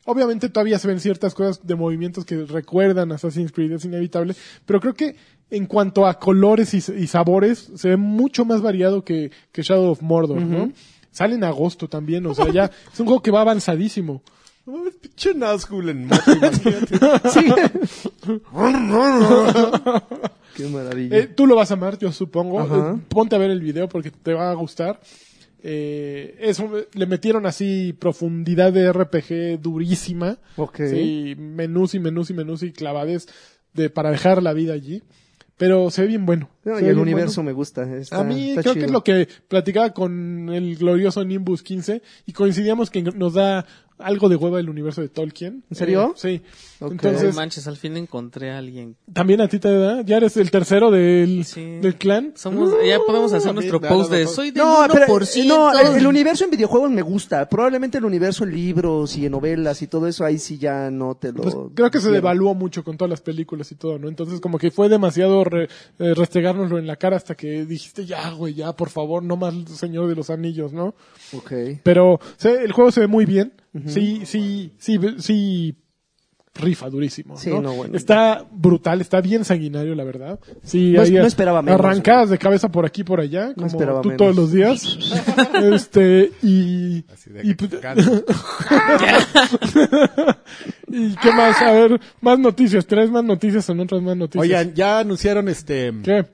[SPEAKER 2] Obviamente todavía se ven ciertas cosas de movimientos que recuerdan a Assassin's Creed, es inevitable, pero creo que en cuanto a colores y, y sabores se ve mucho más variado que, que Shadow of Mordor, ¿no? Sale en agosto también, o sea, ya es un juego que va avanzadísimo.
[SPEAKER 6] No mames, Pinche Nazgul en moto, imagínate.
[SPEAKER 4] Qué maravilla.
[SPEAKER 2] Eh, tú lo vas a amar, yo supongo.
[SPEAKER 4] Ajá.
[SPEAKER 2] Eh, ponte a ver el video porque te va a gustar. Eh, es un- le metieron así profundidad de RPG durísima.
[SPEAKER 4] Ok.
[SPEAKER 2] Sí, menús y menús y menús y clavades de, para dejar la vida allí. Pero se ve bien bueno.
[SPEAKER 4] No,
[SPEAKER 2] Se
[SPEAKER 4] y
[SPEAKER 2] ve
[SPEAKER 4] el
[SPEAKER 2] bien
[SPEAKER 4] universo
[SPEAKER 2] bueno.
[SPEAKER 4] me gusta. está-
[SPEAKER 2] A mí
[SPEAKER 4] está
[SPEAKER 2] creo que
[SPEAKER 4] chido.
[SPEAKER 2] es lo que platicaba con el glorioso Nimbus 15 y coincidíamos que nos da algo de hueva el universo de Tolkien.
[SPEAKER 4] ¿En
[SPEAKER 2] Eh,
[SPEAKER 4] serio?
[SPEAKER 2] sí.
[SPEAKER 4] Ok.
[SPEAKER 1] No
[SPEAKER 2] Entonces,
[SPEAKER 1] manches, al fin encontré a alguien.
[SPEAKER 2] también a ti te da, ya eres el tercero del,
[SPEAKER 1] Sí.
[SPEAKER 2] del clan.
[SPEAKER 1] Somos, ya podemos hacer
[SPEAKER 6] a mí
[SPEAKER 1] nuestro
[SPEAKER 6] me ha dado
[SPEAKER 1] post de
[SPEAKER 6] todo.
[SPEAKER 1] soy del
[SPEAKER 4] No, pero, eh,
[SPEAKER 1] 1%.
[SPEAKER 4] no, el, el universo en videojuegos me gusta. Probablemente el universo en libros y en novelas y todo eso, ahí sí ya no te lo...
[SPEAKER 2] Pues creo que se
[SPEAKER 4] quiero.
[SPEAKER 2] devaluó mucho con todas las películas y todo, ¿no? Entonces como que fue demasiado re, eh, restregárnoslo en la cara hasta que dijiste, ya, güey, ya, por favor, no más Señor de los Anillos, ¿no?
[SPEAKER 4] Ok.
[SPEAKER 2] Pero se- el juego se ve muy bien. Sí, sí, sí, sí, rifa durísimo.
[SPEAKER 4] Sí,
[SPEAKER 2] ¿no?
[SPEAKER 4] no, bueno.
[SPEAKER 2] Está brutal, está bien sanguinario, la verdad. Sí,
[SPEAKER 4] No es-
[SPEAKER 2] ahí
[SPEAKER 4] no esperaba menos,
[SPEAKER 2] Arrancadas de cabeza por aquí, por allá, como
[SPEAKER 4] esperaba
[SPEAKER 2] tú
[SPEAKER 4] menos.
[SPEAKER 2] todos los días. este, y...
[SPEAKER 6] Así de
[SPEAKER 2] y,
[SPEAKER 6] que
[SPEAKER 2] pues-
[SPEAKER 6] ganas.
[SPEAKER 2] ¿Y qué más? A ver, más noticias. Tres más noticias en otras más noticias.
[SPEAKER 6] Oigan, ya anunciaron este
[SPEAKER 2] ¿Qué?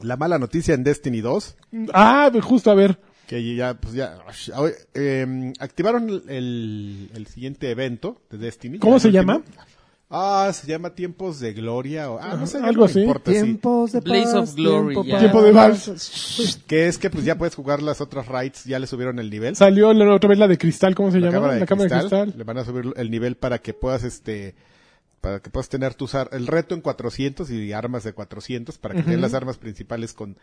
[SPEAKER 6] la mala noticia en Destiny 2.
[SPEAKER 2] Ah, pues justo, a ver.
[SPEAKER 6] Que ya, pues ya, hoy, eh, activaron el, el, el siguiente evento de Destiny.
[SPEAKER 2] ¿Cómo
[SPEAKER 6] Ya,
[SPEAKER 2] se
[SPEAKER 6] el
[SPEAKER 2] llama?
[SPEAKER 6] último. Ah, se llama Tiempos de Gloria. O, ah, no sé,
[SPEAKER 2] Algo
[SPEAKER 6] algo
[SPEAKER 2] así.
[SPEAKER 6] así. Importa, sí.
[SPEAKER 4] Tiempos de
[SPEAKER 1] Blaze
[SPEAKER 4] paz,
[SPEAKER 1] of Glory,
[SPEAKER 4] tiempo
[SPEAKER 1] ya.
[SPEAKER 4] para-
[SPEAKER 2] Tiempo de vals.
[SPEAKER 6] Que es que pues ya puedes jugar las otras raids, ya le subieron el nivel.
[SPEAKER 2] Salió la- otra vez la de cristal, ¿cómo se
[SPEAKER 6] la
[SPEAKER 2] llama?
[SPEAKER 6] cámara, de,
[SPEAKER 2] la cámara
[SPEAKER 6] cristal,
[SPEAKER 2] de cristal.
[SPEAKER 6] Le van a subir el nivel para que puedas este para que puedas tener tus ar- el reto en 400 y armas de 400 para que tengas las armas principales con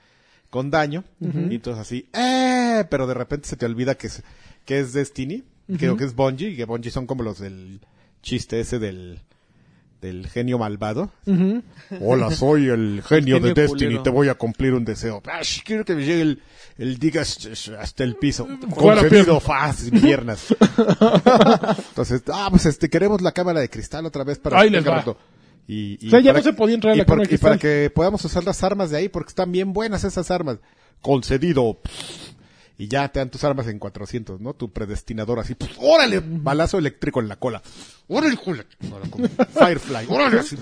[SPEAKER 6] con daño y entonces así eh pero de repente se te olvida que es que es Destiny, creo que es Bungie y que Bungie son como los del chiste ese del del genio malvado.
[SPEAKER 2] Ujú.
[SPEAKER 6] Hola, soy
[SPEAKER 1] El
[SPEAKER 6] el genio,
[SPEAKER 1] genio
[SPEAKER 6] de Destiny,
[SPEAKER 1] culero.
[SPEAKER 6] te voy a cumplir un deseo. Ash, quiero que me llegue el, el diga hasta- hasta el piso.
[SPEAKER 2] Fuera
[SPEAKER 6] Concedido, fácil, piernas. Entonces, ah, pues este, queremos la cámara de cristal otra vez para
[SPEAKER 2] Ahí
[SPEAKER 6] que
[SPEAKER 2] les
[SPEAKER 6] tenga
[SPEAKER 2] va.
[SPEAKER 6] rato. Y, y
[SPEAKER 2] O sea, ya
[SPEAKER 6] para
[SPEAKER 2] no se
[SPEAKER 6] que-
[SPEAKER 2] podía entrar a
[SPEAKER 6] y
[SPEAKER 2] la
[SPEAKER 6] por-
[SPEAKER 2] cámara de
[SPEAKER 6] Y para
[SPEAKER 2] cristal.
[SPEAKER 6] que podamos usar las armas de ahí, porque están bien buenas esas armas. Concedido. Y ya te dan tus armas en 400, ¿no? Tu predestinador así. pues, ¡Órale! Balazo eléctrico en la cola. ¡Órale, jule! Ahora como Firefly. ¡Órale! Así.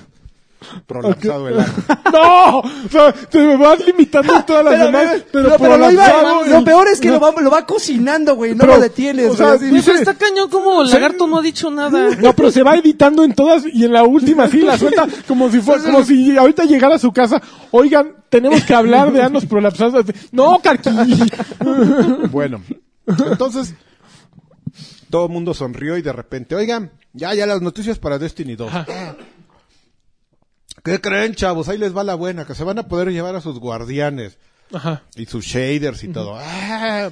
[SPEAKER 6] Prolapsado el arma.
[SPEAKER 2] ¡No! O sea, te me vas limitando todas las
[SPEAKER 4] Pero,
[SPEAKER 2] demás.
[SPEAKER 4] pero,
[SPEAKER 2] Pero,
[SPEAKER 4] no,
[SPEAKER 2] por
[SPEAKER 4] pero lo,
[SPEAKER 2] las
[SPEAKER 4] iba-
[SPEAKER 2] clavos
[SPEAKER 4] lo
[SPEAKER 2] y-
[SPEAKER 4] peor es que lo, va, lo va cocinando, güey. No
[SPEAKER 2] Pero,
[SPEAKER 4] lo detienes.
[SPEAKER 2] o sea,
[SPEAKER 4] güey, así.
[SPEAKER 1] Pero
[SPEAKER 2] dice-
[SPEAKER 1] está cañón como lagarto no ha dicho nada.
[SPEAKER 2] No, pero se va editando en todas y en la última sí la suelta como si fuera, como si ahorita llegara a su casa. Oigan, tenemos que hablar de anos prolapsados. No, Carqui.
[SPEAKER 6] Bueno, entonces todo el mundo sonrió y de repente, oigan, ya, ya las noticias para Destiny 2. ¿Qué creen, chavos? Ahí les va la buena, que se van a poder llevar a sus guardianes
[SPEAKER 2] Ajá.
[SPEAKER 6] y sus shaders y todo. Ah.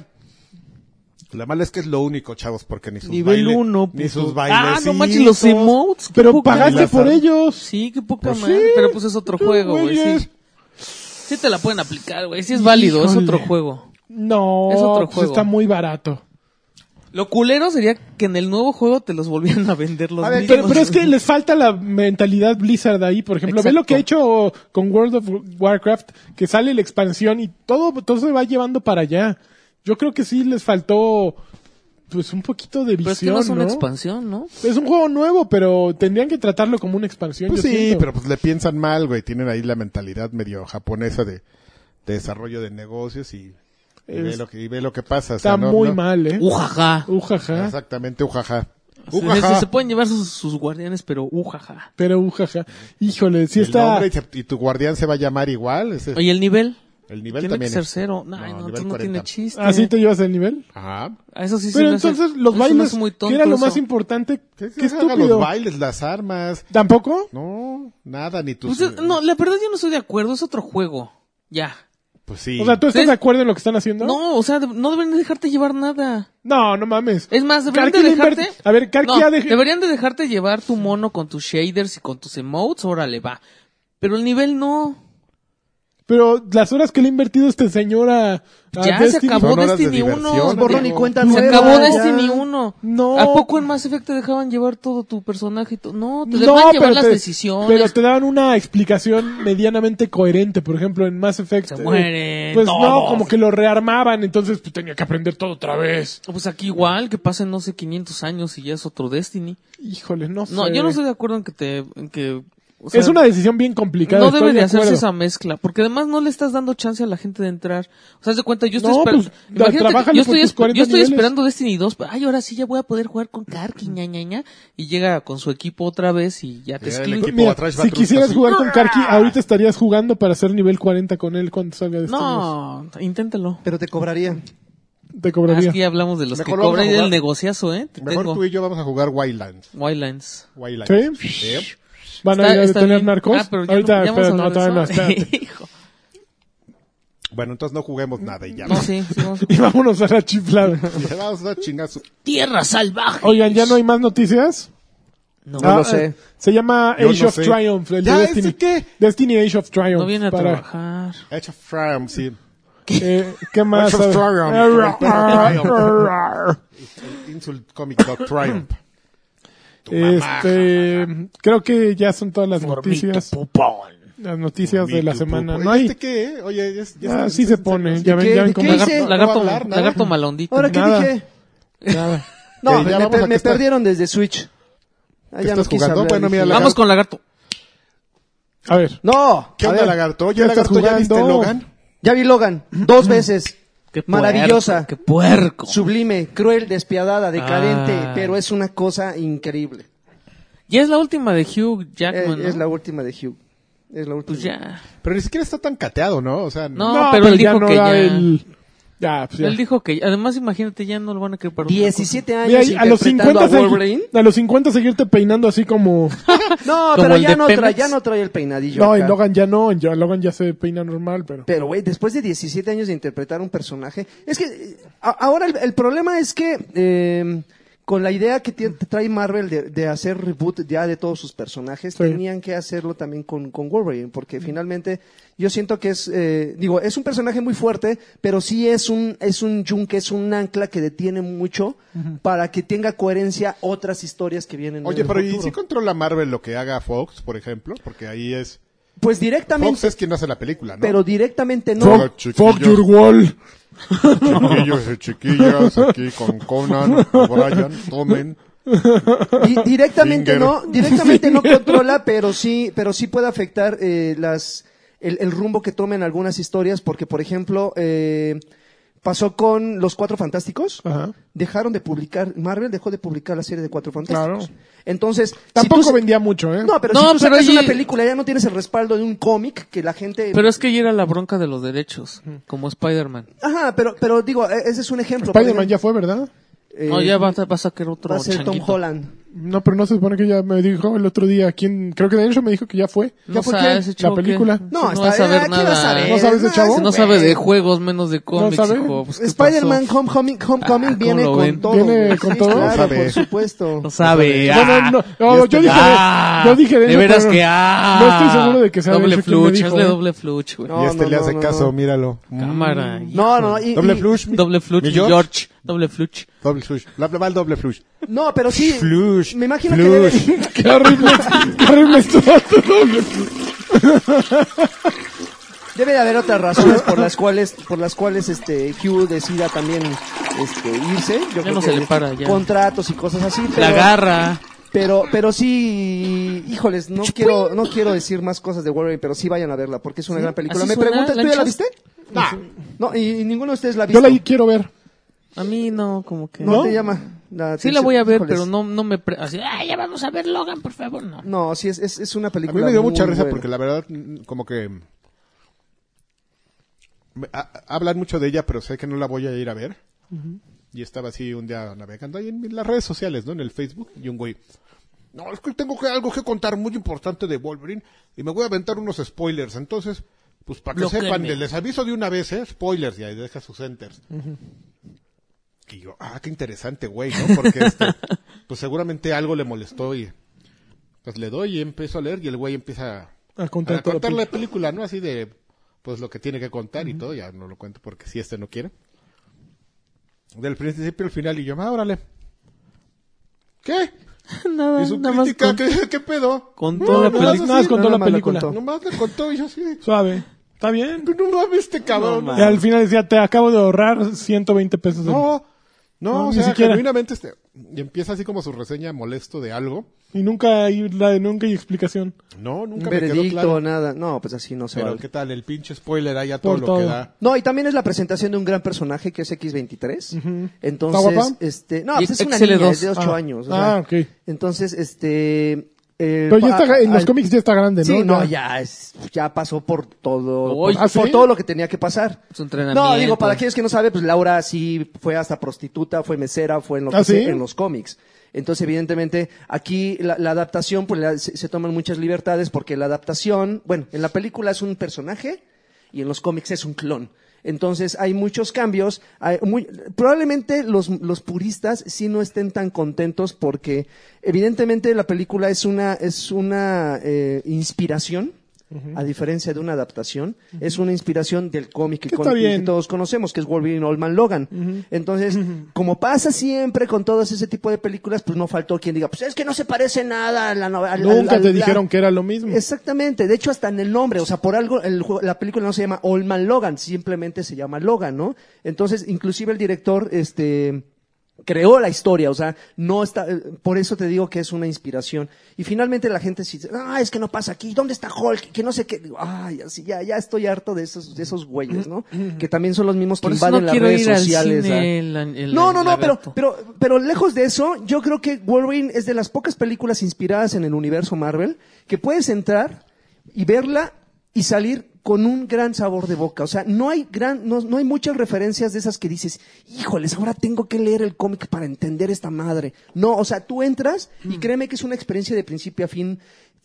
[SPEAKER 6] La mala es que es lo único, chavos, porque ni sus
[SPEAKER 1] Nivel
[SPEAKER 6] baile-
[SPEAKER 1] uno,
[SPEAKER 6] ni
[SPEAKER 1] puto.
[SPEAKER 6] sus pues bailes.
[SPEAKER 1] Ah, no manches, los emotes. qué
[SPEAKER 2] Pero
[SPEAKER 1] poca-
[SPEAKER 2] pagaste
[SPEAKER 6] Las
[SPEAKER 2] por
[SPEAKER 6] ar-
[SPEAKER 2] ellos.
[SPEAKER 1] Sí, qué poca
[SPEAKER 2] Pues
[SPEAKER 1] madre.
[SPEAKER 2] sí.
[SPEAKER 1] Pero pues es otro juego, güey.
[SPEAKER 2] Güeyes.
[SPEAKER 1] Sí. sí te la pueden aplicar, güey. Sí es válido, es
[SPEAKER 2] Híjole.
[SPEAKER 1] otro juego.
[SPEAKER 2] No,
[SPEAKER 1] Es otro
[SPEAKER 2] pues
[SPEAKER 1] juego.
[SPEAKER 2] está muy barato.
[SPEAKER 1] Lo culero sería que en el nuevo juego te los volvieran a vender los
[SPEAKER 6] A ver,
[SPEAKER 2] Pero,
[SPEAKER 1] mismos.
[SPEAKER 2] pero es que les falta la mentalidad Blizzard ahí, por ejemplo. Ve lo
[SPEAKER 1] Exacto.
[SPEAKER 2] que ha hecho con World of Warcraft, que sale la expansión y todo, todo se va llevando para allá. Yo creo que sí les faltó, pues, un poquito de
[SPEAKER 1] Pero
[SPEAKER 2] visión,
[SPEAKER 1] es que no es una
[SPEAKER 2] ¿no?
[SPEAKER 1] expansión, ¿no?
[SPEAKER 2] Es un juego nuevo, pero tendrían que tratarlo como una expansión.
[SPEAKER 6] Pues
[SPEAKER 2] yo
[SPEAKER 6] sí,
[SPEAKER 2] siento.
[SPEAKER 6] pero pues le piensan mal, güey. Tienen ahí la mentalidad medio japonesa de, de desarrollo de negocios y, y ve
[SPEAKER 2] Es-
[SPEAKER 6] lo que, y ve lo que pasa. o sea,
[SPEAKER 2] Está
[SPEAKER 6] no-
[SPEAKER 2] muy
[SPEAKER 6] no-
[SPEAKER 2] mal, ¿eh?
[SPEAKER 1] Ujaja.
[SPEAKER 2] Ujaja.
[SPEAKER 6] Exactamente, ujaja.
[SPEAKER 1] Se-
[SPEAKER 6] Ujaja.
[SPEAKER 1] Se, se pueden llevar sus, sus guardianes, pero ujaja.
[SPEAKER 2] Pero ujaja. Híjole, sí
[SPEAKER 6] El
[SPEAKER 2] está.
[SPEAKER 6] nombre y, se- y tu guardián se va a llamar igual. ese-
[SPEAKER 1] ¿Y el nivel?
[SPEAKER 6] el nivel
[SPEAKER 1] tiene
[SPEAKER 6] también.
[SPEAKER 1] que ser
[SPEAKER 6] es-
[SPEAKER 1] cero. No, no,
[SPEAKER 6] nivel
[SPEAKER 1] entonces no
[SPEAKER 6] 40.
[SPEAKER 1] tiene chiste.
[SPEAKER 2] ¿Así Ah, te llevas el nivel?
[SPEAKER 6] Ajá.
[SPEAKER 1] A Eso sí se
[SPEAKER 2] Pero
[SPEAKER 1] me hace-
[SPEAKER 2] entonces, los
[SPEAKER 1] eso se me
[SPEAKER 2] bailes,
[SPEAKER 1] hace muy
[SPEAKER 2] que
[SPEAKER 1] tonto
[SPEAKER 2] era lo
[SPEAKER 1] eso.
[SPEAKER 2] más importante. Qué,
[SPEAKER 6] Que se haga
[SPEAKER 2] estúpido.
[SPEAKER 6] Los bailes, las armas.
[SPEAKER 2] ¿Tampoco?
[SPEAKER 6] No, nada, ni tus.
[SPEAKER 1] Pues, eh, no, la verdad yo no estoy de acuerdo, es otro juego. Ya.
[SPEAKER 6] Pues sí.
[SPEAKER 2] O sea, ¿tú estás
[SPEAKER 1] Sí.
[SPEAKER 2] de acuerdo en lo que están haciendo?
[SPEAKER 1] No, o sea, de- no deberían dejarte llevar nada.
[SPEAKER 2] No, no mames.
[SPEAKER 1] Es más, deberían
[SPEAKER 2] Karki
[SPEAKER 1] de
[SPEAKER 2] le
[SPEAKER 1] dejarte.
[SPEAKER 2] invert- A ver, Karki
[SPEAKER 1] No,
[SPEAKER 2] ya dejé.
[SPEAKER 1] Deberían de dejarte llevar tu mono con tus shaders y con tus emotes, órale, va. Pero el nivel no.
[SPEAKER 2] Pero las horas que le he invertido este señor a. a
[SPEAKER 1] Ya se
[SPEAKER 2] Ah, Destiny-
[SPEAKER 1] acabó
[SPEAKER 6] Son horas de
[SPEAKER 1] Destiny
[SPEAKER 6] diversión,
[SPEAKER 1] 1.
[SPEAKER 6] Es borrón y
[SPEAKER 1] Diego.
[SPEAKER 4] cuenta
[SPEAKER 1] Se
[SPEAKER 4] nueva,
[SPEAKER 1] acabó
[SPEAKER 4] ya.
[SPEAKER 1] Destiny 1.
[SPEAKER 2] No.
[SPEAKER 1] ¿A poco en Mass Effect te dejaban llevar todo tu personaje y todo? No, te
[SPEAKER 2] no,
[SPEAKER 1] dejaban Pues, llevar
[SPEAKER 2] pero
[SPEAKER 1] las
[SPEAKER 2] te,
[SPEAKER 1] decisiones.
[SPEAKER 2] pero te daban una explicación medianamente coherente. Por ejemplo, en Mass Effect.
[SPEAKER 1] Se
[SPEAKER 2] eh,
[SPEAKER 1] mueren
[SPEAKER 2] Pues no,
[SPEAKER 1] todos.
[SPEAKER 2] como que lo rearmaban. Entonces pues, tenía que aprender todo otra vez.
[SPEAKER 1] Pues aquí igual, que pasen, no sé, 500 años y ya es otro Destiny.
[SPEAKER 2] Híjole, no sé.
[SPEAKER 1] No, yo no estoy de acuerdo en que te... en que, o sea,
[SPEAKER 2] es una decisión bien complicada.
[SPEAKER 1] No
[SPEAKER 2] estoy
[SPEAKER 1] debe de hacerse
[SPEAKER 2] acuerdo.
[SPEAKER 1] esa mezcla, porque además no le estás dando chance a la gente de entrar. O sea, haz de cuenta, yo estoy,
[SPEAKER 2] No,
[SPEAKER 1] esper-
[SPEAKER 2] pues, da-
[SPEAKER 1] Imagínate que
[SPEAKER 2] trabájale
[SPEAKER 1] yo
[SPEAKER 2] por
[SPEAKER 1] estoy,
[SPEAKER 2] tus
[SPEAKER 1] esper-
[SPEAKER 2] 40
[SPEAKER 1] yo estoy
[SPEAKER 2] niveles.
[SPEAKER 1] esperando Destiny 2, pero, ay, ahora sí ya voy a poder jugar con Karki, ña, ña, ña, y llega con su equipo otra vez y ya te
[SPEAKER 6] Llega el
[SPEAKER 1] esquiva.
[SPEAKER 6] equipo.
[SPEAKER 2] Mira,
[SPEAKER 6] atrás va
[SPEAKER 2] si
[SPEAKER 6] Trusca,
[SPEAKER 2] quisieras
[SPEAKER 6] sí.
[SPEAKER 2] jugar con Karki, ahorita estarías jugando para ser nivel 40 con él cuando salga de
[SPEAKER 1] No, inténtalo.
[SPEAKER 4] Pero te cobraría.
[SPEAKER 2] Te
[SPEAKER 1] Ah, Es
[SPEAKER 2] cobraría.
[SPEAKER 1] que ya hablamos de los
[SPEAKER 6] Mejor
[SPEAKER 1] que
[SPEAKER 6] vamos a
[SPEAKER 1] cobran y
[SPEAKER 6] jugar-
[SPEAKER 1] del negociazo, ¿eh? Te
[SPEAKER 6] Mejor
[SPEAKER 1] tengo.
[SPEAKER 6] tú y yo vamos a jugar Wildlands.
[SPEAKER 1] Wildlands.
[SPEAKER 6] Wildlands. ¿Eh?
[SPEAKER 2] ¿Sí?
[SPEAKER 6] Sí.
[SPEAKER 2] ¿Van
[SPEAKER 1] Está-
[SPEAKER 2] a ir a
[SPEAKER 1] está
[SPEAKER 2] detener
[SPEAKER 1] bien.
[SPEAKER 2] narcos?
[SPEAKER 1] Ah, pero ya
[SPEAKER 2] ahorita,
[SPEAKER 1] no, ya vamos
[SPEAKER 2] espera,
[SPEAKER 1] a
[SPEAKER 2] no,
[SPEAKER 1] hablar
[SPEAKER 2] todavía no,
[SPEAKER 1] de eso.
[SPEAKER 2] espérate.
[SPEAKER 1] Hijo.
[SPEAKER 6] Bueno, entonces no juguemos nada y ya.
[SPEAKER 1] No, sí, sí, vamos a-
[SPEAKER 2] Y vámonos a la chiflada.
[SPEAKER 6] Ya Vamos a chingar su-
[SPEAKER 5] Tierra salvaje.
[SPEAKER 2] Oigan, ¿ya no hay más noticias?
[SPEAKER 1] No.
[SPEAKER 4] No lo sé.
[SPEAKER 2] eh, Se llama
[SPEAKER 6] Yo
[SPEAKER 2] Age
[SPEAKER 6] no
[SPEAKER 2] of
[SPEAKER 6] sé.
[SPEAKER 2] Triumph. El
[SPEAKER 6] ¿Ya
[SPEAKER 2] de
[SPEAKER 6] ese
[SPEAKER 2] Destiny.
[SPEAKER 6] qué?
[SPEAKER 2] Destiny Age of Triumph.
[SPEAKER 1] No viene a
[SPEAKER 2] para-
[SPEAKER 1] trabajar.
[SPEAKER 6] Edge of Triumph, sí.
[SPEAKER 2] eh, ¿Qué más?
[SPEAKER 6] Age of Triumph. Insult Comic Dog Triumph. Tu mamá.
[SPEAKER 2] Este, creo que ya son todas las noticias. Las noticias de la
[SPEAKER 6] Oye,
[SPEAKER 2] semana.
[SPEAKER 6] ¿este
[SPEAKER 2] No hay.
[SPEAKER 6] qué, eh? Oye, ya, ya
[SPEAKER 2] Ah,
[SPEAKER 6] está-
[SPEAKER 2] sí se pone. Ya ven,
[SPEAKER 4] ¿De qué-
[SPEAKER 2] ya ven
[SPEAKER 4] de
[SPEAKER 2] cómo
[SPEAKER 4] qué
[SPEAKER 2] agarra-
[SPEAKER 4] hice?
[SPEAKER 6] no va a
[SPEAKER 1] Lagarto,
[SPEAKER 6] hablar nada.
[SPEAKER 1] lagarto malondito.
[SPEAKER 4] ¿Ahora qué
[SPEAKER 2] Nada.
[SPEAKER 4] dije?
[SPEAKER 2] nada.
[SPEAKER 4] No,
[SPEAKER 6] Ok, ya
[SPEAKER 4] me,
[SPEAKER 6] vamos a
[SPEAKER 4] me
[SPEAKER 6] que está-
[SPEAKER 4] perdieron desde Switch. Ah, ya
[SPEAKER 6] ¿Qué
[SPEAKER 4] no
[SPEAKER 6] estás
[SPEAKER 4] quise
[SPEAKER 6] jugando?
[SPEAKER 4] hablar,
[SPEAKER 6] Bueno, mira,
[SPEAKER 4] dije.
[SPEAKER 6] la-
[SPEAKER 1] Vamos con lagarto.
[SPEAKER 2] A ver.
[SPEAKER 4] ¡No!
[SPEAKER 6] ¿Qué
[SPEAKER 4] A
[SPEAKER 6] onda,
[SPEAKER 4] ver,
[SPEAKER 6] Lagarto?
[SPEAKER 2] ¿qué
[SPEAKER 6] Oye,
[SPEAKER 2] estás
[SPEAKER 6] Lagarto, ¿ya viste
[SPEAKER 2] jugando?
[SPEAKER 6] Logan?
[SPEAKER 4] Ya vi Logan dos veces.
[SPEAKER 1] Qué
[SPEAKER 4] Maravillosa.
[SPEAKER 1] puerco, Qué puerco.
[SPEAKER 4] Sublime, cruel, despiadada, decadente,
[SPEAKER 1] Ah.
[SPEAKER 4] pero es una cosa increíble.
[SPEAKER 1] Ya es la última de Hugh
[SPEAKER 4] Eh,
[SPEAKER 1] Jackman. ¿no?
[SPEAKER 4] Es la última de Hugh. Es la última.
[SPEAKER 1] Pues ya.
[SPEAKER 6] Pero ni siquiera está tan cateado, ¿no? O sea,
[SPEAKER 1] No, pero él
[SPEAKER 2] ya
[SPEAKER 1] dijo
[SPEAKER 2] no
[SPEAKER 1] que
[SPEAKER 2] da
[SPEAKER 1] ya-
[SPEAKER 2] el. Ya, pues ya.
[SPEAKER 1] Él dijo que. Además, imagínate, ya no lo van a querer para otra
[SPEAKER 4] 17 años
[SPEAKER 2] Mira, y a los
[SPEAKER 4] interpretando
[SPEAKER 2] 50
[SPEAKER 4] a
[SPEAKER 2] segui-
[SPEAKER 4] Wolverine.
[SPEAKER 2] a los 50 seguirte peinando así como
[SPEAKER 4] No,
[SPEAKER 1] Como
[SPEAKER 4] pero
[SPEAKER 1] el
[SPEAKER 4] ya
[SPEAKER 1] de
[SPEAKER 4] no, trae,
[SPEAKER 1] Pemex.
[SPEAKER 4] ya no trae el peinadillo.
[SPEAKER 2] No, en
[SPEAKER 4] acá.
[SPEAKER 2] Logan ya no, en ya- Logan ya se peina normal, pero
[SPEAKER 4] Pero, güey, después de 17 años de interpretar un personaje. Es que eh, a- ahora el, el problema es que. eh, con la idea que tie- trae Marvel de, de hacer reboot ya de todos sus personajes,
[SPEAKER 2] Sí.
[SPEAKER 4] tenían que hacerlo también con, con Wolverine, porque finalmente yo siento que es, eh, digo, es un personaje muy fuerte, pero sí es un, es un yunque, es un ancla que detiene mucho para que tenga coherencia otras historias que vienen. en
[SPEAKER 6] Oye,
[SPEAKER 4] el
[SPEAKER 6] pero ¿y
[SPEAKER 4] futuro.
[SPEAKER 6] si controla Marvel lo que haga Fox, por ejemplo? Porque ahí es...
[SPEAKER 4] Pues directamente,
[SPEAKER 6] Fox es quien hace la película, ¿no?
[SPEAKER 4] pero directamente no.
[SPEAKER 6] Pero,
[SPEAKER 2] fuck,
[SPEAKER 6] chiquillos.
[SPEAKER 2] fuck your wall.
[SPEAKER 6] Chiquillos y chiquillas, aquí con Conan, con Brian, tomen.
[SPEAKER 4] Di- directamente
[SPEAKER 6] Finger.
[SPEAKER 4] no, directamente no controla, pero sí, pero sí puede afectar eh, las el, el rumbo que tomen algunas historias, porque por ejemplo eh, pasó con los Cuatro Fantásticos.
[SPEAKER 2] Ajá.
[SPEAKER 4] Dejaron de publicar, Marvel dejó de publicar la serie de Cuatro Fantásticos.
[SPEAKER 2] Claro.
[SPEAKER 4] Entonces, si
[SPEAKER 2] Tampoco
[SPEAKER 4] tú-
[SPEAKER 2] vendía mucho, ¿eh?
[SPEAKER 4] No, pero
[SPEAKER 1] No,
[SPEAKER 4] si tú
[SPEAKER 1] pero
[SPEAKER 4] sacas
[SPEAKER 1] oye-
[SPEAKER 4] una película ya no tienes el respaldo de un cómic que la gente.
[SPEAKER 1] Pero es que ya era la bronca de los derechos. Como Spider-Man.
[SPEAKER 4] Ajá, pero, pero digo, eh, ese es un ejemplo.
[SPEAKER 2] Spider-Man ya fue, ¿verdad?
[SPEAKER 4] Eh,
[SPEAKER 1] no, ya va, a- va a sacar otro.
[SPEAKER 4] va a ser Tom
[SPEAKER 1] changuito.
[SPEAKER 4] Holland.
[SPEAKER 2] No, pero no se supone que ya me dijo el otro día quién, creo que de hecho me dijo que ya fue.
[SPEAKER 1] No
[SPEAKER 2] fue
[SPEAKER 1] sabe
[SPEAKER 2] quién?
[SPEAKER 1] ese
[SPEAKER 2] la
[SPEAKER 1] chavo
[SPEAKER 2] película.
[SPEAKER 1] que-
[SPEAKER 4] No,
[SPEAKER 1] No
[SPEAKER 4] hasta
[SPEAKER 1] va a saber
[SPEAKER 4] eh, ¿qué
[SPEAKER 1] nada.
[SPEAKER 4] va a saber?
[SPEAKER 2] ¿No sabes de
[SPEAKER 4] Ah,
[SPEAKER 2] chavo?
[SPEAKER 4] ese
[SPEAKER 1] No sabe de juegos, menos de cómics.
[SPEAKER 2] sabe.
[SPEAKER 1] hijo. Pues, ¿qué pasó?
[SPEAKER 4] Spider-Man Homecoming, Homecoming
[SPEAKER 1] Ah, ¿cómo
[SPEAKER 4] viene
[SPEAKER 1] lo
[SPEAKER 4] con
[SPEAKER 1] ven?
[SPEAKER 4] todo.
[SPEAKER 2] ¿Viene
[SPEAKER 4] güey.
[SPEAKER 2] con
[SPEAKER 4] Sí,
[SPEAKER 2] todo?
[SPEAKER 4] Claro,
[SPEAKER 6] Sabe.
[SPEAKER 4] por supuesto.
[SPEAKER 1] No sabe.
[SPEAKER 2] No, no,
[SPEAKER 1] Ah,
[SPEAKER 2] no, no,
[SPEAKER 1] ya está.
[SPEAKER 2] yo dije,
[SPEAKER 1] Ah,
[SPEAKER 2] de, yo dije de
[SPEAKER 1] de
[SPEAKER 2] eso,
[SPEAKER 1] veras
[SPEAKER 2] pero
[SPEAKER 1] que ah.
[SPEAKER 2] no estoy seguro de que sea de
[SPEAKER 1] Doble
[SPEAKER 2] eso quien me
[SPEAKER 1] fluch,
[SPEAKER 2] dijo,
[SPEAKER 1] hazle
[SPEAKER 2] ¿eh?
[SPEAKER 1] doble fluch, güey.
[SPEAKER 4] No,
[SPEAKER 6] y este
[SPEAKER 4] no,
[SPEAKER 6] le
[SPEAKER 4] no,
[SPEAKER 6] hace
[SPEAKER 4] no,
[SPEAKER 6] caso,
[SPEAKER 4] no.
[SPEAKER 6] míralo.
[SPEAKER 1] Cámara.
[SPEAKER 4] No, no, y-
[SPEAKER 6] Doble
[SPEAKER 4] y-
[SPEAKER 6] flush.
[SPEAKER 1] Doble fluch,
[SPEAKER 6] ¿Mi
[SPEAKER 1] mi
[SPEAKER 6] George?
[SPEAKER 1] George. Doble fluch.
[SPEAKER 6] Doble flush. La, la- va el doble flush.
[SPEAKER 4] No, pero sí.
[SPEAKER 6] Flush,
[SPEAKER 4] Me imagino
[SPEAKER 6] flush.
[SPEAKER 4] que debe-
[SPEAKER 2] Qué horrible, qué horrible estuvo tu doble.
[SPEAKER 4] debe de haber otras razones por las cuales, por las cuales este Hugh decida también este, irse. Yo creo
[SPEAKER 1] no
[SPEAKER 4] que
[SPEAKER 1] se le
[SPEAKER 4] este,
[SPEAKER 1] para, ya.
[SPEAKER 4] contratos y cosas así.
[SPEAKER 1] La
[SPEAKER 4] pero-
[SPEAKER 1] garra.
[SPEAKER 4] Pero, pero sí, híjoles, no quiero, no quiero decir más cosas de Wolverine, pero sí vayan a verla porque es una gran película.
[SPEAKER 1] ¿Así
[SPEAKER 4] Me
[SPEAKER 1] suena,
[SPEAKER 4] preguntas, ¿tú ya la
[SPEAKER 1] Lanchas?
[SPEAKER 4] viste? No, y, y ninguno de ustedes la ha
[SPEAKER 2] Yo
[SPEAKER 4] visto.
[SPEAKER 2] la quiero ver.
[SPEAKER 1] A mí no, como que.
[SPEAKER 4] no,
[SPEAKER 2] ¿no?
[SPEAKER 4] te llama. la
[SPEAKER 1] Sí la voy a ver,
[SPEAKER 4] atención,
[SPEAKER 1] pero
[SPEAKER 4] híjoles.
[SPEAKER 1] no, no me... pre- así, ah, ya vamos a ver Logan, por favor, no.
[SPEAKER 4] No, sí es, es, es una
[SPEAKER 6] A
[SPEAKER 4] película.
[SPEAKER 6] mí me dio
[SPEAKER 4] muy
[SPEAKER 6] mucha risa
[SPEAKER 4] buena.
[SPEAKER 6] porque la verdad, mm, como que. me- ha- hablan mucho de ella, pero sé que no la voy a ir a ver. Y estaba así un día navegando ahí en las redes sociales, ¿no? En el Facebook. Y un güey. No, es que tengo que, algo que contar muy importante de Wolverine. Y me voy a aventar unos spoilers. Entonces, Pues para que
[SPEAKER 1] Bloquéenme.
[SPEAKER 6] sepan, les aviso de una vez, ¿eh? Spoilers, y ahí deja sus enters.
[SPEAKER 4] Mm.
[SPEAKER 6] Y yo, ah, qué interesante, güey, ¿no? Porque este, pues seguramente algo le molestó y pues le doy y empiezo a leer y el güey empieza
[SPEAKER 2] A contar
[SPEAKER 6] a
[SPEAKER 2] toda la
[SPEAKER 6] contar la película, ¿no? Así de, pues lo que tiene que contar y todo, ya no lo cuento porque si este no quiere. Del principio al final y yo, ah, órale. ¿Qué?
[SPEAKER 1] nada,
[SPEAKER 6] ¿Y su
[SPEAKER 1] nada más
[SPEAKER 6] crítica?
[SPEAKER 1] con-
[SPEAKER 6] ¿Qué, qué pedo?
[SPEAKER 1] contó
[SPEAKER 6] No,
[SPEAKER 1] la
[SPEAKER 6] no,
[SPEAKER 2] Nada
[SPEAKER 1] película.
[SPEAKER 6] eso
[SPEAKER 2] más
[SPEAKER 6] sí,
[SPEAKER 2] contó
[SPEAKER 4] nada
[SPEAKER 2] la
[SPEAKER 4] más la
[SPEAKER 2] película.
[SPEAKER 4] contó.
[SPEAKER 6] Nomás le contó y yo así, de,
[SPEAKER 2] Suave. Está bien.
[SPEAKER 6] no mames este cabrón.
[SPEAKER 1] No
[SPEAKER 2] Y al final decía, te acabo de ahorrar 120 pesos. del-
[SPEAKER 6] No, no,
[SPEAKER 2] No,
[SPEAKER 6] o
[SPEAKER 2] ni
[SPEAKER 6] sea,
[SPEAKER 2] siquiera.
[SPEAKER 6] genuinamente este, y empieza así como su reseña molesto de algo.
[SPEAKER 2] Y nunca hay, la de nunca hay explicación.
[SPEAKER 6] No, nunca
[SPEAKER 4] Un
[SPEAKER 6] me quedó
[SPEAKER 4] veredicto,
[SPEAKER 6] claro.
[SPEAKER 4] nada. No, pues así no se
[SPEAKER 6] Pero
[SPEAKER 4] vale.
[SPEAKER 6] qué tal, el pinche spoiler ahí a todo
[SPEAKER 2] Por
[SPEAKER 6] lo
[SPEAKER 2] todo.
[SPEAKER 6] que da.
[SPEAKER 4] No, y también es la presentación de un gran personaje que es X23.
[SPEAKER 2] ¿Está
[SPEAKER 4] Entonces,
[SPEAKER 2] guapa?
[SPEAKER 4] este, no,
[SPEAKER 1] Y
[SPEAKER 4] pues
[SPEAKER 1] es
[SPEAKER 4] es una
[SPEAKER 1] XL2.
[SPEAKER 4] niña, es de 8
[SPEAKER 2] Ah.
[SPEAKER 4] años. o
[SPEAKER 2] Ah,
[SPEAKER 4] sea,
[SPEAKER 2] ok.
[SPEAKER 4] Entonces, este eh,
[SPEAKER 2] Pero ya
[SPEAKER 4] pa-
[SPEAKER 2] está, en los
[SPEAKER 4] al-
[SPEAKER 2] cómics ya está grande, ¿no?
[SPEAKER 4] Sí, no, ya es- ya pasó por todo
[SPEAKER 1] Uy.
[SPEAKER 4] por,
[SPEAKER 2] ¿Ah, sí?
[SPEAKER 4] por todo lo que tenía que pasar.
[SPEAKER 1] Su entrenamiento.
[SPEAKER 4] No, digo, para aquellos que no saben, pues Laura sí fue hasta prostituta, fue mesera, fue en, lo que
[SPEAKER 2] ¿Ah, sí?
[SPEAKER 4] sea, en los cómics. Entonces, evidentemente, aquí la, la adaptación, pues la- se, se toman muchas libertades porque la adaptación, bueno, en la película es un personaje y en los cómics es un clon. Entonces, hay muchos cambios. hay muy- probablemente los, los puristas sí no estén tan contentos porque, evidentemente, la película es una, es una eh, inspiración. A diferencia de una adaptación, es una inspiración del cómic que
[SPEAKER 2] Que
[SPEAKER 4] con-
[SPEAKER 2] está bien.
[SPEAKER 4] que todos conocemos, que es Wolverine Oldman Logan. Entonces, como pasa siempre con todos ese tipo de películas, pues no faltó quien diga, pues es que no se parece nada a la novela.
[SPEAKER 2] Nunca te dijeron que era lo mismo.
[SPEAKER 4] Exactamente, de hecho hasta en el nombre, o sea, por algo el jue- la película no se llama Old Man Logan, simplemente se llama Logan, ¿no? Entonces, inclusive el director, este creó la historia, o sea, no está, eh, por eso te digo que es una inspiración. Y finalmente la gente sí dice, ah, es que no pasa aquí, ¿dónde está Hulk? Que no sé qué, Digo, ay, así, ya, ya estoy harto de esos, de esos güeyes, ¿no? Que también son los mismos que
[SPEAKER 1] Por eso
[SPEAKER 4] invaden
[SPEAKER 1] no
[SPEAKER 4] las
[SPEAKER 1] quiero
[SPEAKER 4] redes
[SPEAKER 1] ir al
[SPEAKER 4] sociales.
[SPEAKER 1] cine,
[SPEAKER 4] ¿ah?
[SPEAKER 1] el an- el-
[SPEAKER 4] no,
[SPEAKER 1] el
[SPEAKER 4] no, no, pero,
[SPEAKER 1] lagarto.
[SPEAKER 4] pero, pero lejos de eso, yo creo que Wolverine es de las pocas películas inspiradas en el universo Marvel que puedes entrar y verla y salir con un gran sabor de boca. O sea, no hay gran, no, no hay muchas referencias de esas que dices, híjoles, ahora tengo que leer el cómic para entender esta madre. No, o sea, tú entras y créeme que es una experiencia de principio a fin.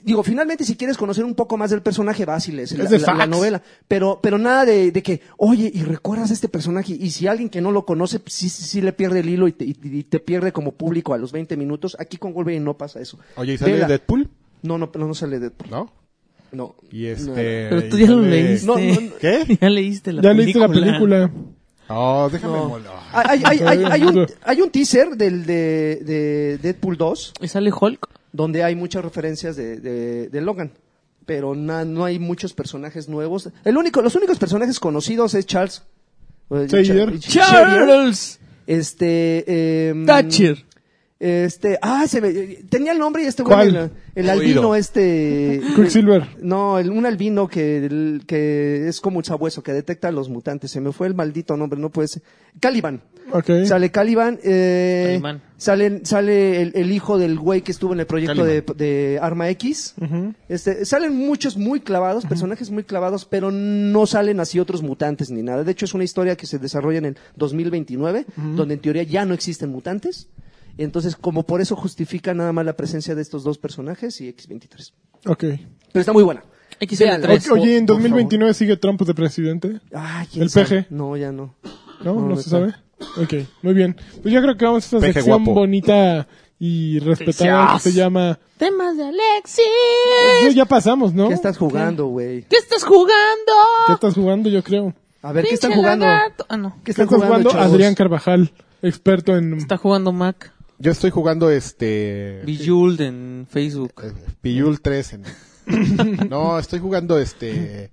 [SPEAKER 4] Digo, finalmente si quieres conocer un poco más del personaje, vas y lees la,
[SPEAKER 2] de
[SPEAKER 4] la- la
[SPEAKER 2] fax.
[SPEAKER 4] novela. Pero, pero nada de, de que, oye, y recuerdas a este personaje, y si alguien que no lo conoce, pues, sí, sí, sí le pierde el hilo y te, y- y te pierde como público a los 20 minutos. Aquí con Wolverine no pasa eso.
[SPEAKER 6] Oye, ¿y sale
[SPEAKER 4] Vela.
[SPEAKER 6] Deadpool?
[SPEAKER 4] No, no, no, no sale Deadpool.
[SPEAKER 6] ¿No?
[SPEAKER 4] No.
[SPEAKER 6] Y este...
[SPEAKER 1] Pero tú
[SPEAKER 6] y
[SPEAKER 1] ya lo
[SPEAKER 6] sale-
[SPEAKER 1] leíste.
[SPEAKER 4] No, no, no.
[SPEAKER 6] ¿Qué?
[SPEAKER 1] Ya leíste la
[SPEAKER 2] Ya leíste
[SPEAKER 1] película.
[SPEAKER 2] la película.
[SPEAKER 6] No, déjame
[SPEAKER 4] No.
[SPEAKER 6] mol-
[SPEAKER 4] Ah, Hay, hay- hay- hay un, hay un teaser del de, de Deadpool 2
[SPEAKER 1] ¿Y sale Hulk?
[SPEAKER 4] donde hay muchas referencias de, de- de Logan. Pero na- no hay muchos personajes nuevos. El único, los únicos personajes conocidos es Charles. eh,
[SPEAKER 2] Xavier.
[SPEAKER 4] Ch- Xavier. Este. em,
[SPEAKER 1] Thatcher.
[SPEAKER 4] Este, ah, se me, tenía el nombre y este güey,
[SPEAKER 2] ¿Cuál?
[SPEAKER 4] el, el albino
[SPEAKER 6] Oído.
[SPEAKER 4] este.
[SPEAKER 2] Quicksilver.
[SPEAKER 4] No, el, un albino que, el- que es como un sabueso, que detecta a los mutantes. Se me fue el maldito nombre, no puede ser. Caliban.
[SPEAKER 2] Ok.
[SPEAKER 4] Sale Caliban, eh,
[SPEAKER 1] Calimán.
[SPEAKER 4] sale, sale el, el hijo del güey que estuvo en el proyecto de, de Arma X.
[SPEAKER 2] Ujú.
[SPEAKER 4] Este, salen muchos muy clavados, personajes muy clavados, pero no salen así otros mutantes ni nada. De hecho, es una historia que se desarrolla en el 2029, donde en teoría ya no existen mutantes. Entonces, como por eso justifica nada más la presencia de estos dos personajes y X-23.
[SPEAKER 2] Ok.
[SPEAKER 4] Pero está muy buena.
[SPEAKER 1] X-23.
[SPEAKER 2] O- Oye, ¿en
[SPEAKER 4] Por favor.
[SPEAKER 2] 2029 sigue Trump de presidente?
[SPEAKER 4] Ay, ¿quién
[SPEAKER 2] El
[SPEAKER 4] sabe?
[SPEAKER 2] PG.
[SPEAKER 4] No, ya no.
[SPEAKER 2] ¿No?
[SPEAKER 4] No,
[SPEAKER 2] ¿No,
[SPEAKER 4] no
[SPEAKER 2] se
[SPEAKER 4] sé.
[SPEAKER 2] sabe? Ok, muy bien. Pues yo creo que vamos a esta
[SPEAKER 6] Peje
[SPEAKER 2] sección
[SPEAKER 6] guapo.
[SPEAKER 2] bonita y respetada que se llama...
[SPEAKER 7] Temas de Alexis.
[SPEAKER 2] Eso ya pasamos, ¿no?
[SPEAKER 4] ¿Qué estás jugando, güey?
[SPEAKER 7] ¿Qué estás jugando?
[SPEAKER 2] ¿Qué estás jugando? Yo creo.
[SPEAKER 4] A ver, ¿qué están
[SPEAKER 7] Pinche
[SPEAKER 4] jugando?
[SPEAKER 7] lagarto. Ah, no.
[SPEAKER 4] ¿Qué
[SPEAKER 2] ¿Qué
[SPEAKER 4] están
[SPEAKER 2] estás jugando?
[SPEAKER 4] jugando, chavos?
[SPEAKER 2] Adrián Carvajal, experto en...
[SPEAKER 1] Está jugando Mac.
[SPEAKER 6] Yo estoy jugando este...
[SPEAKER 1] Bejeweled en Facebook.
[SPEAKER 6] eh, Pillul 3 en- No, estoy jugando este...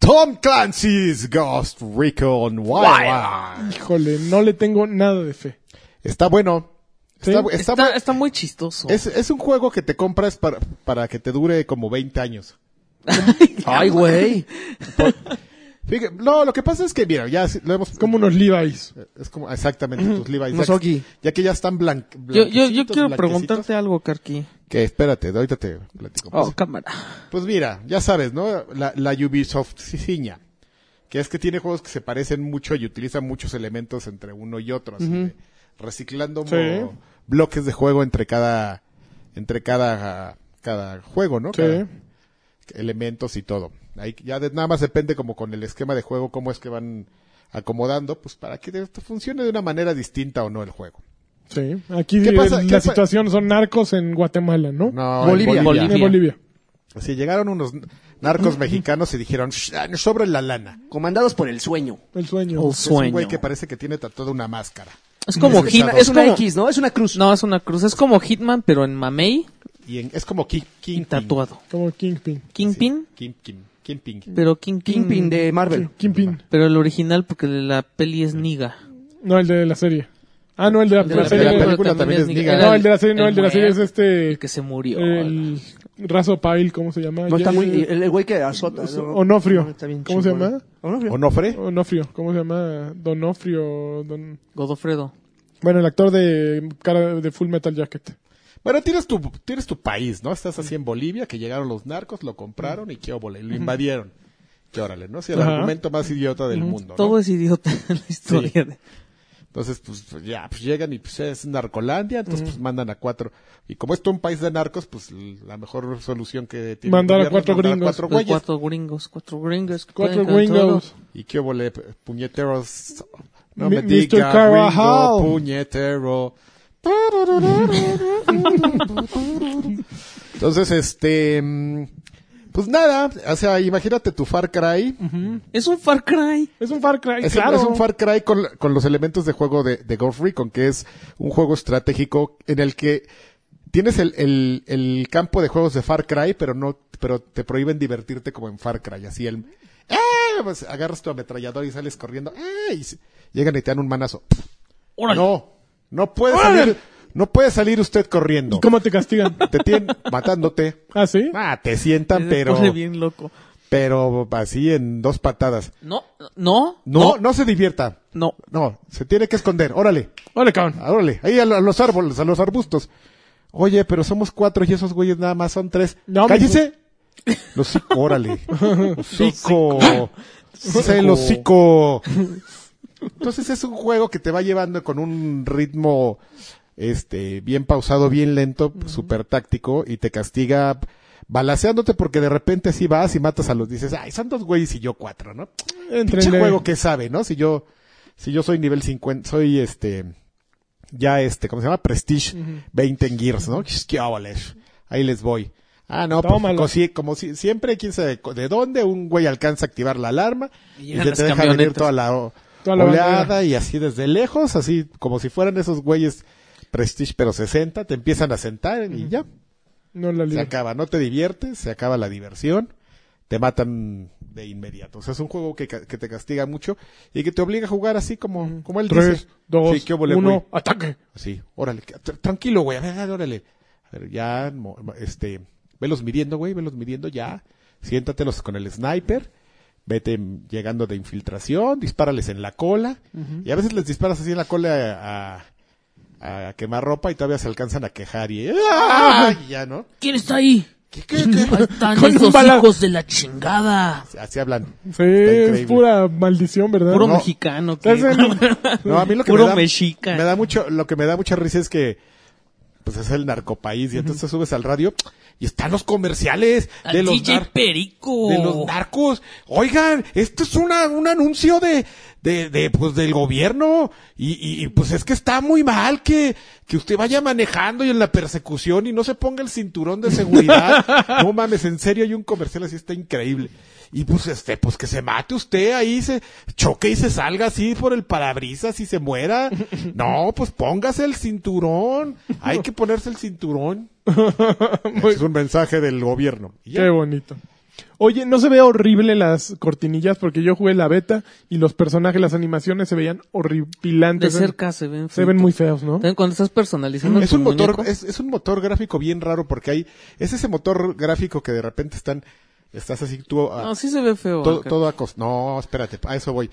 [SPEAKER 6] Tom Clancy's Ghost Recon Wildlands.
[SPEAKER 2] Híjole, no le tengo nada de fe.
[SPEAKER 6] Está bueno.
[SPEAKER 2] Sí.
[SPEAKER 6] Está, bu- está bu-
[SPEAKER 1] Está, está muy chistoso.
[SPEAKER 6] es, es un juego que te compras para, para que te dure como 20 años.
[SPEAKER 4] Ay, güey.
[SPEAKER 6] Fíjate, no, lo que pasa es que, mira, ya sí, lo hemos... eh,
[SPEAKER 2] Es como unos Levi's.
[SPEAKER 6] Es como, exactamente, tus Levi's.
[SPEAKER 4] Unos
[SPEAKER 6] Ya,
[SPEAKER 4] Oggy.
[SPEAKER 6] que- ya que ya están blan,
[SPEAKER 1] Yo, yo, yo
[SPEAKER 6] blanquecitos,
[SPEAKER 1] quiero
[SPEAKER 6] blanquecitos.
[SPEAKER 1] preguntarte algo, Karki.
[SPEAKER 6] Que espérate, ahorita te platico.
[SPEAKER 1] Oh,
[SPEAKER 6] Pues,
[SPEAKER 1] cámara.
[SPEAKER 6] pues mira, ya sabes, ¿no? La, la Ubisoft ciña. Que es que tiene juegos que se parecen mucho y utilizan muchos elementos entre uno y otro. Así de, reciclando
[SPEAKER 2] Sí.
[SPEAKER 6] mo- bloques de juego entre cada, entre cada, cada juego, ¿no?
[SPEAKER 2] Sí.
[SPEAKER 6] Cada- elementos y todo. Ahí ya de- nada más depende como con el esquema de juego, cómo es que van acomodando, pues para que esto funcione de una manera distinta o no el juego.
[SPEAKER 2] Sí. Aquí
[SPEAKER 6] ¿Qué
[SPEAKER 2] eh,
[SPEAKER 6] pasa? ¿Qué
[SPEAKER 2] la
[SPEAKER 6] pa-
[SPEAKER 2] situación son narcos en Guatemala, ¿no?
[SPEAKER 6] No, en
[SPEAKER 1] Bolivia.
[SPEAKER 2] En
[SPEAKER 1] Bolivia.
[SPEAKER 2] Bolivia.
[SPEAKER 6] Así llegaron unos narcos mexicanos y dijeron, "Shh, sobre la lana.
[SPEAKER 4] Comandados por el sueño.
[SPEAKER 2] El sueño.
[SPEAKER 6] Es un güey
[SPEAKER 1] Sueño.
[SPEAKER 6] que parece que tiene tatuada una máscara.
[SPEAKER 1] Es como
[SPEAKER 6] Es
[SPEAKER 1] Hitman.
[SPEAKER 6] pesado.
[SPEAKER 1] Es
[SPEAKER 4] Es una
[SPEAKER 1] como,
[SPEAKER 4] X, ¿no? Es una cruz.
[SPEAKER 1] no, es una cruz. Es como Hitman, pero en mamey
[SPEAKER 6] Y en- es como King, King
[SPEAKER 1] y tatuado.
[SPEAKER 2] Como Kingpin.
[SPEAKER 1] Kingpin,
[SPEAKER 6] King, King, King Ping.
[SPEAKER 1] pero Kingpin.
[SPEAKER 4] Kingpin de Marvel.
[SPEAKER 2] Kingpin.
[SPEAKER 1] Pero el original, porque la peli es niga.
[SPEAKER 2] No, el de la serie. Ah, no, el de la,
[SPEAKER 1] De
[SPEAKER 2] la
[SPEAKER 6] la
[SPEAKER 2] serie.
[SPEAKER 6] película.
[SPEAKER 2] era-
[SPEAKER 6] también es nigga.
[SPEAKER 1] Era
[SPEAKER 2] No, el de la serie, no, el de la serie es
[SPEAKER 1] muerto,
[SPEAKER 2] este.
[SPEAKER 1] el que se murió.
[SPEAKER 2] El Razo Pail, ¿cómo se llama?
[SPEAKER 4] No está
[SPEAKER 2] Ya-
[SPEAKER 4] muy. El el güey que azota.
[SPEAKER 2] Es
[SPEAKER 4] ¿no?
[SPEAKER 2] Onofrio.
[SPEAKER 4] Está bien
[SPEAKER 2] ¿Cómo se
[SPEAKER 4] chingón.
[SPEAKER 2] llama?
[SPEAKER 4] Onofrio.
[SPEAKER 6] ¿Onofre?
[SPEAKER 2] Onofrio, ¿cómo se llama? Donofrio. Don...
[SPEAKER 1] Godofredo.
[SPEAKER 2] Bueno, el actor de cara de Full Metal Jacket.
[SPEAKER 6] Bueno, tienes tu, tienes tu país, ¿no? Estás así en Bolivia, que llegaron los narcos, lo compraron y qué óvole, lo invadieron. Qué órale, ¿no? Es el
[SPEAKER 2] Ajá.
[SPEAKER 6] argumento más idiota del mundo, ¿no?
[SPEAKER 1] Todo es idiota en la historia. de-
[SPEAKER 6] Entonces, pues, pues, ya, pues llegan y pues es Narcolandia, entonces pues mandan a cuatro. Y como esto es un país de narcos, pues l- la mejor solución que tiene. el
[SPEAKER 2] Mandar a
[SPEAKER 6] gobierno es
[SPEAKER 2] cuatro
[SPEAKER 6] mandar
[SPEAKER 2] gringos.
[SPEAKER 6] cuatro
[SPEAKER 1] Los
[SPEAKER 6] güeyes.
[SPEAKER 1] cuatro gringos, cuatro gringos. que
[SPEAKER 2] Cuatro
[SPEAKER 1] pueden con
[SPEAKER 2] Wingos.
[SPEAKER 1] todo.
[SPEAKER 6] Y qué óvole, p- puñeteros. No
[SPEAKER 2] Mi-
[SPEAKER 6] me
[SPEAKER 2] Mr.
[SPEAKER 6] diga,
[SPEAKER 2] Carvajal.
[SPEAKER 6] gringo, puñetero. Entonces, este. mm, Pues nada, o sea, imagínate tu Far Cry.
[SPEAKER 1] Es un Far Cry.
[SPEAKER 2] Es un Far Cry,
[SPEAKER 6] Es, un-
[SPEAKER 2] claro.
[SPEAKER 6] es un Far Cry con, con los elementos de juego de, de Ghost Recon, que es un juego estratégico en el que tienes el, el- el campo de juegos de Far Cry, pero no, pero te prohíben divertirte como en Far Cry. Así el, ¡eh! Pues agarras tu ametrallador y sales corriendo, ¡eh! Y se- llegan y te dan un manazo. No, no puede salir, no puede salir usted corriendo.
[SPEAKER 2] ¿Y cómo te castigan?
[SPEAKER 6] Te tienen matándote.
[SPEAKER 2] ¿Ah, sí?
[SPEAKER 6] Ah, te sientan,
[SPEAKER 1] Se
[SPEAKER 6] pero,
[SPEAKER 1] pone bien loco.
[SPEAKER 6] pero así en dos patadas.
[SPEAKER 1] No, no,
[SPEAKER 6] No, no se divierta.
[SPEAKER 1] no.
[SPEAKER 6] No, se tiene que esconder. Órale,
[SPEAKER 2] Órale, cabrón.
[SPEAKER 6] órale. Ahí a, lo- a los árboles, a los arbustos. Oye, pero somos cuatro y esos güeyes nada más son tres.
[SPEAKER 2] No,
[SPEAKER 6] ¡Cállese! Los hocico, órale. Hocico. Se el hocico. Entonces es un juego que te va llevando con un ritmo este bien pausado, bien lento, súper táctico y te castiga balaseándote porque de repente así vas y matas a los dices, "Ay, son dos güeyes y yo cuatro, ¿no?" pinche
[SPEAKER 2] Entrenle.
[SPEAKER 6] juego que sabe, ¿no? Si yo, si yo soy nivel 50, soy este, ya este, ¿cómo se llama? Prestige 20 en Gears, ¿no? ¿Qué óvole? Ahí les voy. Ah, no, pues,
[SPEAKER 2] Tómalo.
[SPEAKER 6] co- sí, como si- siempre, quién sabe co- de dónde, un güey alcanza a activar la alarma
[SPEAKER 1] Y
[SPEAKER 6] y,
[SPEAKER 1] llegan
[SPEAKER 6] se
[SPEAKER 1] las
[SPEAKER 6] te deja venir
[SPEAKER 1] camionetas.
[SPEAKER 6] toda la o-
[SPEAKER 2] Toda la
[SPEAKER 6] oleada
[SPEAKER 2] bandera.
[SPEAKER 6] y así desde lejos, así como si fueran esos güeyes Prestige pero 60, te empiezan a sentar y ya.
[SPEAKER 2] No la
[SPEAKER 6] Se
[SPEAKER 2] liga.
[SPEAKER 6] acaba, no te diviertes, se acaba la diversión, te matan de inmediato. O sea, es un juego que, ca- que te castiga mucho y que te obliga a jugar así como, como él
[SPEAKER 2] Mm. Tres,
[SPEAKER 6] dice.
[SPEAKER 2] dos,
[SPEAKER 6] Sí, ¿qué óvole, güey?
[SPEAKER 2] uno, ataque.
[SPEAKER 6] Así, órale, que- tr- tranquilo, güey, a ver, a ver, órale. A ver, ya, mo- este, velos midiendo, güey, velos midiendo, ya. Siéntatelos con el sniper, vete mm, llegando de infiltración, dispárales en la cola. Y a veces les disparas así en la cola a, a, quemar ropa y todavía se alcanzan a quejar y, ¡ah! y ya, ¿no?
[SPEAKER 5] ¿Quién está ahí?
[SPEAKER 6] ¿Qué, qué, qué?
[SPEAKER 5] Ahí están
[SPEAKER 2] Con un
[SPEAKER 5] esos
[SPEAKER 2] bala-
[SPEAKER 5] hijos de la chingada.
[SPEAKER 6] Así hablan.
[SPEAKER 2] Sí,
[SPEAKER 6] Está
[SPEAKER 2] es
[SPEAKER 6] increíble.
[SPEAKER 2] pura maldición, ¿verdad?
[SPEAKER 1] Puro
[SPEAKER 6] No.
[SPEAKER 1] mexicano. que-
[SPEAKER 2] Es en-
[SPEAKER 6] No, a mí lo que
[SPEAKER 1] Puro
[SPEAKER 6] me da,
[SPEAKER 1] mexica.
[SPEAKER 6] me da mucho, lo que me da mucha risa es que, pues es el narcopaís y entonces subes al radio y están los comerciales de
[SPEAKER 5] Al
[SPEAKER 6] los,
[SPEAKER 5] DJ
[SPEAKER 6] nar-
[SPEAKER 5] Perico.
[SPEAKER 6] de
[SPEAKER 1] Oh.
[SPEAKER 6] los narcos. Oigan, esto es una, un anuncio de, de, de, pues del gobierno y, y, y, pues es que está muy mal que, que usted vaya manejando y en la persecución y no se ponga el cinturón de seguridad. no mames, en serio hay un comercial así, está increíble. Y pues este, pues que se mate usted ahí, se choque y se salga así por el parabrisas y se muera. No, pues póngase el cinturón. Hay que ponerse el cinturón. es un mensaje del gobierno. Y ya.
[SPEAKER 2] Qué bonito. Oye, ¿no se ve horrible las cortinillas? Porque yo jugué la beta y los personajes, las animaciones se veían
[SPEAKER 1] De
[SPEAKER 2] horripilantes.
[SPEAKER 1] cerca se ven.
[SPEAKER 2] Se ven
[SPEAKER 1] feos.
[SPEAKER 2] muy feos, ¿no?
[SPEAKER 1] También Cuando estás personalizando
[SPEAKER 6] es
[SPEAKER 1] tu
[SPEAKER 6] un motor
[SPEAKER 1] muñeco,
[SPEAKER 6] es, es un motor gráfico bien raro porque hay es ese motor gráfico que de repente están estás así tú ah,
[SPEAKER 1] No, sí se ve feo.
[SPEAKER 6] todo,
[SPEAKER 1] acá.
[SPEAKER 6] acostado no espérate a eso voy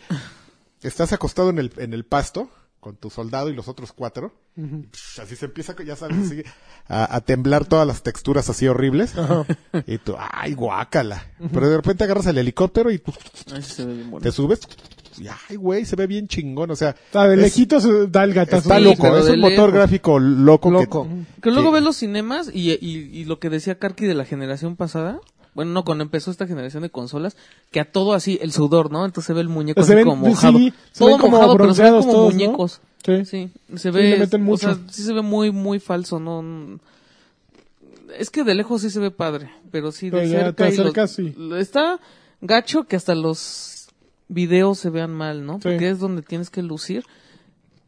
[SPEAKER 6] estás acostado en el en el pasto con tu soldado y los otros cuatro y, psh, así se empieza ya sabes así, a, a temblar todas las texturas así horribles y tú ay guácala pero de repente agarras el helicóptero y tú,
[SPEAKER 1] Ay, sí se ve bien bonito.
[SPEAKER 6] te subes y ay güey se ve bien chingón o sea
[SPEAKER 2] O sea, de
[SPEAKER 6] es-
[SPEAKER 2] lejitos eh, da el gatazo.
[SPEAKER 6] está
[SPEAKER 1] Sí,
[SPEAKER 6] loco
[SPEAKER 1] pero
[SPEAKER 6] es
[SPEAKER 1] de
[SPEAKER 6] un motor
[SPEAKER 1] lejos.
[SPEAKER 6] gráfico loco, que-
[SPEAKER 1] Que luego
[SPEAKER 6] que-
[SPEAKER 1] ves los cinemas y, y- y lo que decía Karki de la generación pasada, bueno, no, cuando empezó esta generación de consolas, que a todo así, el sudor, ¿no? Entonces se ve el muñeco
[SPEAKER 2] Se
[SPEAKER 1] así
[SPEAKER 2] ven-
[SPEAKER 1] como
[SPEAKER 2] sí,
[SPEAKER 1] mojado.
[SPEAKER 2] se
[SPEAKER 1] todo
[SPEAKER 2] ven como
[SPEAKER 1] mojado, pero se ven
[SPEAKER 2] bronceados
[SPEAKER 1] como
[SPEAKER 2] todos, ¿no?
[SPEAKER 1] muñecos.
[SPEAKER 2] Sí.
[SPEAKER 1] Sí, se
[SPEAKER 2] le
[SPEAKER 1] ve,
[SPEAKER 2] meten
[SPEAKER 1] o sea,
[SPEAKER 2] mucho.
[SPEAKER 1] sí se ve muy, muy falso, ¿no? Es que de lejos sí se ve padre, pero sí de
[SPEAKER 2] Pero ya
[SPEAKER 1] cerca.
[SPEAKER 2] te
[SPEAKER 1] y los-
[SPEAKER 2] acercas y-
[SPEAKER 1] lo- Está gacho que hasta los videos se vean mal, ¿no?
[SPEAKER 2] Sí.
[SPEAKER 1] Porque es donde tienes que lucir.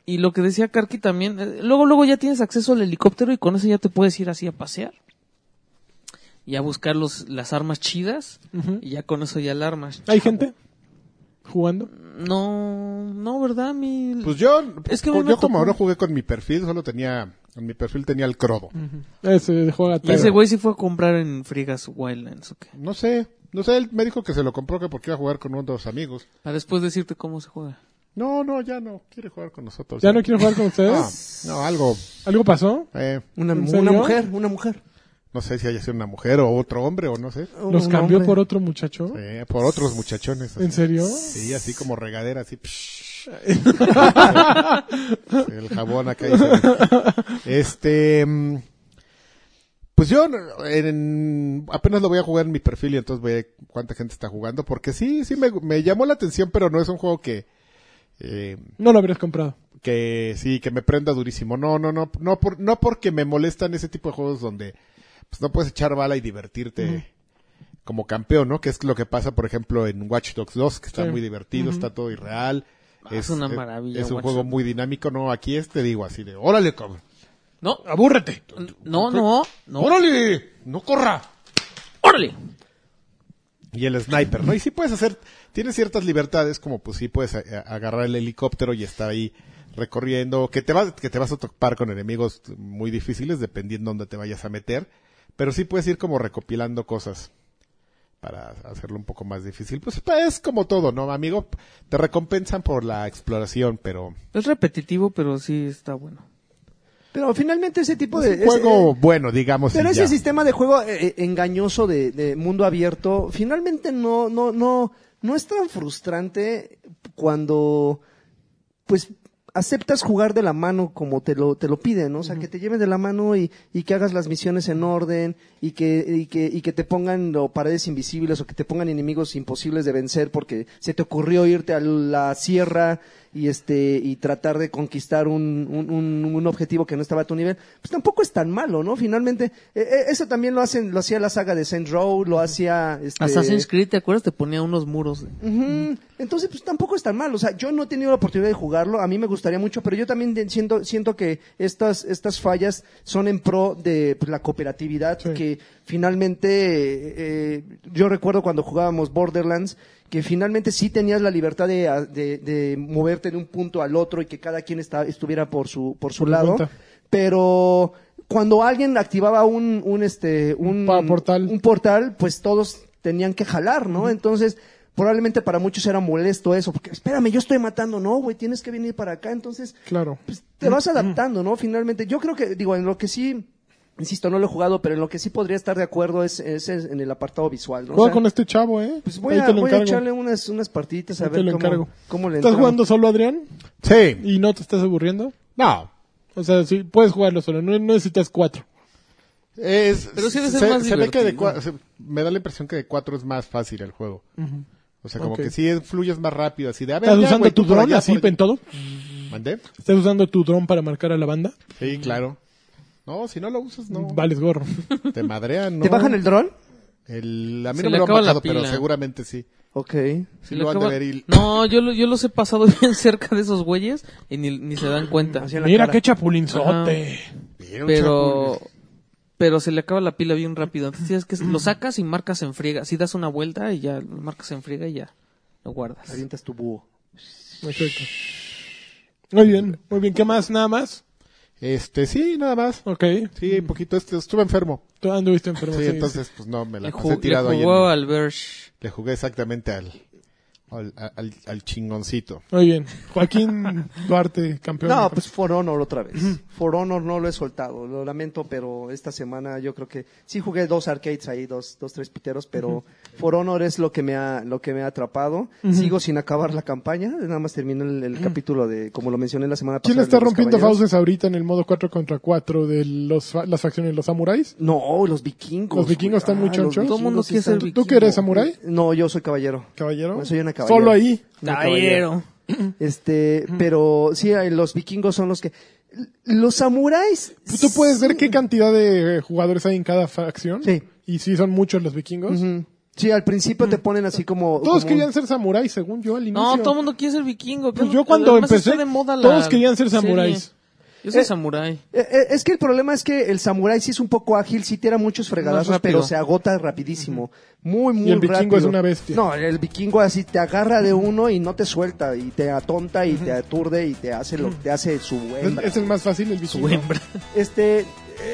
[SPEAKER 1] Y lo que decía Karki también, eh, luego, luego ya tienes acceso al helicóptero y con eso ya te puedes ir así a pasear. Y a buscar los, las armas chidas.
[SPEAKER 2] Ujú.
[SPEAKER 1] Y ya con eso ya la armas.
[SPEAKER 2] ¿Hay gente jugando?
[SPEAKER 1] No, no, ¿verdad? Mi...
[SPEAKER 6] Pues yo,
[SPEAKER 1] Es que a mí
[SPEAKER 6] yo
[SPEAKER 1] me tocó.
[SPEAKER 6] como ahora jugué con mi perfil, solo tenía, en mi perfil tenía el crodo.
[SPEAKER 2] Ese juega
[SPEAKER 1] Y ese
[SPEAKER 2] todo.
[SPEAKER 1] güey sí fue a comprar en Friegas Wildlands, ¿o qué?
[SPEAKER 6] No sé, no sé, él me dijo que se lo compró que porque iba a jugar con uno de los amigos.
[SPEAKER 1] Para después decirte cómo se juega.
[SPEAKER 6] No, no, ya no, quiere jugar con nosotros.
[SPEAKER 2] ¿Ya no quieren jugar con
[SPEAKER 6] Ah,
[SPEAKER 2] ustedes?
[SPEAKER 6] no, algo,
[SPEAKER 2] ¿Algo pasó?
[SPEAKER 6] eh,
[SPEAKER 4] Una,
[SPEAKER 2] ¿En
[SPEAKER 4] una
[SPEAKER 2] serio?
[SPEAKER 4] mujer, una mujer.
[SPEAKER 6] no sé si haya sido una mujer o otro hombre o no sé.
[SPEAKER 2] ¿Los
[SPEAKER 4] Un
[SPEAKER 2] cambió
[SPEAKER 4] hombre.
[SPEAKER 2] por otro muchacho?
[SPEAKER 6] Eh, por otros muchachones.
[SPEAKER 4] pues
[SPEAKER 6] así.
[SPEAKER 2] ¿En serio?
[SPEAKER 6] Sí, así como regadera, así. psh. el jabón acá. y se- Este. mm, Pues yo en- apenas lo voy a jugar en mi perfil y entonces voy a ver cuánta gente está jugando. Porque sí, sí me, me llamó la atención, pero no es un juego que. eh,
[SPEAKER 2] No lo habrías comprado.
[SPEAKER 6] que sí, que me prenda durísimo. No, no, no, no, por, no porque me molestan ese tipo de juegos donde pues, no puedes echar bala y divertirte como campeón, ¿no? Que es lo que pasa, por ejemplo, en Watch Dogs 2, que está
[SPEAKER 2] Sí.
[SPEAKER 6] muy divertido, está todo irreal.
[SPEAKER 1] Ah, es una maravilla,
[SPEAKER 6] Es un
[SPEAKER 1] Watch
[SPEAKER 6] juego
[SPEAKER 1] Dogs.
[SPEAKER 6] muy dinámico, ¿no? Aquí es, te digo así de, órale, cabrón.
[SPEAKER 1] No,
[SPEAKER 6] Abúrrete.
[SPEAKER 1] no, no, no.
[SPEAKER 6] Órale, no corra.
[SPEAKER 1] ¡Órale!
[SPEAKER 6] Y el sniper, ¿no? Y sí puedes hacer, tienes ciertas libertades, como pues sí puedes a- a- agarrar el helicóptero y estar ahí recorriendo, que te vas, que te vas a topar con enemigos muy difíciles dependiendo dónde te vayas a meter, pero sí puedes ir como recopilando cosas para hacerlo un poco más difícil. Pues pa- es como todo, ¿no, amigo? Te recompensan por la exploración, pero
[SPEAKER 1] Es repetitivo, pero sí está bueno.
[SPEAKER 4] Pero finalmente ese tipo
[SPEAKER 6] es
[SPEAKER 4] de...
[SPEAKER 6] un
[SPEAKER 4] ese-
[SPEAKER 6] juego bueno, digamos.
[SPEAKER 4] eh, Pero
[SPEAKER 6] y
[SPEAKER 4] ese
[SPEAKER 6] ya.
[SPEAKER 4] sistema de juego eh, eh, engañoso de, de mundo abierto, finalmente no, no, no, no es tan frustrante cuando, pues, aceptas jugar de la mano como te lo, te lo piden, ¿no? O sea, que te lleven de la mano y, y que hagas las misiones en orden y que, y que, y que te pongan lo, paredes invisibles o que te pongan enemigos imposibles de vencer porque se te ocurrió irte a la sierra y este, y tratar de conquistar un, un, un- un objetivo que no estaba a tu nivel. Pues tampoco es tan malo, ¿no? Finalmente, eh, eh, eso también lo hacen, lo hacía la saga de Saint Row, lo hacía, este,
[SPEAKER 1] Assassin's Creed, ¿te acuerdas? Te ponía unos muros.
[SPEAKER 4] Ujú. Entonces, pues tampoco es tan mal. O sea, yo no he tenido la oportunidad de jugarlo. A mí me gustaría mucho, pero yo también de- siento, siento que estas, estas fallas son en pro de pues, la cooperatividad.
[SPEAKER 2] Sí.
[SPEAKER 4] Que finalmente, eh, eh, yo recuerdo cuando jugábamos Borderlands, que finalmente sí tenías la libertad de, a- de- de moverte de un punto al otro y que cada quien está- estuviera por su, por su
[SPEAKER 2] Por su
[SPEAKER 4] lado.
[SPEAKER 2] cuenta.
[SPEAKER 4] Pero cuando alguien activaba un, un, este, un,
[SPEAKER 2] Pa- portal.
[SPEAKER 4] un portal, pues todos tenían que jalar, ¿no? Entonces, probablemente para muchos era molesto eso, porque espérame, yo estoy matando, no, güey, tienes que venir para acá, entonces
[SPEAKER 2] Claro.
[SPEAKER 4] pues, te vas adaptando, ¿no? Finalmente, yo creo que, digo, en lo que sí, insisto, no lo he jugado, pero en lo que sí podría estar de acuerdo es, es en el apartado visual, ¿no? O
[SPEAKER 2] Juega
[SPEAKER 4] sea,
[SPEAKER 2] con este chavo, ¿eh?
[SPEAKER 4] pues voy
[SPEAKER 2] Ahí
[SPEAKER 4] a,
[SPEAKER 2] te lo
[SPEAKER 4] voy a
[SPEAKER 2] encargo.
[SPEAKER 4] echarle unas, unas partiditas a
[SPEAKER 2] Ahí te
[SPEAKER 4] ver
[SPEAKER 2] lo
[SPEAKER 4] cómo,
[SPEAKER 2] encargo.
[SPEAKER 4] cómo le
[SPEAKER 2] ¿Estás
[SPEAKER 4] entramos.
[SPEAKER 2] jugando solo, Adrián?
[SPEAKER 6] Sí.
[SPEAKER 2] ¿Y no te estás aburriendo?
[SPEAKER 6] No.
[SPEAKER 2] O sea, sí, puedes jugarlo solo. No, no necesitas cuatro.
[SPEAKER 6] Es,
[SPEAKER 1] Pero sí debe ser
[SPEAKER 6] se,
[SPEAKER 1] más
[SPEAKER 6] se ve que de
[SPEAKER 1] divertido.
[SPEAKER 6] cua- se- me da la impresión que de cuatro es más fácil el juego. O sea, como
[SPEAKER 2] Ok.
[SPEAKER 6] que sí es- fluyes más rápido, así de a ver,
[SPEAKER 2] ¿Estás
[SPEAKER 6] ya,
[SPEAKER 2] usando
[SPEAKER 6] güey, tú
[SPEAKER 2] tu
[SPEAKER 6] por
[SPEAKER 2] dron
[SPEAKER 6] allá,
[SPEAKER 2] así
[SPEAKER 6] por allá.
[SPEAKER 2] en todo?
[SPEAKER 6] ¿Mandé?
[SPEAKER 2] ¿Estás usando tu dron para marcar a la banda?
[SPEAKER 6] Sí, claro. No, si no lo usas, no.
[SPEAKER 2] Vales gorro.
[SPEAKER 6] Te madrean, ¿no?
[SPEAKER 4] ¿Te bajan el dron?
[SPEAKER 6] El- a mí
[SPEAKER 1] Se
[SPEAKER 6] no
[SPEAKER 1] le
[SPEAKER 6] me lo han
[SPEAKER 1] acaba la
[SPEAKER 6] bajado, pero
[SPEAKER 1] pila.
[SPEAKER 6] seguramente sí.
[SPEAKER 4] Ok.
[SPEAKER 6] Sí lo han de
[SPEAKER 1] acaba-
[SPEAKER 6] ver y-
[SPEAKER 1] No, yo, lo- yo los he pasado bien cerca de esos güeyes y ni, ni se dan cuenta.
[SPEAKER 4] Así en la
[SPEAKER 2] Mira
[SPEAKER 4] cara.
[SPEAKER 2] qué chapulinzote.
[SPEAKER 6] Mira, un
[SPEAKER 1] Pero...
[SPEAKER 6] chapulín.
[SPEAKER 1] Pero se le acaba la pila bien rápido. Entonces tienes que... Lo sacas y marcas en friega. Si das una vuelta y ya lo marcas en friega y ya lo guardas.
[SPEAKER 4] Avientas tu búho.
[SPEAKER 2] Perfecto. Muy bien, muy bien. ¿Qué más? ¿Nada más?
[SPEAKER 6] Este, sí, nada más.
[SPEAKER 2] Ok.
[SPEAKER 6] Sí, poquito. Este, estuve enfermo.
[SPEAKER 2] Tú anduviste enfermo.
[SPEAKER 6] Sí,
[SPEAKER 2] sí,
[SPEAKER 6] entonces, pues no, me la
[SPEAKER 1] Le,
[SPEAKER 6] pasé
[SPEAKER 1] ju-
[SPEAKER 6] tirado
[SPEAKER 1] le
[SPEAKER 6] ahí. en
[SPEAKER 1] jugó
[SPEAKER 6] mi-
[SPEAKER 1] al Verge.
[SPEAKER 6] Le jugué exactamente al, al, al- al chingoncito.
[SPEAKER 2] Muy bien. Joaquín Duarte, campeón.
[SPEAKER 4] No, pues For Honor otra vez. For Honor no lo he soltado, lo lamento, pero esta semana yo creo que sí jugué dos arcades ahí, dos, dos tres piteros, pero For Honor es lo que me ha, lo que me ha atrapado. Sigo sin acabar la campaña, nada más termino el, el capítulo de, como lo mencioné la semana pasada.
[SPEAKER 2] ¿Quién
[SPEAKER 4] de
[SPEAKER 2] está
[SPEAKER 4] los
[SPEAKER 2] rompiendo
[SPEAKER 4] caballeros.
[SPEAKER 2] fauces ahorita en el modo 4 contra 4 de los, fa- las facciones de los samuráis?
[SPEAKER 4] No, los vikingos.
[SPEAKER 2] ¿Los vikingos
[SPEAKER 4] güey. Ah,
[SPEAKER 2] están muy
[SPEAKER 4] los
[SPEAKER 2] chonchos?
[SPEAKER 4] vikingos
[SPEAKER 1] Todo mundo
[SPEAKER 4] sí
[SPEAKER 1] quiere
[SPEAKER 4] están-
[SPEAKER 1] ser
[SPEAKER 2] ¿Tú,
[SPEAKER 1] vi-
[SPEAKER 2] tú que eres samurái?
[SPEAKER 4] No, yo soy caballero.
[SPEAKER 2] ¿Caballero?
[SPEAKER 4] Bueno, Pues soy una caballero.
[SPEAKER 2] Solo ahí.
[SPEAKER 4] Una
[SPEAKER 1] Caballero.
[SPEAKER 4] Este, pero sí, eh, los vikingos son los que... Los samuráis...
[SPEAKER 2] ¿Tú puedes ver qué cantidad de eh, jugadores hay en cada facción?
[SPEAKER 4] Sí.
[SPEAKER 2] Y si son muchos los vikingos.
[SPEAKER 4] Ujú. Sí, al principio te ponen así como...
[SPEAKER 2] Mm. Todos
[SPEAKER 4] como
[SPEAKER 2] querían ser samuráis, según yo al inicio.
[SPEAKER 1] No, todo el mundo quiere ser vikingo.
[SPEAKER 2] Pues
[SPEAKER 1] claro.
[SPEAKER 2] yo cuando
[SPEAKER 1] Además,
[SPEAKER 2] empecé,
[SPEAKER 1] está de moda la
[SPEAKER 2] todos querían ser
[SPEAKER 1] serie.
[SPEAKER 2] samuráis.
[SPEAKER 1] Yo soy
[SPEAKER 4] Eh,
[SPEAKER 1] samurái.
[SPEAKER 4] Eh, eh, Es que el problema es que el samurái sí es un poco ágil, sí tira muchos fregadazos,
[SPEAKER 1] Más rápido.
[SPEAKER 4] pero se agota rapidísimo. Muy, muy
[SPEAKER 2] el vikingo
[SPEAKER 4] rápido.
[SPEAKER 2] es una bestia.
[SPEAKER 4] No, el vikingo así te agarra de uno y no te suelta, y te atonta, y te aturde, y te hace lo te hace su
[SPEAKER 2] Es,
[SPEAKER 4] hembra.
[SPEAKER 2] es el más fácil el vikingo.
[SPEAKER 4] Este...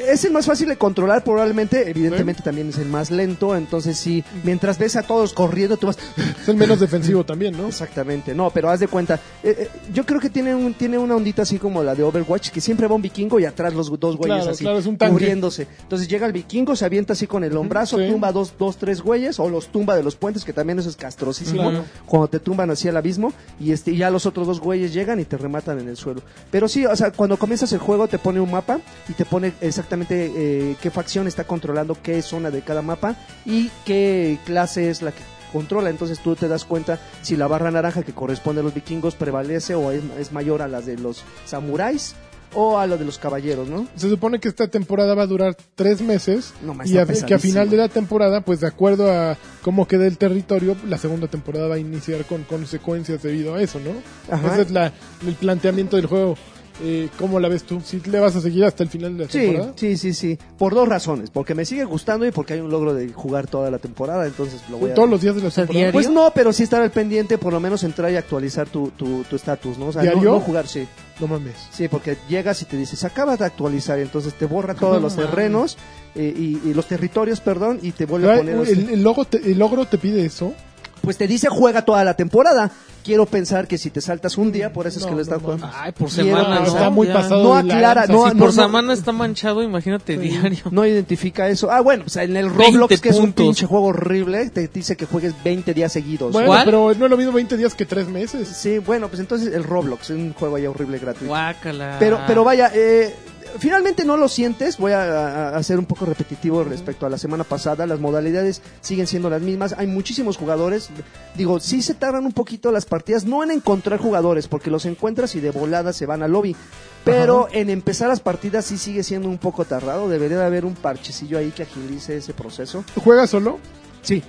[SPEAKER 4] Es el más fácil de controlar, probablemente, evidentemente también es el más lento, entonces sí, mientras ves a todos corriendo, tú vas,
[SPEAKER 2] Es el menos defensivo también, ¿no?
[SPEAKER 4] Exactamente, no, pero haz de cuenta, eh, eh, yo creo que tiene, un, tiene una ondita así como la de Overwatch, que siempre va un vikingo y atrás los dos güeyes
[SPEAKER 2] Claro,
[SPEAKER 4] así,
[SPEAKER 2] claro, es un tanque.
[SPEAKER 4] cubriéndose. Entonces llega el vikingo, se avienta así con el hombrazo,
[SPEAKER 2] Sí.
[SPEAKER 4] tumba dos, dos, tres güeyes, o los tumba de los puentes, que también eso es castrosísimo,
[SPEAKER 2] Claro.
[SPEAKER 4] cuando te tumban hacia el abismo, y este, y ya los otros dos güeyes llegan y te rematan en el suelo. Pero sí, o sea, cuando comienzas el juego te pone un mapa y te pone exactamente eh, qué facción está controlando qué zona de cada mapa y qué clase es la que controla. Entonces tú te das cuenta si la barra naranja que corresponde a los vikingos prevalece o es, es mayor a las de los samuráis o a la de los caballeros, ¿no?
[SPEAKER 2] Se supone que esta temporada va a durar tres meses
[SPEAKER 4] No, ma,
[SPEAKER 2] y
[SPEAKER 4] está
[SPEAKER 2] a- que a final
[SPEAKER 4] pesadísimo.
[SPEAKER 2] de la temporada, pues de acuerdo a cómo quede el territorio, la segunda temporada va a iniciar con consecuencias debido a eso, ¿no?
[SPEAKER 4] Ajá.
[SPEAKER 2] Ese es la, el planteamiento del juego. Eh, ¿Cómo la ves tú? ¿Si le vas a seguir hasta el final de la
[SPEAKER 4] Sí,
[SPEAKER 2] temporada?
[SPEAKER 4] sí, sí, sí. Por dos razones. Porque me sigue gustando y porque hay un logro de jugar toda la temporada. Entonces lo voy a...
[SPEAKER 2] Todos los días de la temporada.
[SPEAKER 1] diario.
[SPEAKER 4] Pues no, pero sí estar al pendiente, por lo menos entrar y actualizar tu tu- tu estatus, ¿no? O sea, no,
[SPEAKER 2] ¿Diario?
[SPEAKER 4] no jugar, sí.
[SPEAKER 2] Pues, No mames.
[SPEAKER 4] Sí, porque llegas y te dices, acabas de actualizar, y entonces te borra todos los terrenos eh, y, y los territorios, perdón, y te vuelve a
[SPEAKER 2] Ay,
[SPEAKER 4] poner...
[SPEAKER 2] Ah,
[SPEAKER 4] este- los-
[SPEAKER 2] El, el logo te- el logro te pide eso.
[SPEAKER 4] Pues te dice, juega toda la temporada. Quiero pensar que si te saltas un día, por eso es que lo estás jugando.
[SPEAKER 1] Ay, por
[SPEAKER 4] Quiero-
[SPEAKER 1] semana.
[SPEAKER 4] Ah,
[SPEAKER 1] ¿no?
[SPEAKER 2] está muy
[SPEAKER 1] Ya.
[SPEAKER 2] pasado.
[SPEAKER 4] No
[SPEAKER 2] de la
[SPEAKER 4] aclara,
[SPEAKER 2] lanza,
[SPEAKER 4] no-
[SPEAKER 2] sí.
[SPEAKER 1] Si por semana está manchado, imagínate diario.
[SPEAKER 4] No identifica eso. Ah, bueno, pues en el Roblox,
[SPEAKER 1] 20
[SPEAKER 4] que es un
[SPEAKER 1] puntos.
[SPEAKER 4] pinche juego horrible, te dice que juegues 20 días seguidos.
[SPEAKER 2] Bueno,
[SPEAKER 1] ¿Cuál?
[SPEAKER 2] pero no es lo mismo 20 días que 3 meses.
[SPEAKER 4] Sí, bueno, pues entonces el Roblox es un juego ahí horrible gratuito.
[SPEAKER 1] Guácala.
[SPEAKER 4] Pero, pero vaya, eh, finalmente no lo sientes. Voy a, a- a ser un poco repetitivo respecto a la semana pasada. Las modalidades siguen siendo las mismas. Hay muchísimos jugadores. Digo, sí se tardan un poquito las partidas, no en encontrar jugadores, porque los encuentras y de volada se van al lobby. Pero en empezar las partidas sí sigue siendo un poco tardado. Debería de haber un parchecillo ahí que agilice ese proceso.
[SPEAKER 2] ¿Juegas solo?
[SPEAKER 4] Sí.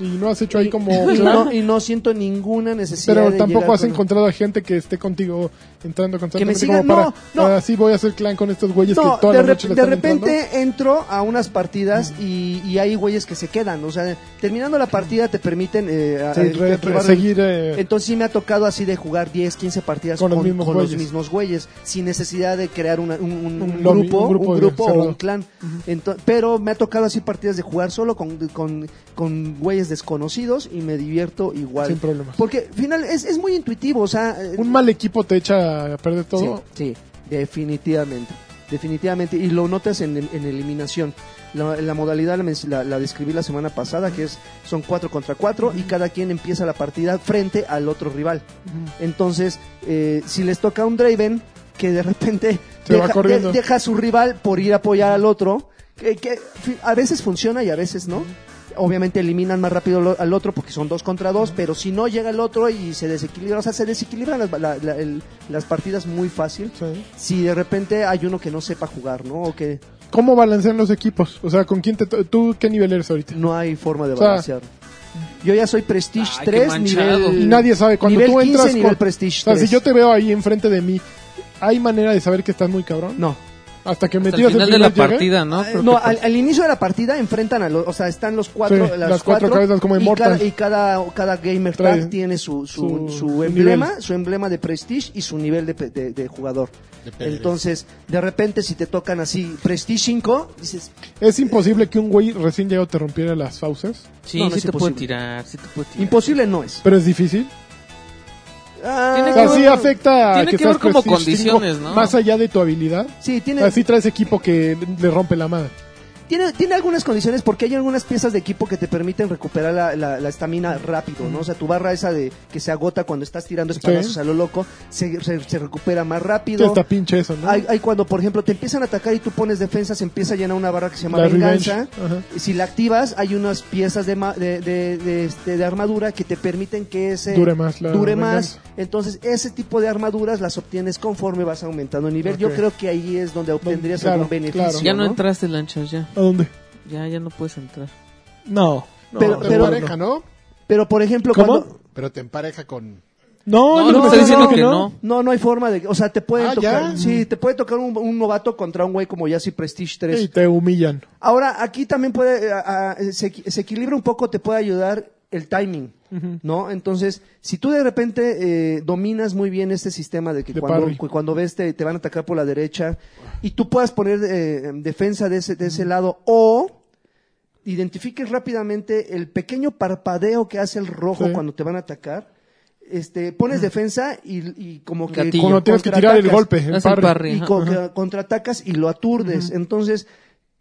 [SPEAKER 2] Y no has hecho ahí como...
[SPEAKER 4] Y
[SPEAKER 2] clan?
[SPEAKER 4] no, y no siento ninguna necesidad.
[SPEAKER 2] Pero
[SPEAKER 4] de
[SPEAKER 2] tampoco
[SPEAKER 4] llegar
[SPEAKER 2] has
[SPEAKER 4] con-
[SPEAKER 2] encontrado a gente que esté contigo entrando
[SPEAKER 4] Que me
[SPEAKER 2] constantemente
[SPEAKER 4] siga-
[SPEAKER 2] como para,
[SPEAKER 4] no, no.
[SPEAKER 2] para, sí voy a hacer clan con estos güeyes
[SPEAKER 4] No,
[SPEAKER 2] que toda
[SPEAKER 4] de,
[SPEAKER 2] la
[SPEAKER 4] re-
[SPEAKER 2] noche le
[SPEAKER 4] de
[SPEAKER 2] están
[SPEAKER 4] repente
[SPEAKER 2] entrando.
[SPEAKER 4] entro a unas partidas y, y hay güeyes que se quedan. O sea, terminando la partida te permiten eh, a-
[SPEAKER 2] Sí,
[SPEAKER 4] eh,
[SPEAKER 2] re-
[SPEAKER 4] activar-
[SPEAKER 2] re- seguir eh,
[SPEAKER 4] Entonces sí me ha tocado así de jugar 10, 15 partidas
[SPEAKER 2] Con
[SPEAKER 4] con,
[SPEAKER 2] los mismos
[SPEAKER 4] con los
[SPEAKER 2] güeyes.
[SPEAKER 4] mismos güeyes, sin necesidad de crear una- un, un-
[SPEAKER 2] Un
[SPEAKER 4] un
[SPEAKER 2] lobby,
[SPEAKER 4] grupo,
[SPEAKER 2] un grupo
[SPEAKER 4] un
[SPEAKER 2] de-
[SPEAKER 4] grupo o
[SPEAKER 2] cerrado.
[SPEAKER 4] un clan. Ento- pero me ha tocado así partidas de jugar solo con, con, con güeyes desconocidos y me divierto igual.
[SPEAKER 2] sin problemas.
[SPEAKER 4] Porque al final es, es muy intuitivo, o sea... eh,
[SPEAKER 2] Un mal equipo te echa a perder todo.
[SPEAKER 4] Sí, sí, definitivamente. Definitivamente. Y lo notas en, en eliminación. La, la modalidad la, men- la- la describí la semana pasada, que es son cuatro contra cuatro y cada quien empieza la partida frente al otro rival. Entonces, eh, si les toca un Draven, que de repente
[SPEAKER 2] Se va corriendo.
[SPEAKER 4] de- deja a su rival por ir a apoyar al otro, que, que fi- a veces funciona y a veces no. Obviamente eliminan más rápido lo- al otro porque son dos contra dos, pero si no llega el otro y se desequilibra, o sea, se desequilibran las, la- la- el- las partidas muy fácil.
[SPEAKER 2] Sí.
[SPEAKER 4] Si de repente hay uno que no sepa jugar, ¿no? O que
[SPEAKER 2] ¿Cómo balancean los equipos? O sea, ¿con quién te... to- ¿Tú qué nivel eres ahorita?
[SPEAKER 4] no hay forma de
[SPEAKER 2] O sea,
[SPEAKER 4] balancear. Yo ya soy Prestige
[SPEAKER 1] Ay, qué
[SPEAKER 4] 3,
[SPEAKER 1] manchado.
[SPEAKER 4] nivel.
[SPEAKER 2] Y nadie sabe cuando
[SPEAKER 4] nivel
[SPEAKER 2] tú
[SPEAKER 4] 15,
[SPEAKER 2] entras
[SPEAKER 4] nivel
[SPEAKER 2] con-
[SPEAKER 4] Prestige
[SPEAKER 2] O sea, si
[SPEAKER 4] 3.
[SPEAKER 2] yo te veo ahí enfrente de mí, ¿hay manera de saber que estás muy cabrón?
[SPEAKER 4] No.
[SPEAKER 2] Hasta que
[SPEAKER 1] Hasta
[SPEAKER 2] metías
[SPEAKER 1] el final de
[SPEAKER 2] primer
[SPEAKER 1] la
[SPEAKER 2] llegue.
[SPEAKER 1] partida, ¿no? Creo
[SPEAKER 4] No,
[SPEAKER 1] que-
[SPEAKER 4] al, al inicio de la partida enfrentan a los, o sea, están los cuatro,
[SPEAKER 2] Sí,
[SPEAKER 4] las,
[SPEAKER 2] las cuatro cabezas como
[SPEAKER 4] y cada,
[SPEAKER 2] inmortals.
[SPEAKER 4] y cada, cada gamer
[SPEAKER 2] Trae
[SPEAKER 4] tag tiene su, su,
[SPEAKER 2] su-
[SPEAKER 4] su
[SPEAKER 2] su
[SPEAKER 4] emblema,
[SPEAKER 2] nivel.
[SPEAKER 4] su emblema de prestige y su nivel de, pe- de- de jugador.
[SPEAKER 6] De peligro.
[SPEAKER 4] Entonces, de repente si te tocan así prestige 5, dices,
[SPEAKER 2] Es imposible que un güey recién llegado te rompiera las fauces,
[SPEAKER 1] Sí,
[SPEAKER 4] no, no
[SPEAKER 1] sí
[SPEAKER 4] es
[SPEAKER 1] te puede
[SPEAKER 4] imposible.
[SPEAKER 1] tirar, sí te puede tirar.
[SPEAKER 4] imposible no es.
[SPEAKER 2] pero es difícil.
[SPEAKER 4] Ah,
[SPEAKER 1] Tiene
[SPEAKER 2] O
[SPEAKER 1] que
[SPEAKER 2] sea,
[SPEAKER 1] ver-
[SPEAKER 2] sí afecta a
[SPEAKER 1] tiene que
[SPEAKER 2] seas
[SPEAKER 1] ver como
[SPEAKER 2] prestige
[SPEAKER 1] condiciones,
[SPEAKER 2] cinco,
[SPEAKER 1] ¿no?
[SPEAKER 2] Más allá de tu habilidad.
[SPEAKER 4] sí, tiene,
[SPEAKER 2] Así traes equipo que le rompe la madre.
[SPEAKER 4] Tiene, tiene algunas condiciones porque hay algunas piezas de equipo que te permiten recuperar la la- la estamina rápido, ¿no? O sea, tu barra esa de que se agota cuando estás tirando espadazos
[SPEAKER 2] Sí.
[SPEAKER 4] a lo loco, se, se- se recupera más rápido.
[SPEAKER 2] Está pinche eso, ¿no?
[SPEAKER 4] Hay, hay cuando, por ejemplo, te empiezan a atacar y tú pones defensa, se empieza a llenar una barra que se llama
[SPEAKER 2] La revenge.
[SPEAKER 4] venganza.
[SPEAKER 2] Ajá.
[SPEAKER 4] Si la activas, hay unas piezas de, ma- de, de- de, este, de armadura que te permiten que ese
[SPEAKER 2] Dure más la
[SPEAKER 4] dure más.
[SPEAKER 2] venganza.
[SPEAKER 4] Entonces, ese tipo de armaduras las obtienes conforme vas aumentando el nivel. Yo
[SPEAKER 2] Ok.
[SPEAKER 4] creo que ahí es donde obtendrías
[SPEAKER 2] Claro,
[SPEAKER 4] algún
[SPEAKER 2] claro.
[SPEAKER 4] beneficio.
[SPEAKER 1] Ya no,
[SPEAKER 4] ¿no?
[SPEAKER 1] entraste, lanchas, ya.
[SPEAKER 2] ¿A dónde?
[SPEAKER 1] Ya, ya no puedes entrar.
[SPEAKER 2] No.
[SPEAKER 4] Pero-
[SPEAKER 6] te
[SPEAKER 4] pero-
[SPEAKER 6] empareja, ¿no?
[SPEAKER 4] Pero, por ejemplo,
[SPEAKER 2] ¿Cómo?
[SPEAKER 4] cuando...
[SPEAKER 6] Pero te empareja con...
[SPEAKER 1] No,
[SPEAKER 2] No,
[SPEAKER 1] no,
[SPEAKER 2] me
[SPEAKER 1] estoy
[SPEAKER 2] estás
[SPEAKER 1] diciendo que no.
[SPEAKER 4] No, no hay forma de... O sea, te pueden
[SPEAKER 6] Ah,
[SPEAKER 4] tocar...
[SPEAKER 6] ¿ya?
[SPEAKER 4] Sí, te puede tocar un, un novato contra un güey como Yassi Prestige 3.
[SPEAKER 2] Y te humillan.
[SPEAKER 4] Ahora, aquí también puede... eh, ah, eh, se, equi- se equilibra un poco, te puede ayudar el timing, ¿no? Entonces, si tú de repente eh, dominas muy bien este sistema de que
[SPEAKER 2] De
[SPEAKER 4] cuando,
[SPEAKER 2] parry.
[SPEAKER 4] cu- cuando ves te, te van a atacar por la derecha y tú puedas poner eh, defensa de ese, de ese lado o identifiques rápidamente el pequeño parpadeo que hace el rojo
[SPEAKER 2] Sí.
[SPEAKER 4] cuando te van a atacar. Este, pones defensa y, y como que
[SPEAKER 1] Gatillo.
[SPEAKER 2] Cuando tienes que tirar el
[SPEAKER 4] contraatacas.
[SPEAKER 2] golpe, el
[SPEAKER 1] Haz el
[SPEAKER 2] parry.
[SPEAKER 1] parry.
[SPEAKER 4] y
[SPEAKER 1] Ajá,
[SPEAKER 4] co-
[SPEAKER 1] ajá.
[SPEAKER 4] contraatacas y lo aturdes. Entonces,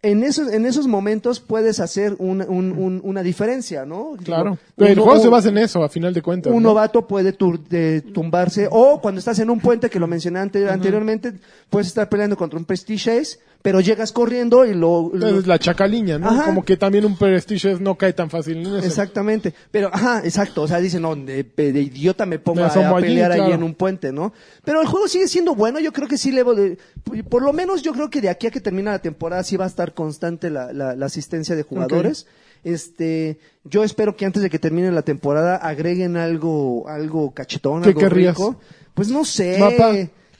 [SPEAKER 4] en esos, en esos momentos puedes hacer un- un- un- una diferencia, ¿no? uh.
[SPEAKER 2] Claro.
[SPEAKER 4] Digo,
[SPEAKER 2] el
[SPEAKER 4] uno-
[SPEAKER 2] juego se
[SPEAKER 4] un-
[SPEAKER 2] basa en eso, a final de cuentas.
[SPEAKER 4] un
[SPEAKER 2] ¿no?
[SPEAKER 4] novato puede tur- de tumbarse o cuando estás en un puente que lo mencioné ante- anteriormente, puedes estar peleando contra un Prestige Ace, pero llegas corriendo y lo... lo-
[SPEAKER 2] Es la chacaliña, ¿no?
[SPEAKER 4] Ajá.
[SPEAKER 2] Como que también un prestige no cae tan fácil en eso.
[SPEAKER 4] Exactamente, pero ajá, exacto, o sea, dicen, no, de, de idiota me pongo
[SPEAKER 2] Me
[SPEAKER 4] a,
[SPEAKER 2] asomo
[SPEAKER 4] a
[SPEAKER 2] allí,
[SPEAKER 4] pelear ahí
[SPEAKER 2] claro.
[SPEAKER 4] en un puente, ¿no? Pero el juego sigue siendo bueno, yo creo que sí le... de- Por lo menos yo creo que de aquí a que termina la temporada sí va a estar constante la, la- la asistencia de jugadores. Este, yo espero que antes de que termine la temporada agreguen algo, algo cachetón,
[SPEAKER 2] ¿Qué
[SPEAKER 4] algo
[SPEAKER 2] querrías?
[SPEAKER 4] rico. Pues no sé.
[SPEAKER 2] ¿Mapa?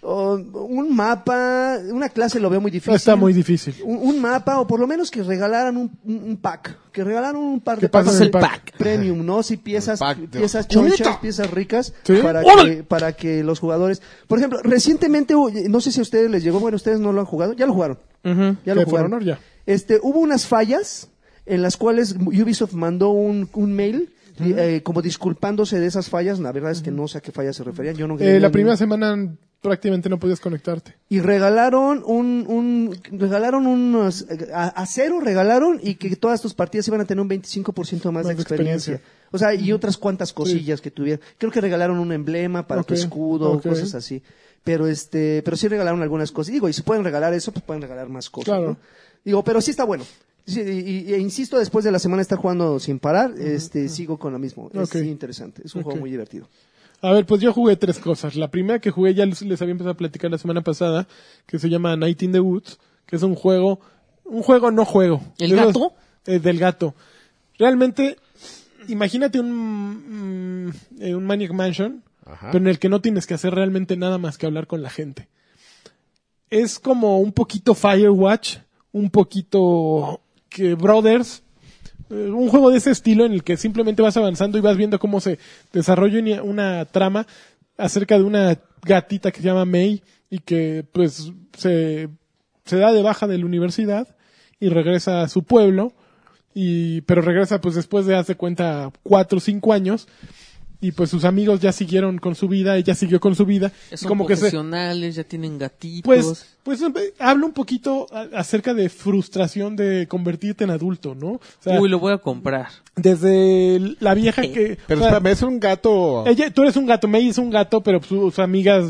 [SPEAKER 4] o- un mapa, una clase lo veo muy difícil
[SPEAKER 2] Está muy difícil.
[SPEAKER 4] un, un mapa o por lo menos que regalaran un, un- un pack, que regalaran un par de
[SPEAKER 2] ¿Qué pasa
[SPEAKER 4] papas
[SPEAKER 2] en el
[SPEAKER 1] el pack?
[SPEAKER 2] pack?
[SPEAKER 4] premium, ¿no? Si piezas
[SPEAKER 6] pack de-
[SPEAKER 4] piezas chonchas,
[SPEAKER 6] ¡Ulita!
[SPEAKER 4] piezas ricas
[SPEAKER 2] ¿Sí?
[SPEAKER 4] para
[SPEAKER 1] ¡Órale!
[SPEAKER 4] que para que los jugadores, por ejemplo, recientemente hubo- no sé si a ustedes les llegó, bueno, ustedes no lo han jugado, ya lo jugaron.
[SPEAKER 1] Ujú.
[SPEAKER 4] Ya lo
[SPEAKER 2] Sí, por
[SPEAKER 4] jugaron.
[SPEAKER 2] honor, ya.
[SPEAKER 4] Este, hubo unas fallas en las cuales Ubisoft mandó un, un mail eh, como disculpándose de esas fallas, la verdad es que no sé a qué fallas se referían, yo no
[SPEAKER 2] Eh, la
[SPEAKER 4] ningún-
[SPEAKER 2] primera semana prácticamente no podías conectarte.
[SPEAKER 4] y regalaron un, un regalaron unos a, a cero regalaron y que todas tus partidas iban a tener un 25% más, de
[SPEAKER 2] de
[SPEAKER 4] experiencia.
[SPEAKER 2] experiencia.
[SPEAKER 4] O sea, y otras cuantas cosillas que tuvieron. Creo que regalaron un emblema para tu
[SPEAKER 2] Ok,
[SPEAKER 4] escudo,
[SPEAKER 2] ok.
[SPEAKER 4] cosas así. Pero este, pero sí regalaron algunas cosas. Digo, y si pueden regalar eso, pues pueden regalar más cosas.
[SPEAKER 2] Claro.
[SPEAKER 4] ¿no? Digo, pero sí está bueno. Sí, y, y- e insisto, después de la semana estar jugando sin parar, este, sigo con lo mismo. Es
[SPEAKER 2] Ok.
[SPEAKER 4] sí, interesante. Es un juego
[SPEAKER 2] Ok.
[SPEAKER 4] muy divertido.
[SPEAKER 2] A ver, pues yo jugué tres cosas. La primera que jugué ya les, les había empezado a platicar la semana pasada, que se llama Night in the Woods, que es un juego, un juego no juego.
[SPEAKER 1] ¿El
[SPEAKER 2] De esos-
[SPEAKER 1] gato?
[SPEAKER 2] eh, del gato. Realmente, imagínate un, mm, eh, un Maniac Mansion,
[SPEAKER 6] Ajá.
[SPEAKER 2] pero en el que no tienes que hacer realmente nada más que hablar con la gente. Es como un poquito Firewatch, un poquito que Brothers, eh, un juego de ese estilo en el que simplemente vas avanzando y vas viendo cómo se desarrolla una, una trama acerca de una gatita que se llama May y que pues se, se da de baja de la universidad y regresa a su pueblo y pero regresa pues después de hace cuenta cuatro o cinco años y pues sus amigos ya siguieron con su vida ella siguió con su vida
[SPEAKER 1] Ya
[SPEAKER 2] y
[SPEAKER 1] Son
[SPEAKER 2] como que se
[SPEAKER 1] profesionales, ya tienen gatitos.
[SPEAKER 2] pues, pues eh, habla un poquito a- acerca de frustración de convertirte en adulto, ¿no? O sea,
[SPEAKER 1] Uy, lo voy a comprar.
[SPEAKER 2] desde el- la vieja que
[SPEAKER 6] Pero
[SPEAKER 2] o sea,
[SPEAKER 6] espérame, es un gato...
[SPEAKER 2] ella, tú eres un gato, May es un gato, pero sus amigas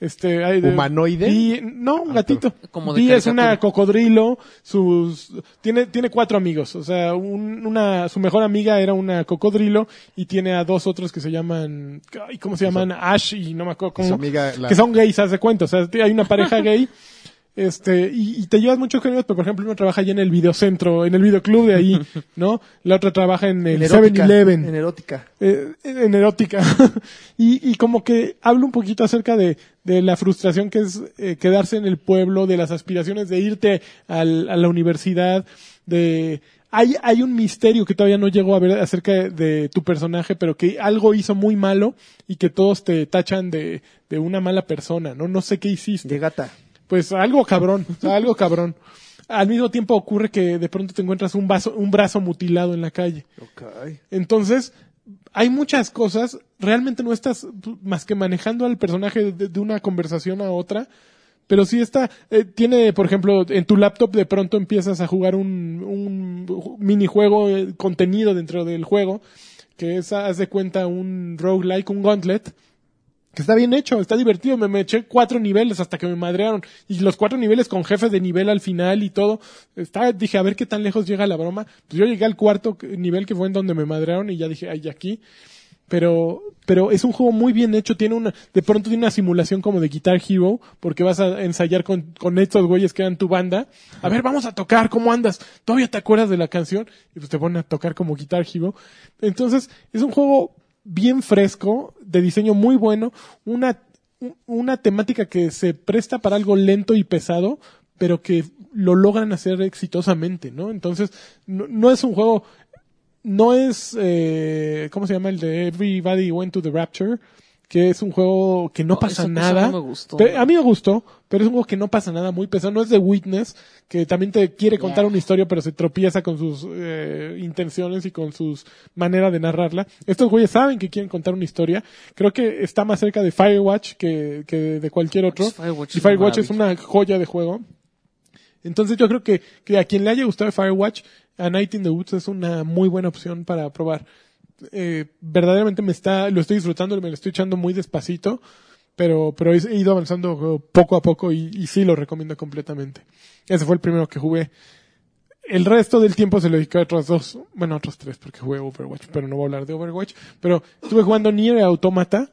[SPEAKER 2] este hay de-
[SPEAKER 6] ¿Humanoide? Ah,
[SPEAKER 2] Vi- no, un gatito.
[SPEAKER 1] Como de
[SPEAKER 2] Vi es
[SPEAKER 1] caricatura.
[SPEAKER 2] una cocodrilo, sus tiene tiene cuatro amigos, o sea, un- una su mejor amiga era una cocodrilo y tiene a dos otros que se llaman ay, ¿cómo se llaman? Ash y no me acuerdo
[SPEAKER 6] Su
[SPEAKER 2] cómo.
[SPEAKER 6] amiga, la-
[SPEAKER 2] Que son gays, haz de cuenta, o sea, hay una pareja gay Este, y, y te llevas muchos géneros, pero por ejemplo, uno trabaja allá en el videocentro, en el videoclub de ahí, ¿no? La otra trabaja en el
[SPEAKER 4] erótica,
[SPEAKER 2] 7-Eleven.
[SPEAKER 4] En erótica.
[SPEAKER 2] eh, en erótica. y, y como que hablo un poquito acerca de, de la frustración que es eh, quedarse en el pueblo, de las aspiraciones de irte al- a la universidad, de... Hay, hay un misterio que todavía no llegó a ver acerca de, de tu personaje, pero que algo hizo muy malo y que todos te tachan de, de una mala persona, ¿no? No sé qué hiciste
[SPEAKER 4] De gata.
[SPEAKER 2] pues algo cabrón, o sea, algo cabrón. Al mismo tiempo ocurre que de pronto te encuentras un, vaso, un brazo mutilado en la calle. Entonces, hay muchas cosas, realmente no estás tú, más que manejando al personaje de, de una conversación a otra, pero sí está, eh, tiene, por ejemplo, en tu laptop de pronto empiezas a jugar un, un ju- minijuego eh, contenido dentro del juego, que es, haz de cuenta, un roguelike, un gauntlet, que está bien hecho, está divertido. Me, me eché cuatro niveles hasta que me madrearon. Y los cuatro niveles con jefes de nivel al final y todo. Está, dije, a ver qué tan lejos llega la broma. Pues yo llegué al cuarto c- nivel que fue en donde me madrearon y ya dije, ay, aquí. Pero, pero es un juego muy bien hecho. Tiene una, de pronto tiene una simulación como de Guitar Hero, porque vas a ensayar con, con estos güeyes que eran tu banda. A ver, vamos a tocar, ¿cómo andas? ¿Todavía te acuerdas de la canción? Y pues te ponen a tocar como Guitar Hero. Entonces, es un juego bien fresco, de diseño muy bueno, una, u- una temática que se presta para algo lento y pesado, pero que lo logran hacer exitosamente, ¿no? Entonces, no, no es un juego, no es, eh, ¿cómo se llama? El de Everybody Went to the Rapture, que es un juego que no
[SPEAKER 1] No, esa
[SPEAKER 2] pasa
[SPEAKER 1] cosa
[SPEAKER 2] nada.
[SPEAKER 1] no me gustó.
[SPEAKER 2] Pe- a mí me gustó, pero es un juego que no pasa nada muy pesado. No es de Witness, que también te quiere contar una historia, pero se tropieza con sus eh, intenciones y con sus manera de narrarla. Estos güeyes saben que quieren contar una historia. Creo que está más cerca de Firewatch que, que de cualquier otro.
[SPEAKER 1] Pues Firewatch
[SPEAKER 2] y
[SPEAKER 1] es una
[SPEAKER 2] Firewatch es una joya de juego. Entonces yo creo que, que a quien le haya gustado Firewatch, A Night in the Woods es una muy buena opción para probar. Eh, verdaderamente me está, lo estoy disfrutando, me lo estoy echando muy despacito, pero, pero he he ido avanzando eh, poco a poco y, y sí lo recomiendo completamente. Ese fue el primero que jugué. El resto del tiempo se lo dediqué a otros dos, bueno, a otros tres, porque jugué Overwatch, pero no voy a hablar de Overwatch. Pero estuve jugando Nier Automata.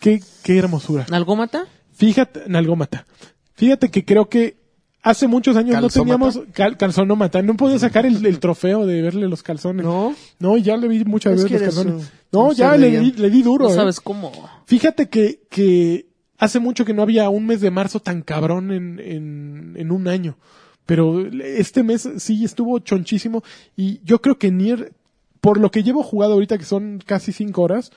[SPEAKER 2] Qué, qué hermosura.
[SPEAKER 1] ¿Nalgómata?
[SPEAKER 2] Fíjate, Nalgómata. Fíjate que creo que hace muchos años no
[SPEAKER 6] ¿Calzómata?
[SPEAKER 2] teníamos cal- calzonómata. No podía sacar el, el trofeo de verle los calzones.
[SPEAKER 4] No.
[SPEAKER 2] No, ya le vi muchas
[SPEAKER 4] Es
[SPEAKER 2] veces
[SPEAKER 4] que
[SPEAKER 2] los
[SPEAKER 4] eres
[SPEAKER 2] calzones.
[SPEAKER 4] un-
[SPEAKER 2] No,
[SPEAKER 4] un
[SPEAKER 2] ya
[SPEAKER 4] ser de
[SPEAKER 2] le di,
[SPEAKER 4] ella.
[SPEAKER 2] le di duro.
[SPEAKER 1] No
[SPEAKER 2] ¿eh?
[SPEAKER 1] sabes cómo.
[SPEAKER 2] Fíjate que, que hace mucho que no había un mes de marzo tan cabrón en, en, en un año. Pero este mes sí estuvo chonchísimo. Y yo creo que Nier, por lo que llevo jugado ahorita, que son casi cinco horas,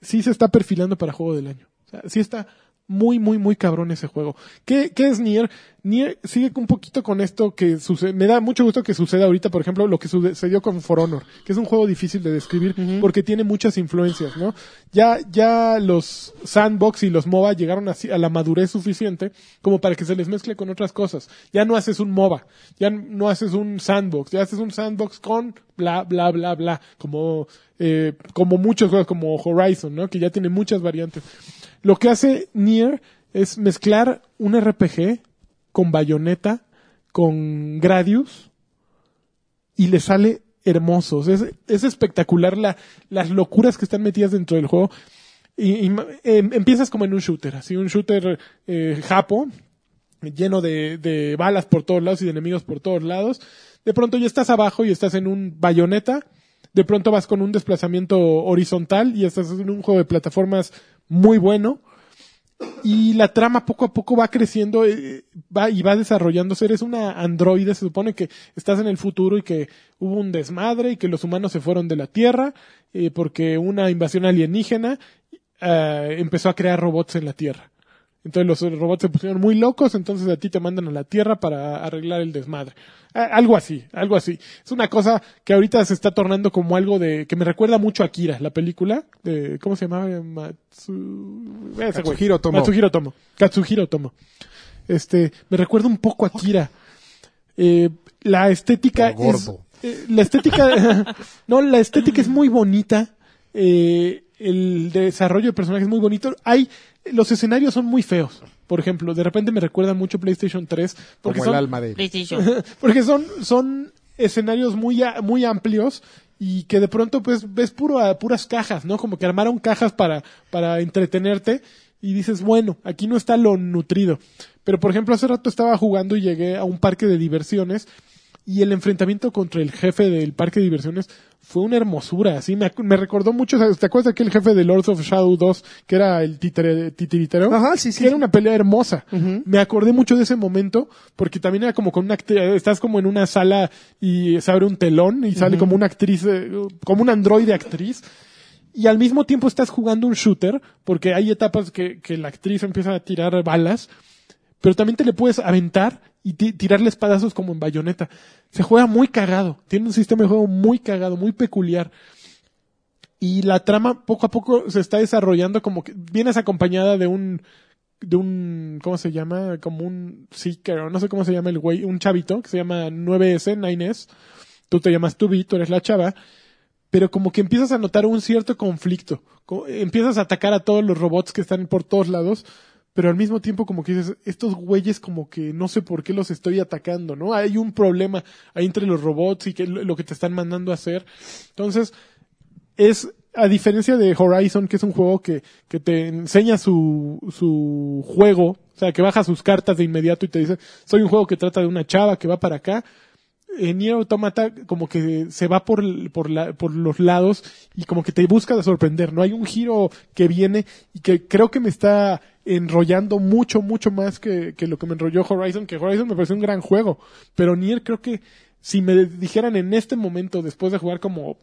[SPEAKER 2] sí se está perfilando para juego del año. O sea, sí está muy, muy, muy cabrón ese juego. ¿Qué, qué es Nier? Nier sigue un poquito con esto que sucede. Me da mucho gusto que suceda ahorita, por ejemplo, lo que sucedió con For Honor, que es un juego difícil de describir porque tiene muchas influencias, ¿no? Ya, ya los sandbox y los MOBA llegaron así a la madurez suficiente como para que se les mezcle con otras cosas. Ya no haces un MOBA, ya no haces un sandbox, ya haces un sandbox con bla, bla, bla, bla, como, eh, como muchos juegos, como Horizon, ¿no? Que ya tiene muchas variantes. Lo que hace Nier es mezclar un RPG con Bayonetta, con Gradius, y le sale hermoso. O sea, Es, es espectacular la, las locuras que están metidas dentro del juego. Y, y ma- em- empiezas como en un shooter, así un shooter eh, japo, lleno de, de balas por todos lados y de enemigos por todos lados. De pronto ya estás abajo y estás en un bayoneta. De pronto vas con un desplazamiento horizontal y estás en un juego de plataformas muy bueno. Y la trama poco a poco va creciendo eh, va, y va desarrollándose. Eres una androide, se supone que estás en el futuro y que hubo un desmadre y que los humanos se fueron de la Tierra eh, porque una invasión alienígena eh, empezó a crear robots en la Tierra. Entonces los robots se pusieron muy locos, entonces a ti te mandan a la Tierra para arreglar el desmadre. A- Algo así, algo así. Es una cosa que ahorita se está tornando como algo de que me recuerda mucho a Akira, la película de ¿cómo se llamaba? Matsu... ese güey.
[SPEAKER 6] Katsuhiro Otomo.
[SPEAKER 2] Katsuhiro Tomo. Katsuhiro Tomo. Este, me recuerda un poco a Akira. Eh, la estética
[SPEAKER 6] Por
[SPEAKER 2] es-
[SPEAKER 6] gordo.
[SPEAKER 2] eh, la estética no la estética es muy bonita eh, el desarrollo de personajes es muy bonito hay los escenarios son muy feos por ejemplo de repente me recuerda mucho PlayStation 3 porque
[SPEAKER 6] Como
[SPEAKER 2] son
[SPEAKER 6] el alma de
[SPEAKER 5] PlayStation.
[SPEAKER 2] porque son son escenarios muy a- muy amplios y que de pronto pues ves puro a- puras cajas no como que armaron cajas para para entretenerte y dices, bueno, aquí no está lo nutrido. Pero por ejemplo, hace rato estaba jugando y llegué a un parque de diversiones y el enfrentamiento contra el jefe del parque de diversiones fue una hermosura, así me, acu- me recordó mucho, ¿sabes? ¿te acuerdas aquel jefe de Lords of Shadow 2 que era el títere- titiritero?
[SPEAKER 4] Ajá, sí, sí,
[SPEAKER 2] Que era
[SPEAKER 4] sí.
[SPEAKER 2] una pelea hermosa. Me acordé mucho de ese momento porque también era como con una actriz, estás como en una sala y se abre un telón y sale como una actriz, eh, como un androide actriz y al mismo tiempo estás jugando un shooter, porque hay etapas que, que la actriz empieza a tirar balas, pero también te le puedes aventar y ti- tirarle espadazos como en bayoneta. Se juega muy cagado, tiene un sistema de juego muy cagado, muy peculiar. Y la trama poco a poco se está desarrollando como que vienes acompañada de un de un ¿cómo se llama? como un seeker, o no sé cómo se llama el güey, un chavito que se llama 9S, 9S. Tú te llamas Tubi, tú eres la chava pero como que empiezas a notar un cierto conflicto. Co- Empiezas a atacar a todos los robots que están por todos lados, pero al mismo tiempo como que dices, estos güeyes como que no sé por qué los estoy atacando, ¿no? Hay un problema ahí entre los robots y que lo lo que te están mandando a hacer. Entonces, es a diferencia de Horizon, que es un juego que, que te enseña su, su juego, o sea, que baja sus cartas de inmediato y te dice, soy un juego que trata de una chava que va para acá. En Nier Automata como que se va por, l- por, la- por los lados y como que te busca de sorprender, ¿no? Hay un giro que viene y que creo que me está enrollando mucho, mucho más que, que lo que me enrolló Horizon, que Horizon me pareció un gran juego, pero Nier creo que si me dijeran en este momento, después de jugar como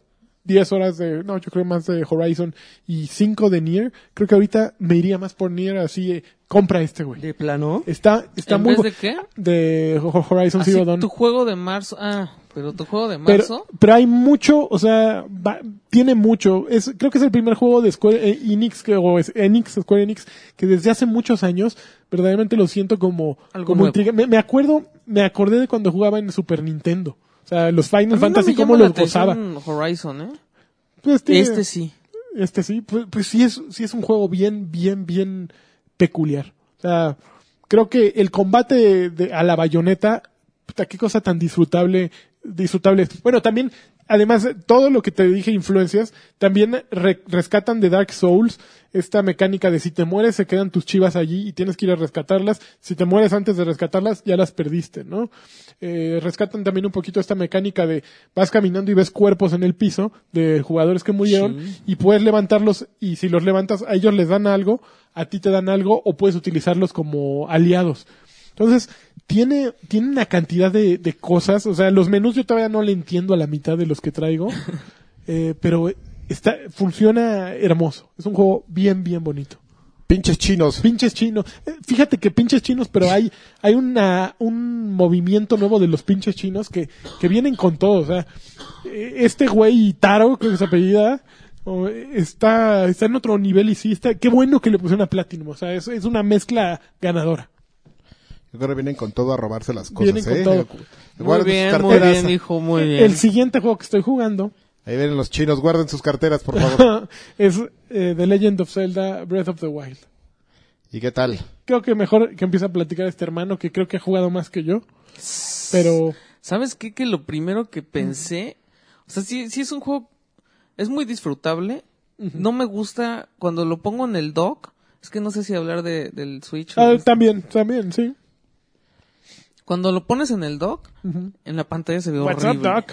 [SPEAKER 2] 10 horas de, no, yo creo más de Horizon y 5 de Nier, creo que ahorita me iría más por Nier, así, eh, compra este, güey.
[SPEAKER 4] ¿De plano?
[SPEAKER 2] Está, está
[SPEAKER 1] ¿En
[SPEAKER 2] muy...
[SPEAKER 1] vez de
[SPEAKER 2] bu-
[SPEAKER 1] qué? Ah,
[SPEAKER 2] De Ho- Horizon
[SPEAKER 1] Así,
[SPEAKER 2] Zero Dawn.
[SPEAKER 1] tu juego de marzo. Ah, pero tu juego de marzo.
[SPEAKER 2] Pero, pero hay mucho, o sea, va- tiene mucho. Es, creo que es el primer juego de Square eh, Enix, que- o es Enix, Square Enix, que desde hace muchos años verdaderamente lo siento como,
[SPEAKER 1] Algo
[SPEAKER 2] como
[SPEAKER 1] nuevo.
[SPEAKER 2] intriga. Me, me acuerdo, me acordé de cuando jugaba en Super Nintendo. O sea, los Final
[SPEAKER 1] A mí no
[SPEAKER 2] Fantasy,
[SPEAKER 1] me
[SPEAKER 2] cómo
[SPEAKER 1] llama la
[SPEAKER 2] los gozaba.
[SPEAKER 1] atención Horizon, ¿eh?
[SPEAKER 2] Pues tiene-
[SPEAKER 1] Este sí.
[SPEAKER 2] este sí, pues, pues sí es, sí es un juego bien, bien, bien peculiar. O sea, creo que el combate de- a la bayoneta, puta, qué cosa tan disfrutable, disfrutable. es. Bueno, también, además, eh, todo lo que te dije, influencias, también re- rescatan de Dark Souls esta mecánica de si te mueres se quedan tus chivas allí y tienes que ir a rescatarlas. Si te mueres antes de rescatarlas, ya las perdiste, ¿no? Eh, rescatan también un poquito esta mecánica de vas caminando y ves cuerpos en el piso de jugadores que murieron y puedes levantarlos y si los levantas a ellos les dan algo, a ti te dan algo o puedes utilizarlos como aliados. Entonces, tiene, tiene una cantidad de, de cosas, o sea, los menús yo todavía no le entiendo a la mitad de los que traigo, eh, pero está, funciona hermoso. Es un juego bien, bien bonito.
[SPEAKER 6] Pinches chinos.
[SPEAKER 2] Pinches chinos. Eh, Fíjate que pinches chinos, pero hay, hay una, un movimiento nuevo de los pinches chinos que, que vienen con todo. O sea, eh, este güey Taro, creo que es su apellida, o, eh, está, está en otro nivel y sí, está, qué bueno que le pusieron a Platinum. O sea, es, es una mezcla ganadora.
[SPEAKER 6] Yo creo que vienen con todo a robarse las cosas,
[SPEAKER 2] Vienen con
[SPEAKER 6] ¿eh?
[SPEAKER 2] todo.
[SPEAKER 1] Muy
[SPEAKER 6] Guarden sus
[SPEAKER 1] bien, muy
[SPEAKER 6] carteras.
[SPEAKER 1] bien, hijo, muy bien.
[SPEAKER 2] El siguiente juego que estoy jugando
[SPEAKER 6] Ahí vienen los chinos, guarden sus carteras, por favor.
[SPEAKER 2] es eh, The Legend of Zelda Breath of the Wild.
[SPEAKER 6] ¿Y qué tal?
[SPEAKER 2] Creo que mejor que empiece a platicar este hermano que creo que ha jugado más que yo. Pero
[SPEAKER 1] ¿Sabes qué? Que lo primero que pensé. O sea, sí, sí es un juego. Es muy disfrutable. No me gusta. Cuando lo pongo en el dock. Es que no sé si hablar de, del Switch. o
[SPEAKER 2] ah,
[SPEAKER 1] de-
[SPEAKER 2] también, también, sí.
[SPEAKER 1] Cuando lo pones en el dock. En la pantalla se ve
[SPEAKER 2] What's up,
[SPEAKER 1] horrible.
[SPEAKER 2] Doc?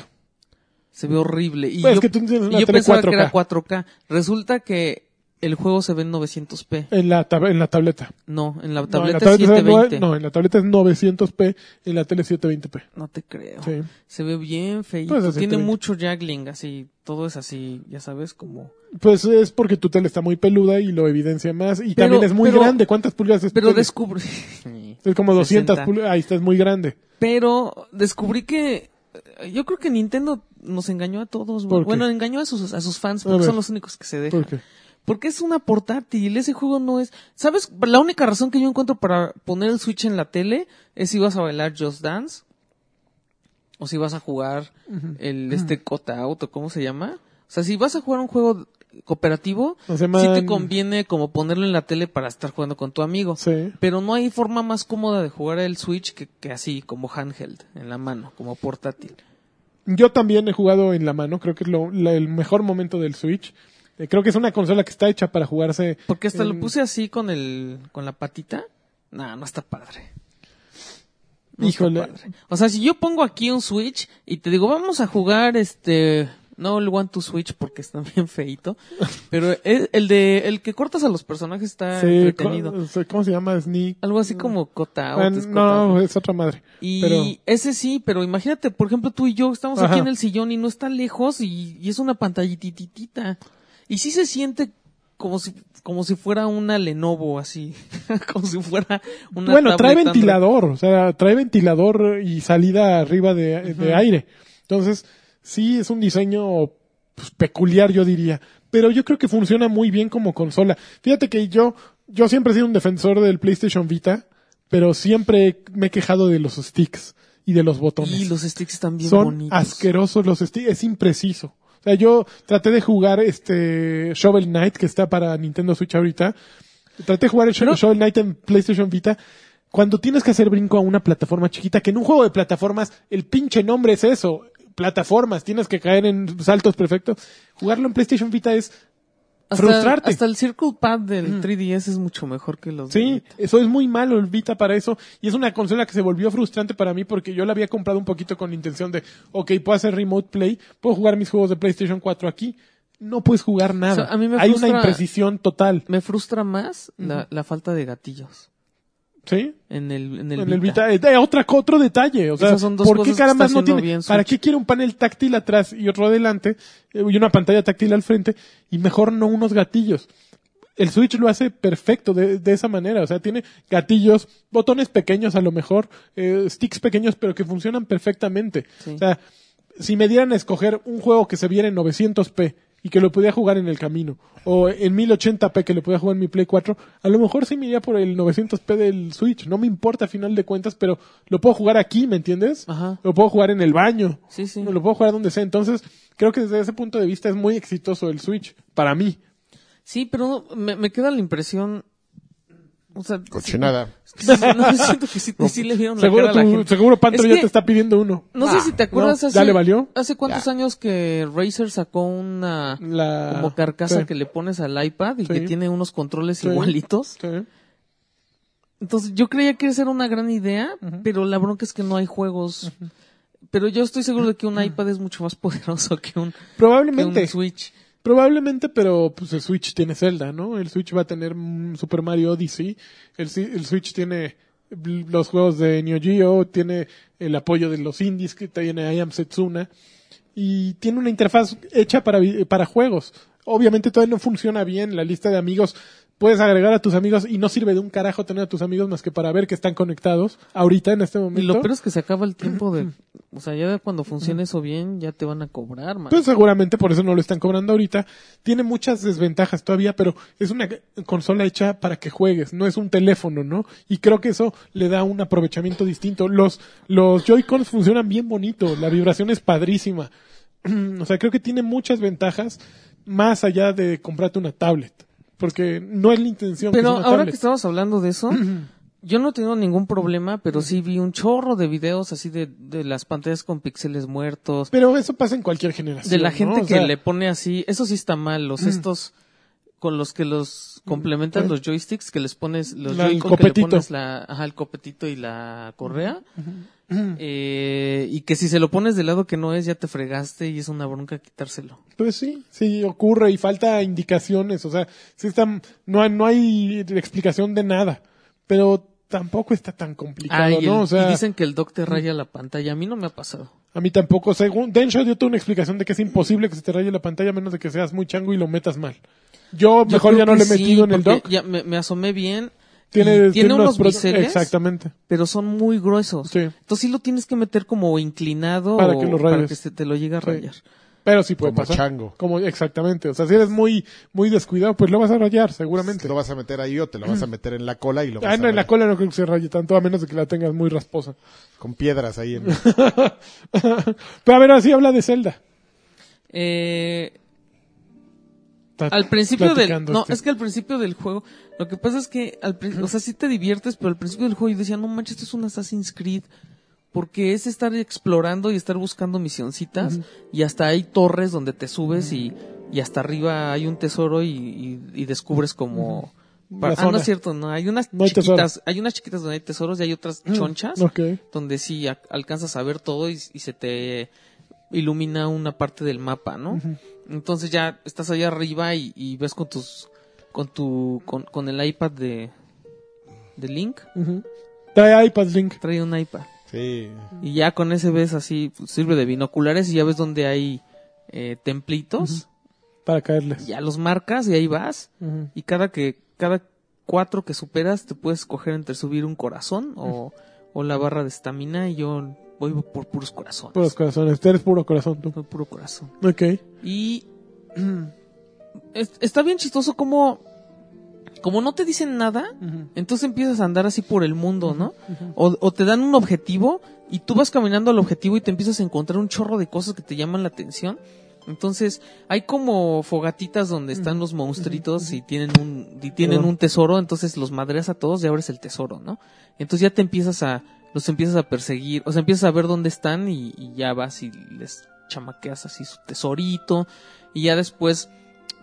[SPEAKER 1] Se ve horrible. Y
[SPEAKER 2] Pues
[SPEAKER 1] yo,
[SPEAKER 2] es que tú tienes
[SPEAKER 1] y
[SPEAKER 2] una
[SPEAKER 1] yo
[SPEAKER 2] tele
[SPEAKER 1] pensaba
[SPEAKER 2] 4K.
[SPEAKER 1] que era 4K. Resulta que el juego se ve en 900p.
[SPEAKER 2] En la, tab- en la tableta.
[SPEAKER 1] No, en la
[SPEAKER 2] No, en
[SPEAKER 1] tableta,
[SPEAKER 2] la tableta es
[SPEAKER 1] 720.
[SPEAKER 2] nueve- no, en la tableta es 900p, en la tele 720p.
[SPEAKER 1] No te creo.
[SPEAKER 2] Sí.
[SPEAKER 1] Se ve bien feito.
[SPEAKER 2] Pues, así
[SPEAKER 1] Tiene
[SPEAKER 2] te digo.
[SPEAKER 1] mucho juggling, así. Todo es así, ya sabes, como...
[SPEAKER 2] Pues es porque tu tele está muy peluda y lo evidencia más.
[SPEAKER 1] Pero-
[SPEAKER 2] Y también es muy
[SPEAKER 1] pero-
[SPEAKER 2] grande. ¿Cuántas pulgadas es tu
[SPEAKER 1] Pero
[SPEAKER 2] tele?
[SPEAKER 1] descubrí...
[SPEAKER 2] Es como 200
[SPEAKER 1] 60.
[SPEAKER 2] pulgadas. Ahí está, es muy grande.
[SPEAKER 1] Pero descubrí que... eh, Yo creo que Nintendo nos engañó a todos.
[SPEAKER 2] ¿Por qué?
[SPEAKER 1] Bueno, engañó a sus, a sus fans
[SPEAKER 2] A
[SPEAKER 1] porque
[SPEAKER 2] ver.
[SPEAKER 1] son los únicos que se dejan.
[SPEAKER 2] ¿Por qué?
[SPEAKER 1] Porque es una portátil, ese juego no es... ¿Sabes? La única razón que yo encuentro para poner el Switch en la tele es si vas a bailar Just Dance o si vas a jugar el este Cota Auto, ¿cómo se llama? O sea, si vas a jugar un juego cooperativo,
[SPEAKER 2] O
[SPEAKER 1] sí
[SPEAKER 2] sea, man-
[SPEAKER 1] te conviene como ponerlo en la tele para estar jugando con tu amigo.
[SPEAKER 2] Sí.
[SPEAKER 1] Pero no hay forma más cómoda de jugar el Switch que, que así, como handheld, en la mano, como portátil.
[SPEAKER 2] Yo también he jugado en la mano. Creo que es lo- la- el mejor momento del Switch. Eh, creo que es una consola que está hecha para jugarse.
[SPEAKER 1] Porque hasta lo
[SPEAKER 2] en-
[SPEAKER 1] puse así con el con la patita. Nah, no está padre. No está
[SPEAKER 2] Híjole.
[SPEAKER 1] padre. O sea, si yo pongo aquí un Switch y te digo, vamos a jugar este no el One to Switch porque está bien feito, pero el, el de el que cortas a los personajes está
[SPEAKER 2] Sí,
[SPEAKER 1] Ah, entretenido. Ah,
[SPEAKER 2] co- se- ¿Cómo se llama? Sneak.
[SPEAKER 1] Algo así como Cota.
[SPEAKER 2] Ah, no, es otra madre.
[SPEAKER 1] Y
[SPEAKER 2] Pero
[SPEAKER 1] ese sí, pero imagínate, por ejemplo, tú y yo estamos
[SPEAKER 2] Ajá.
[SPEAKER 1] aquí en el sillón y no está lejos y, y es una pantallititita. Y sí se siente como si, como si fuera una Lenovo, así. como si fuera una.
[SPEAKER 2] bueno, trae
[SPEAKER 1] tablet
[SPEAKER 2] ventilador, o sea, trae ventilador y salida arriba de, de aire. Entonces, sí es un diseño pues, peculiar, yo diría. Pero yo creo que funciona muy bien como consola. Fíjate que yo, yo siempre he sido un defensor del PlayStation Vita, pero siempre me he quejado de los sticks y de los
[SPEAKER 1] Android.
[SPEAKER 2] botones.
[SPEAKER 1] Y los sticks están bien
[SPEAKER 2] Son
[SPEAKER 1] bonitos.
[SPEAKER 2] asquerosos los sticks, es impreciso. O sea, yo traté de jugar este Shovel Knight que está para Nintendo Switch ahorita. Traté de jugar el Sho-
[SPEAKER 1] Pero-
[SPEAKER 2] Shovel Knight en PlayStation Vita. Cuando tienes que hacer brinco a una plataforma chiquita, que en un juego de plataformas el pinche nombre es eso, plataformas, tienes que caer en saltos perfectos. Jugarlo en PlayStation Vita es
[SPEAKER 1] Hasta,
[SPEAKER 2] frustrarte.
[SPEAKER 1] Hasta el Circle Pad del 3DS es mucho mejor que los.
[SPEAKER 2] Sí,
[SPEAKER 1] de-
[SPEAKER 2] eso es muy malo el Vita para eso. Y es una consola que se volvió frustrante para mí porque yo la había comprado un poquito con la intención de, ok, puedo hacer remote play, puedo jugar mis juegos de PlayStation 4 aquí. No puedes jugar nada.
[SPEAKER 1] O sea, a mí me
[SPEAKER 2] Hay
[SPEAKER 1] frustra-
[SPEAKER 2] una imprecisión total.
[SPEAKER 1] Me frustra más la, la falta de gatillos
[SPEAKER 2] ¿Sí?
[SPEAKER 1] en el, en el,
[SPEAKER 2] En el
[SPEAKER 1] Vita.
[SPEAKER 2] Vita. eh, otra, co- otro detalle. O sea,
[SPEAKER 1] Esas son dos
[SPEAKER 2] ¿por
[SPEAKER 1] cosas
[SPEAKER 2] qué
[SPEAKER 1] que
[SPEAKER 2] caramba
[SPEAKER 1] está
[SPEAKER 2] no tiene?
[SPEAKER 1] haciendo bien
[SPEAKER 2] ¿Para
[SPEAKER 1] Switch?
[SPEAKER 2] qué quiere un panel táctil atrás y otro adelante eh, y una pantalla táctil al frente y mejor no unos gatillos? El Switch lo hace perfecto de, de esa manera. O sea, tiene gatillos, botones pequeños a lo mejor, eh, sticks pequeños, pero que funcionan perfectamente.
[SPEAKER 1] Sí.
[SPEAKER 2] O sea, si me dieran a escoger un juego que se viera en 900p y que lo pudiera jugar en el camino, o en 1080p que lo pudiera jugar en mi Play 4, a lo mejor sí me iría por el 900p del Switch. No me importa a final de cuentas, pero lo puedo jugar aquí, ¿me entiendes?
[SPEAKER 1] Ajá.
[SPEAKER 2] Lo puedo jugar en el baño.
[SPEAKER 1] Sí, sí.
[SPEAKER 2] Lo puedo jugar donde sea. Entonces, creo que desde ese punto de vista es muy exitoso el Switch, para mí.
[SPEAKER 1] Sí, pero me, me queda la impresión. O sea,
[SPEAKER 6] Cochinada.
[SPEAKER 1] Sí, No, yo siento que sí, sí le vieron la
[SPEAKER 2] Seguro,
[SPEAKER 1] cara a la
[SPEAKER 2] tú-
[SPEAKER 1] gente.
[SPEAKER 2] seguro Pantro
[SPEAKER 1] Es
[SPEAKER 2] ya
[SPEAKER 1] que,
[SPEAKER 2] te está pidiendo uno.
[SPEAKER 1] No sé si te acuerdas
[SPEAKER 2] Ah, ¿no?
[SPEAKER 1] hace...
[SPEAKER 2] ¿Ya le valió?
[SPEAKER 1] ¿Hace cuántos años que Razer sacó una...
[SPEAKER 2] La...
[SPEAKER 1] Como carcasa
[SPEAKER 2] Sí,
[SPEAKER 1] que le pones al iPad y
[SPEAKER 2] Sí.
[SPEAKER 1] que tiene unos controles
[SPEAKER 2] Sí.
[SPEAKER 1] igualitos.
[SPEAKER 2] sí.
[SPEAKER 1] Entonces yo creía que esa era una gran idea, pero la bronca es que no hay juegos. Pero yo estoy seguro de que un iPad es mucho más poderoso que un, que un
[SPEAKER 2] Probablemente.
[SPEAKER 1] Switch.
[SPEAKER 2] Probablemente, pero pues el Switch tiene Zelda, ¿no? El Switch va a tener mm, Super Mario Odyssey. El, si- el Switch tiene bl- los juegos de Neo Geo, tiene el apoyo de los indies que tiene I Am Setsuna y tiene una interfaz hecha para, vi- para juegos. Obviamente todavía no funciona bien la lista de amigos. Puedes agregar a tus amigos y no sirve de un carajo tener a tus amigos más que para ver que están conectados ahorita en este
[SPEAKER 1] Y
[SPEAKER 2] momento.
[SPEAKER 1] lo peor es que se acaba el tiempo de... O sea, ya cuando funcione eso bien, ya te van a cobrar, man.
[SPEAKER 2] Pues seguramente por eso no lo están cobrando ahorita. Tiene muchas desventajas todavía, pero es una consola hecha para que juegues, no es un teléfono, ¿no? Y creo que eso le da un aprovechamiento distinto. Los, los Joy-Cons funcionan bien bonito, la vibración es padrísima. o sea, creo que tiene muchas ventajas más allá de comprarte una tablet. Porque no es la intención que
[SPEAKER 1] Pero
[SPEAKER 2] sea una
[SPEAKER 1] ahora
[SPEAKER 2] tablet.
[SPEAKER 1] que estamos hablando de eso, yo no he tenido ningún problema, pero sí vi un chorro de videos así de, de las pantallas con píxeles muertos,
[SPEAKER 2] Pero eso pasa en cualquier generación.
[SPEAKER 1] de la
[SPEAKER 2] ¿no?
[SPEAKER 1] gente
[SPEAKER 2] O
[SPEAKER 1] que
[SPEAKER 2] sea,
[SPEAKER 1] le pone así, eso sí está mal, los estos con los que los complementan los joysticks, que les pones los
[SPEAKER 2] Mm, La- el
[SPEAKER 1] Joy-Con que le
[SPEAKER 2] copetito.
[SPEAKER 1] pones la, ajá, el copetito y la correa, eh, y que si se lo pones del lado que no es, ya te fregaste y es una bronca quitárselo.
[SPEAKER 2] Pues sí, sí ocurre y falta indicaciones, o sea, sí están, no, hay- no hay explicación de nada, pero tampoco está tan complicado,
[SPEAKER 1] Ah, y, el-
[SPEAKER 2] ¿no? O sea,
[SPEAKER 1] y dicen que el dock te raya la pantalla, a mí no me ha pasado.
[SPEAKER 2] a mí tampoco, según Densho dio toda una explicación de que es imposible que se te raye la pantalla a menos de que seas muy chango y lo metas mal.
[SPEAKER 1] Yo
[SPEAKER 2] Yo mejor
[SPEAKER 1] creo
[SPEAKER 2] ya no
[SPEAKER 1] que
[SPEAKER 2] le he
[SPEAKER 1] sí,
[SPEAKER 2] metido en el
[SPEAKER 1] porque
[SPEAKER 2] dock.
[SPEAKER 1] Ya me, me asomé bien.
[SPEAKER 2] Tiene,
[SPEAKER 1] y tiene,
[SPEAKER 2] tiene
[SPEAKER 1] unos
[SPEAKER 2] pro-
[SPEAKER 1] biseles,
[SPEAKER 2] Exactamente.
[SPEAKER 1] pero son muy gruesos.
[SPEAKER 2] Sí.
[SPEAKER 1] Entonces sí lo tienes que meter como inclinado
[SPEAKER 2] Para
[SPEAKER 1] o
[SPEAKER 2] que lo
[SPEAKER 1] para
[SPEAKER 2] rayes.
[SPEAKER 1] que se te lo llegue a
[SPEAKER 2] Sí.
[SPEAKER 1] rayar.
[SPEAKER 2] Pero sí puede
[SPEAKER 6] Como
[SPEAKER 2] pasar.
[SPEAKER 6] chango.
[SPEAKER 2] Como exactamente, o sea, si eres muy muy descuidado, pues lo vas a rayar seguramente.
[SPEAKER 6] Lo vas a meter ahí o te lo vas a meter en la cola y lo vas
[SPEAKER 2] Ah, no,
[SPEAKER 6] a
[SPEAKER 2] en la
[SPEAKER 6] rayar
[SPEAKER 2] cola no creo que se raye tanto, a menos de que la tengas muy rasposa.
[SPEAKER 6] con piedras ahí en
[SPEAKER 2] Pero a ver, así habla de Zelda.
[SPEAKER 1] Eh,
[SPEAKER 2] Está
[SPEAKER 1] al principio del
[SPEAKER 2] platicando
[SPEAKER 1] no
[SPEAKER 2] este.
[SPEAKER 1] es que al principio del juego lo que pasa es que al prin- o sea sí te diviertes pero al principio del juego yo decía no manches esto es un Assassin's Creed porque es estar explorando y estar buscando misioncitas y hasta hay torres donde te subes y y hasta arriba hay un tesoro y, y- y descubres como...
[SPEAKER 2] La
[SPEAKER 1] Para, ah, no
[SPEAKER 2] zona.
[SPEAKER 1] es cierto, no, hay unas
[SPEAKER 2] No hay tesoro.
[SPEAKER 1] chiquitas, hay unas chiquitas donde hay tesoros y hay otras chonchas
[SPEAKER 2] Ok.
[SPEAKER 1] donde sí a- alcanzas a ver todo y, y se te ilumina una parte del mapa, ¿no? Entonces ya estás allá arriba y, y ves con tus con tu con, con el iPad de de Link,
[SPEAKER 2] Ujú. Trae iPad Link.
[SPEAKER 1] trae un iPad
[SPEAKER 6] Sí.
[SPEAKER 1] y ya con ese ves así pues, sirve de binoculares y ya ves donde hay eh, templitos,
[SPEAKER 2] Para caerles.
[SPEAKER 1] ya los marcas y ahí vas
[SPEAKER 2] Ujú.
[SPEAKER 1] y cada que cada cuatro que superas te puedes escoger entre subir un corazón o, o la barra de estamina y yo voy por puros corazones.
[SPEAKER 2] Puros corazones. Tú eres puro corazón, tú.
[SPEAKER 1] Fue puro corazón.
[SPEAKER 2] Ok.
[SPEAKER 1] Y es- está bien chistoso como como no te dicen nada, entonces empiezas a andar así por el mundo, ¿no? o, o te dan un objetivo y tú vas caminando al objetivo y te empiezas a encontrar un chorro de cosas que te llaman la atención. Entonces, hay como fogatitas donde están los monstruitos y tienen un y tienen
[SPEAKER 2] Perdón.
[SPEAKER 1] un tesoro, entonces los madreas a todos y abres el tesoro, ¿no? Entonces ya te empiezas a los empiezas a perseguir, o sea, empiezas a ver dónde están y, y ya vas y les chamaqueas así su tesorito y ya después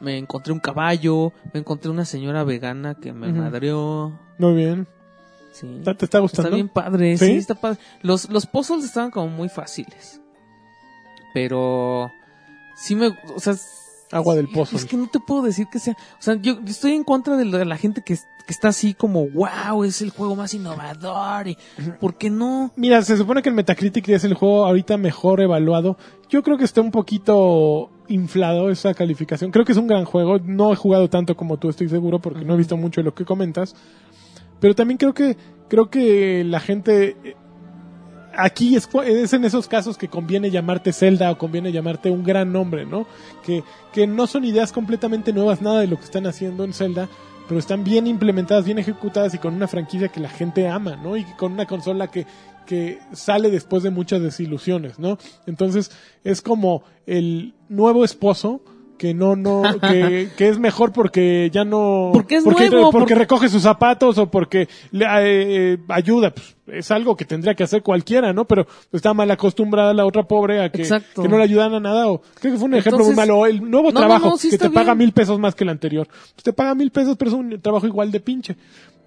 [SPEAKER 1] me encontré un caballo, me encontré una señora vegana que me
[SPEAKER 2] Ujú.
[SPEAKER 1] madreó.
[SPEAKER 2] Muy bien.
[SPEAKER 1] Sí.
[SPEAKER 2] ¿Te te está
[SPEAKER 1] Está
[SPEAKER 2] gustando?
[SPEAKER 1] bien padre,
[SPEAKER 2] ¿Sí?
[SPEAKER 1] ¿Sí? está padre. Los, los puzzles estaban como muy fáciles. Pero sí me, o sea, es-
[SPEAKER 2] Agua del pozo.
[SPEAKER 1] es que no te puedo decir que sea, o sea, yo estoy en contra de, lo de la gente que, es- que está así como, wow, es el juego más innovador y, ¿por qué no?
[SPEAKER 2] Mira, se supone que el Metacritic es el juego ahorita mejor evaluado. Yo creo que está un poquito inflado esa calificación. Creo que es un gran juego. No he jugado tanto como tú, estoy seguro, porque no he visto mucho de lo que comentas. Pero también creo que creo que la gente eh, aquí es, cu- es en esos casos que conviene llamarte Zelda o conviene llamarte un gran nombre, ¿no? Que, que no son ideas completamente nuevas, nada de lo que están haciendo en Zelda, pero están bien implementadas, bien ejecutadas y con una franquicia que la gente ama, ¿no? Y con una consola que, que sale después de muchas desilusiones, ¿no? Entonces es como el nuevo esposo que no, no, que, que es mejor porque ya no...
[SPEAKER 1] Porque es nuevo,
[SPEAKER 2] porque
[SPEAKER 1] porque-
[SPEAKER 2] recoge sus zapatos o porque le eh, eh, ayuda, pues, es algo que tendría que hacer cualquiera, ¿no? Pero está mal acostumbrada la otra pobre a que,
[SPEAKER 1] Exacto.
[SPEAKER 2] que no le ayudan a nada. O, creo que fue un ejemplo muy
[SPEAKER 1] Entonces-
[SPEAKER 2] malo. El nuevo
[SPEAKER 1] No, no,
[SPEAKER 2] trabajo
[SPEAKER 1] no, sí
[SPEAKER 2] que te
[SPEAKER 1] está
[SPEAKER 2] paga
[SPEAKER 1] bien.
[SPEAKER 2] mil pesos más que el anterior. Pues te paga mil pesos, pero es un trabajo igual de pinche.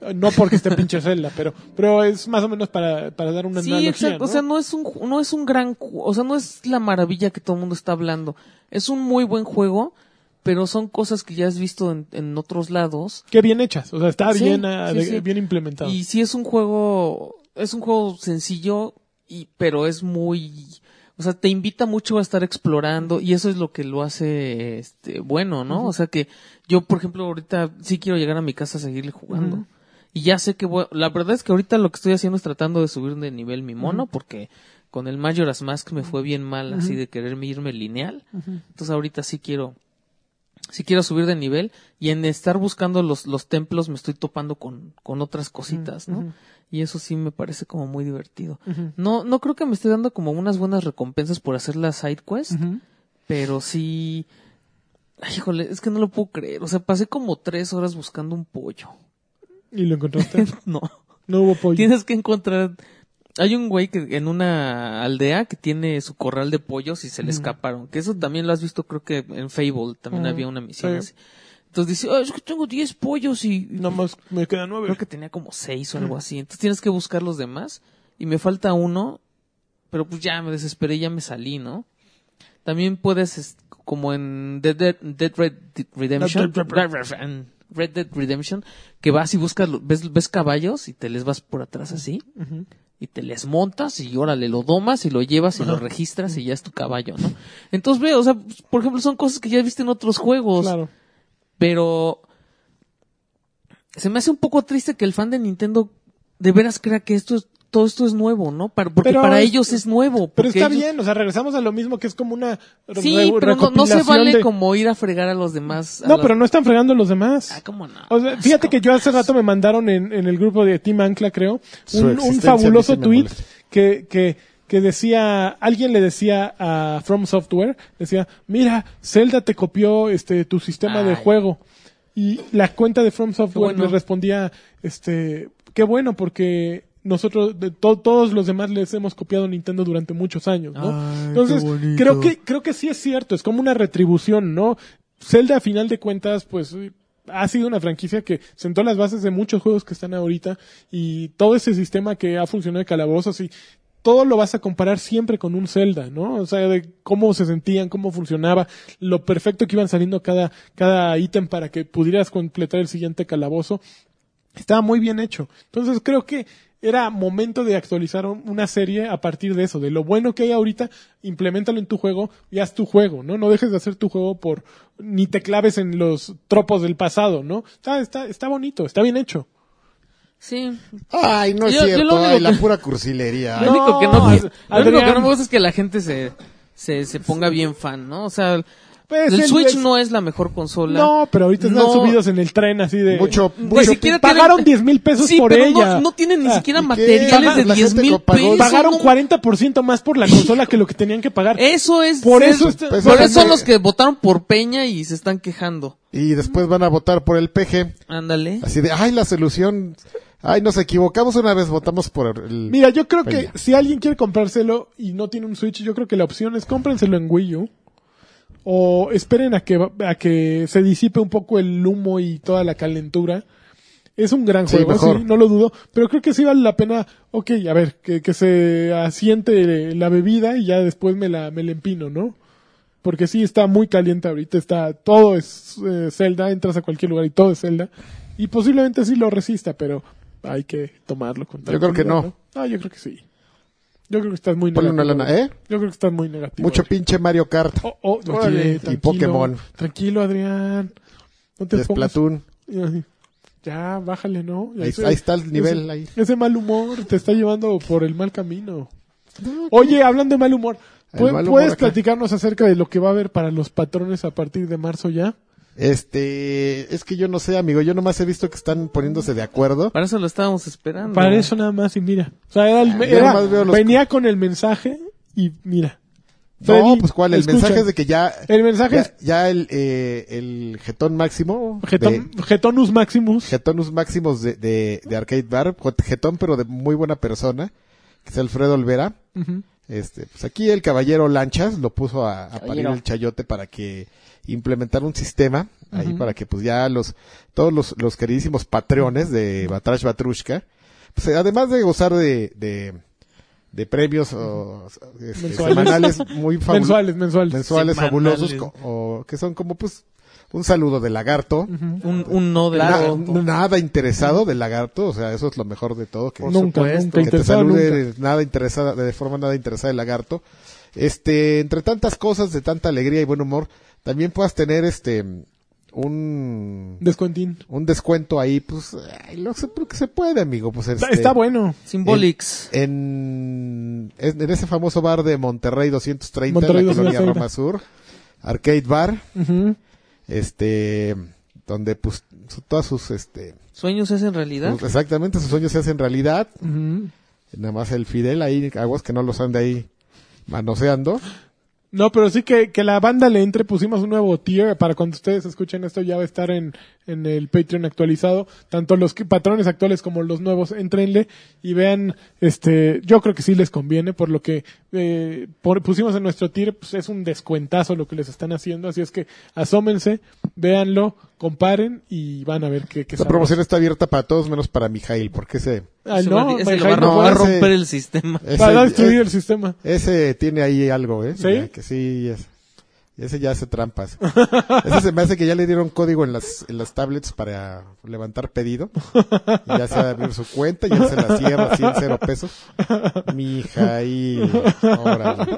[SPEAKER 2] Eh, No porque esté pinche celda, pero, pero es más o menos para, para dar una
[SPEAKER 1] Sí,
[SPEAKER 2] analogía.
[SPEAKER 1] exacto,
[SPEAKER 2] ¿no?
[SPEAKER 1] o sea, no es un, ju- no es un gran, ju- o sea, no es la maravilla que todo el mundo está hablando. Es un muy buen juego, pero son cosas que ya has visto en, en otros lados.
[SPEAKER 2] Que bien hechas. O sea, está
[SPEAKER 1] Sí,
[SPEAKER 2] bien, ah,
[SPEAKER 1] sí,
[SPEAKER 2] de-
[SPEAKER 1] sí.
[SPEAKER 2] bien implementado.
[SPEAKER 1] Y sí es un juego, es un juego sencillo, y, pero es muy, o sea, te invita mucho a estar explorando y eso es lo que lo hace este, bueno, ¿no? O sea que yo, por ejemplo, ahorita sí quiero llegar a mi casa a seguirle jugando. Y ya sé que voy- la verdad es que ahorita lo que estoy haciendo es tratando de subir de nivel mi mono porque con el Majora's Mask me fue bien mal así de quererme irme lineal. Entonces ahorita sí quiero si quiero subir de nivel y en estar buscando los, los templos me estoy topando con, con otras cositas, ¿no? Y eso sí me parece como muy divertido. No, no creo que me esté dando como unas buenas recompensas por hacer las side quest, pero sí. Ay, híjole, es que no lo puedo creer. O sea, pasé como tres horas buscando un pollo.
[SPEAKER 2] ¿Y lo encontraste.
[SPEAKER 1] No.
[SPEAKER 2] No hubo pollo.
[SPEAKER 1] Tienes que encontrar. Hay un güey que en una aldea que tiene su corral de pollos y se le escaparon. Que eso también lo has visto, creo que en Fable también
[SPEAKER 2] Ujú,
[SPEAKER 1] había una misión
[SPEAKER 2] Ah, sí.
[SPEAKER 1] así. Entonces dice, "Ah, es que tengo 10 pollos y y
[SPEAKER 2] Nomás me quedan nueve.
[SPEAKER 1] creo que tenía como 6 o algo así. Entonces tienes que buscar los demás y me falta uno, pero pues ya me desesperé, ya me salí, ¿no? También puedes, es- como en Dead, Dead- Dead Red Dead Redemption, Red Dead Redemption, que vas y buscas, lo- ves, ves caballos y te les vas por atrás así y te les montas y órale, lo domas y lo llevas y lo registras y ya es tu caballo, ¿no? Entonces veo, o sea, pues, por ejemplo, son cosas que ya viste en otros juegos,
[SPEAKER 2] Claro.
[SPEAKER 1] pero se me hace un poco triste que el fan de Nintendo de veras crea que esto es, todo esto es nuevo, ¿no? Para- porque
[SPEAKER 2] Pero
[SPEAKER 1] para
[SPEAKER 2] es-
[SPEAKER 1] ellos es nuevo.
[SPEAKER 2] Pero
[SPEAKER 1] porque
[SPEAKER 2] está
[SPEAKER 1] ellos-
[SPEAKER 2] bien, o sea, regresamos a lo mismo que es como una re-
[SPEAKER 1] Sí,
[SPEAKER 2] re-
[SPEAKER 1] pero no, no se
[SPEAKER 2] recopilación
[SPEAKER 1] vale
[SPEAKER 2] de-
[SPEAKER 1] como ir a fregar a los demás. a
[SPEAKER 2] No,
[SPEAKER 1] los-
[SPEAKER 2] pero no están fregando los demás.
[SPEAKER 1] Ah, ¿cómo no?
[SPEAKER 2] O sea, fíjate que yo hace rato me mandaron en, en el grupo de Team Ancla, creo,
[SPEAKER 6] Su
[SPEAKER 2] un, un
[SPEAKER 6] existencia a
[SPEAKER 2] fabuloso
[SPEAKER 6] mí sí me
[SPEAKER 2] tweet
[SPEAKER 6] molesta.
[SPEAKER 2] que, que, que decía, alguien le decía a From Software, decía, mira, Zelda te copió este tu sistema de
[SPEAKER 1] Ay.
[SPEAKER 2] juego. Y la cuenta de From Software
[SPEAKER 1] bueno.
[SPEAKER 2] le respondía, este, qué bueno, porque nosotros, de to- todos los demás les hemos copiado Nintendo durante muchos años, ¿no?
[SPEAKER 6] Ay, qué
[SPEAKER 2] Entonces,
[SPEAKER 6] bonito.
[SPEAKER 2] creo que, creo que sí es cierto, es como una retribución, ¿no? Zelda, a final de cuentas, pues ha sido una franquicia que sentó las bases de muchos juegos que están ahorita y todo ese sistema que ha funcionado de calabozos y todo lo vas a comparar siempre con un Zelda, ¿no? O sea, de cómo se sentían, cómo funcionaba, lo perfecto que iban saliendo cada, cada ítem para que pudieras completar el siguiente calabozo. Estaba muy bien hecho. Entonces creo que era momento de actualizar un- una serie a partir de eso, de lo bueno que hay ahorita, implementalo en tu juego y haz tu juego, ¿no? No dejes de hacer tu juego por, ni te claves en los tropos del pasado, ¿no? Está, está, está bonito, está bien hecho.
[SPEAKER 1] Sí.
[SPEAKER 6] Ay, no es
[SPEAKER 1] Yo- yo
[SPEAKER 6] cierto.
[SPEAKER 1] lo único
[SPEAKER 6] ay, la
[SPEAKER 1] que-
[SPEAKER 6] pura cursilería.
[SPEAKER 1] Lo único que no,
[SPEAKER 2] No,
[SPEAKER 1] lo único que
[SPEAKER 2] Adrián.
[SPEAKER 1] no me gusta es que la gente se, se, se ponga bien fan, ¿no? O sea,
[SPEAKER 2] Pues
[SPEAKER 1] el
[SPEAKER 2] el-
[SPEAKER 1] Switch
[SPEAKER 2] el-
[SPEAKER 1] no es la mejor consola.
[SPEAKER 2] No, pero ahorita están
[SPEAKER 1] No,
[SPEAKER 2] subidos en el tren así de...
[SPEAKER 6] Mucho,
[SPEAKER 1] Ni
[SPEAKER 6] mucho.
[SPEAKER 1] siquiera tienen-
[SPEAKER 2] Pagaron 10 mil pesos
[SPEAKER 1] Sí,
[SPEAKER 2] por
[SPEAKER 1] pero no-
[SPEAKER 2] ella.
[SPEAKER 1] No, tienen ni
[SPEAKER 2] Ah,
[SPEAKER 1] siquiera
[SPEAKER 6] ¿y qué?
[SPEAKER 1] materiales de
[SPEAKER 6] La gente
[SPEAKER 1] 10 mil
[SPEAKER 6] lo pagó.
[SPEAKER 1] pesos.
[SPEAKER 2] Pagaron
[SPEAKER 1] no-
[SPEAKER 2] 40% más por la consola que lo que tenían que pagar.
[SPEAKER 1] Eso es.
[SPEAKER 2] Por
[SPEAKER 1] ser-
[SPEAKER 2] eso está-
[SPEAKER 6] Pues
[SPEAKER 1] por
[SPEAKER 6] eso
[SPEAKER 1] eso son
[SPEAKER 6] me-
[SPEAKER 1] los que votaron por Peña y se están quejando.
[SPEAKER 6] Y después van a votar por el PG.
[SPEAKER 1] Ándale.
[SPEAKER 6] Así de, ay, la solución. Ay, nos equivocamos una vez, votamos por el.
[SPEAKER 2] Mira, yo creo que
[SPEAKER 6] Venga.
[SPEAKER 2] si alguien quiere comprárselo y no tiene un Switch, yo creo que la opción es cómprenselo en Wii U. O esperen a que, va- a que se disipe un poco el humo y toda la calentura. Es un gran
[SPEAKER 6] Sí,
[SPEAKER 2] juego,
[SPEAKER 6] mejor.
[SPEAKER 2] sí, no lo dudo. Pero creo que sí vale la pena, ok, a ver, que, que se asiente la bebida y ya después me la, me la empino, ¿no? Porque sí está muy caliente ahorita, está, todo es eh, Zelda, entras a cualquier lugar y todo es Zelda. Y posiblemente sí lo resista, pero hay que tomarlo con
[SPEAKER 6] Yo creo que
[SPEAKER 2] tranquilidad,
[SPEAKER 6] no.
[SPEAKER 2] Ah, yo creo que sí. Yo creo que estás muy
[SPEAKER 6] Ponle
[SPEAKER 2] negativo.
[SPEAKER 6] una lana, ¿eh?
[SPEAKER 2] Yo creo que estás muy negativo.
[SPEAKER 6] Mucho
[SPEAKER 2] Adrián.
[SPEAKER 6] pinche Mario Kart.
[SPEAKER 2] Oh, oh,
[SPEAKER 6] Y-
[SPEAKER 2] órale,
[SPEAKER 6] y
[SPEAKER 2] tranquilo.
[SPEAKER 6] Pokémon.
[SPEAKER 2] Tranquilo, Adrián. No te pongas...
[SPEAKER 6] Desplatoon.
[SPEAKER 2] Ya, bájale, ¿no?
[SPEAKER 6] Ahí- ahí está el nivel, ahí.
[SPEAKER 2] Ese mal humor te está llevando por el mal camino. Oye, hablando de mal humor,
[SPEAKER 6] El
[SPEAKER 2] ¿pue-
[SPEAKER 6] mal humor
[SPEAKER 2] ¿puedes
[SPEAKER 6] acá.
[SPEAKER 2] platicarnos acerca de lo que va a haber para los patrones a partir de marzo ya?
[SPEAKER 6] Este. Es que yo no sé, amigo. Yo nomás he visto que están poniéndose de acuerdo.
[SPEAKER 1] Para eso lo estábamos esperando.
[SPEAKER 2] Para eso nada más y mira. O sea, era el-
[SPEAKER 6] Ah, yo
[SPEAKER 2] era-
[SPEAKER 6] nomás veo los-
[SPEAKER 2] venía con el mensaje y mira.
[SPEAKER 6] no,
[SPEAKER 2] Freddy,
[SPEAKER 6] pues cuál. El
[SPEAKER 2] escucha.
[SPEAKER 6] mensaje es de que ya.
[SPEAKER 2] El mensaje
[SPEAKER 6] ya,
[SPEAKER 2] es-
[SPEAKER 6] ya el, eh, el jetón máximo.
[SPEAKER 2] Geton- Getonus Maximus.
[SPEAKER 6] de- jetonus máximos de, de, de Arcade Bar. Jetón, pero de muy buena persona. Que es Alfredo Olvera.
[SPEAKER 2] Ujú.
[SPEAKER 6] Este, pues aquí el caballero Lanchas lo puso a, a parir
[SPEAKER 5] Caballero.
[SPEAKER 6] el chayote para que implementar un sistema ahí para que pues ya los todos los, los queridísimos patreones de Batrash Batrushka, pues eh, además de gozar de de, de premios o, este,
[SPEAKER 2] Mensuales.
[SPEAKER 6] semanales muy fabulosos
[SPEAKER 2] Mensuales, mensuales.
[SPEAKER 1] Semanales.
[SPEAKER 6] mensuales fabulosos co- o que son como pues un saludo de lagarto
[SPEAKER 1] Un, un no de
[SPEAKER 6] Na-
[SPEAKER 1] lagarto.
[SPEAKER 6] nada interesado de lagarto o sea eso es lo mejor de todo que
[SPEAKER 2] nunca, nunca
[SPEAKER 6] que te
[SPEAKER 2] interesado,
[SPEAKER 6] salude
[SPEAKER 2] nunca.
[SPEAKER 6] de nada interesada, de forma nada interesada el lagarto. Este, entre tantas cosas de tanta alegría y buen humor, también puedas tener este un
[SPEAKER 2] Descuentín.
[SPEAKER 6] un descuento ahí, pues ay, lo se, lo que se puede, amigo, pues
[SPEAKER 2] Está,
[SPEAKER 6] este,
[SPEAKER 2] está bueno.
[SPEAKER 1] Symbolics.
[SPEAKER 6] En, en en ese famoso bar de Monterrey 230
[SPEAKER 2] Monterrey
[SPEAKER 6] en la colonia
[SPEAKER 2] 230.
[SPEAKER 6] Roma Sur, Arcade Bar,
[SPEAKER 2] Ujú.
[SPEAKER 6] este donde pues su- todas sus este
[SPEAKER 1] ¿Sueños es en realidad?
[SPEAKER 6] sus- Pues, exactamente sus sueños se hacen realidad,
[SPEAKER 2] Ujú.
[SPEAKER 6] Nada más el Fidel ahí, aguas que no los ande ahí manoseando.
[SPEAKER 2] No, pero sí que, que la banda le entre. Pusimos un nuevo tier para cuando ustedes escuchen esto. Ya va a estar en, en el Patreon actualizado. Tanto los que- patrones actuales como los nuevos. Entrenle y vean. este Yo creo que sí les conviene. Por lo que eh, por- pusimos en nuestro tier, pues es un descuentazo lo que les están haciendo. Así es que asómense, véanlo, comparen y van a ver qué, qué
[SPEAKER 6] Esa
[SPEAKER 2] sabroso.
[SPEAKER 6] promoción está abierta para todos menos para Mijail, porque ese,
[SPEAKER 2] Ah,
[SPEAKER 1] Ese
[SPEAKER 2] no,
[SPEAKER 1] va- ese lo va,
[SPEAKER 2] Mijail
[SPEAKER 1] a
[SPEAKER 2] no
[SPEAKER 1] rom- va a
[SPEAKER 6] ese-
[SPEAKER 2] puede.
[SPEAKER 1] romper el sistema.
[SPEAKER 6] ese,
[SPEAKER 2] Va a destruir
[SPEAKER 6] e-
[SPEAKER 2] el sistema.
[SPEAKER 6] ese tiene ahí algo, ¿eh?
[SPEAKER 2] ¿Sí?
[SPEAKER 6] Ya Que sí, es- ese ya hace trampas. ese se me hace que ya le dieron código en las, en las tablets para levantar pedido. Y ya se va a abrir su cuenta, ya se la cierra, 100, cero pesos. Mijail, órale.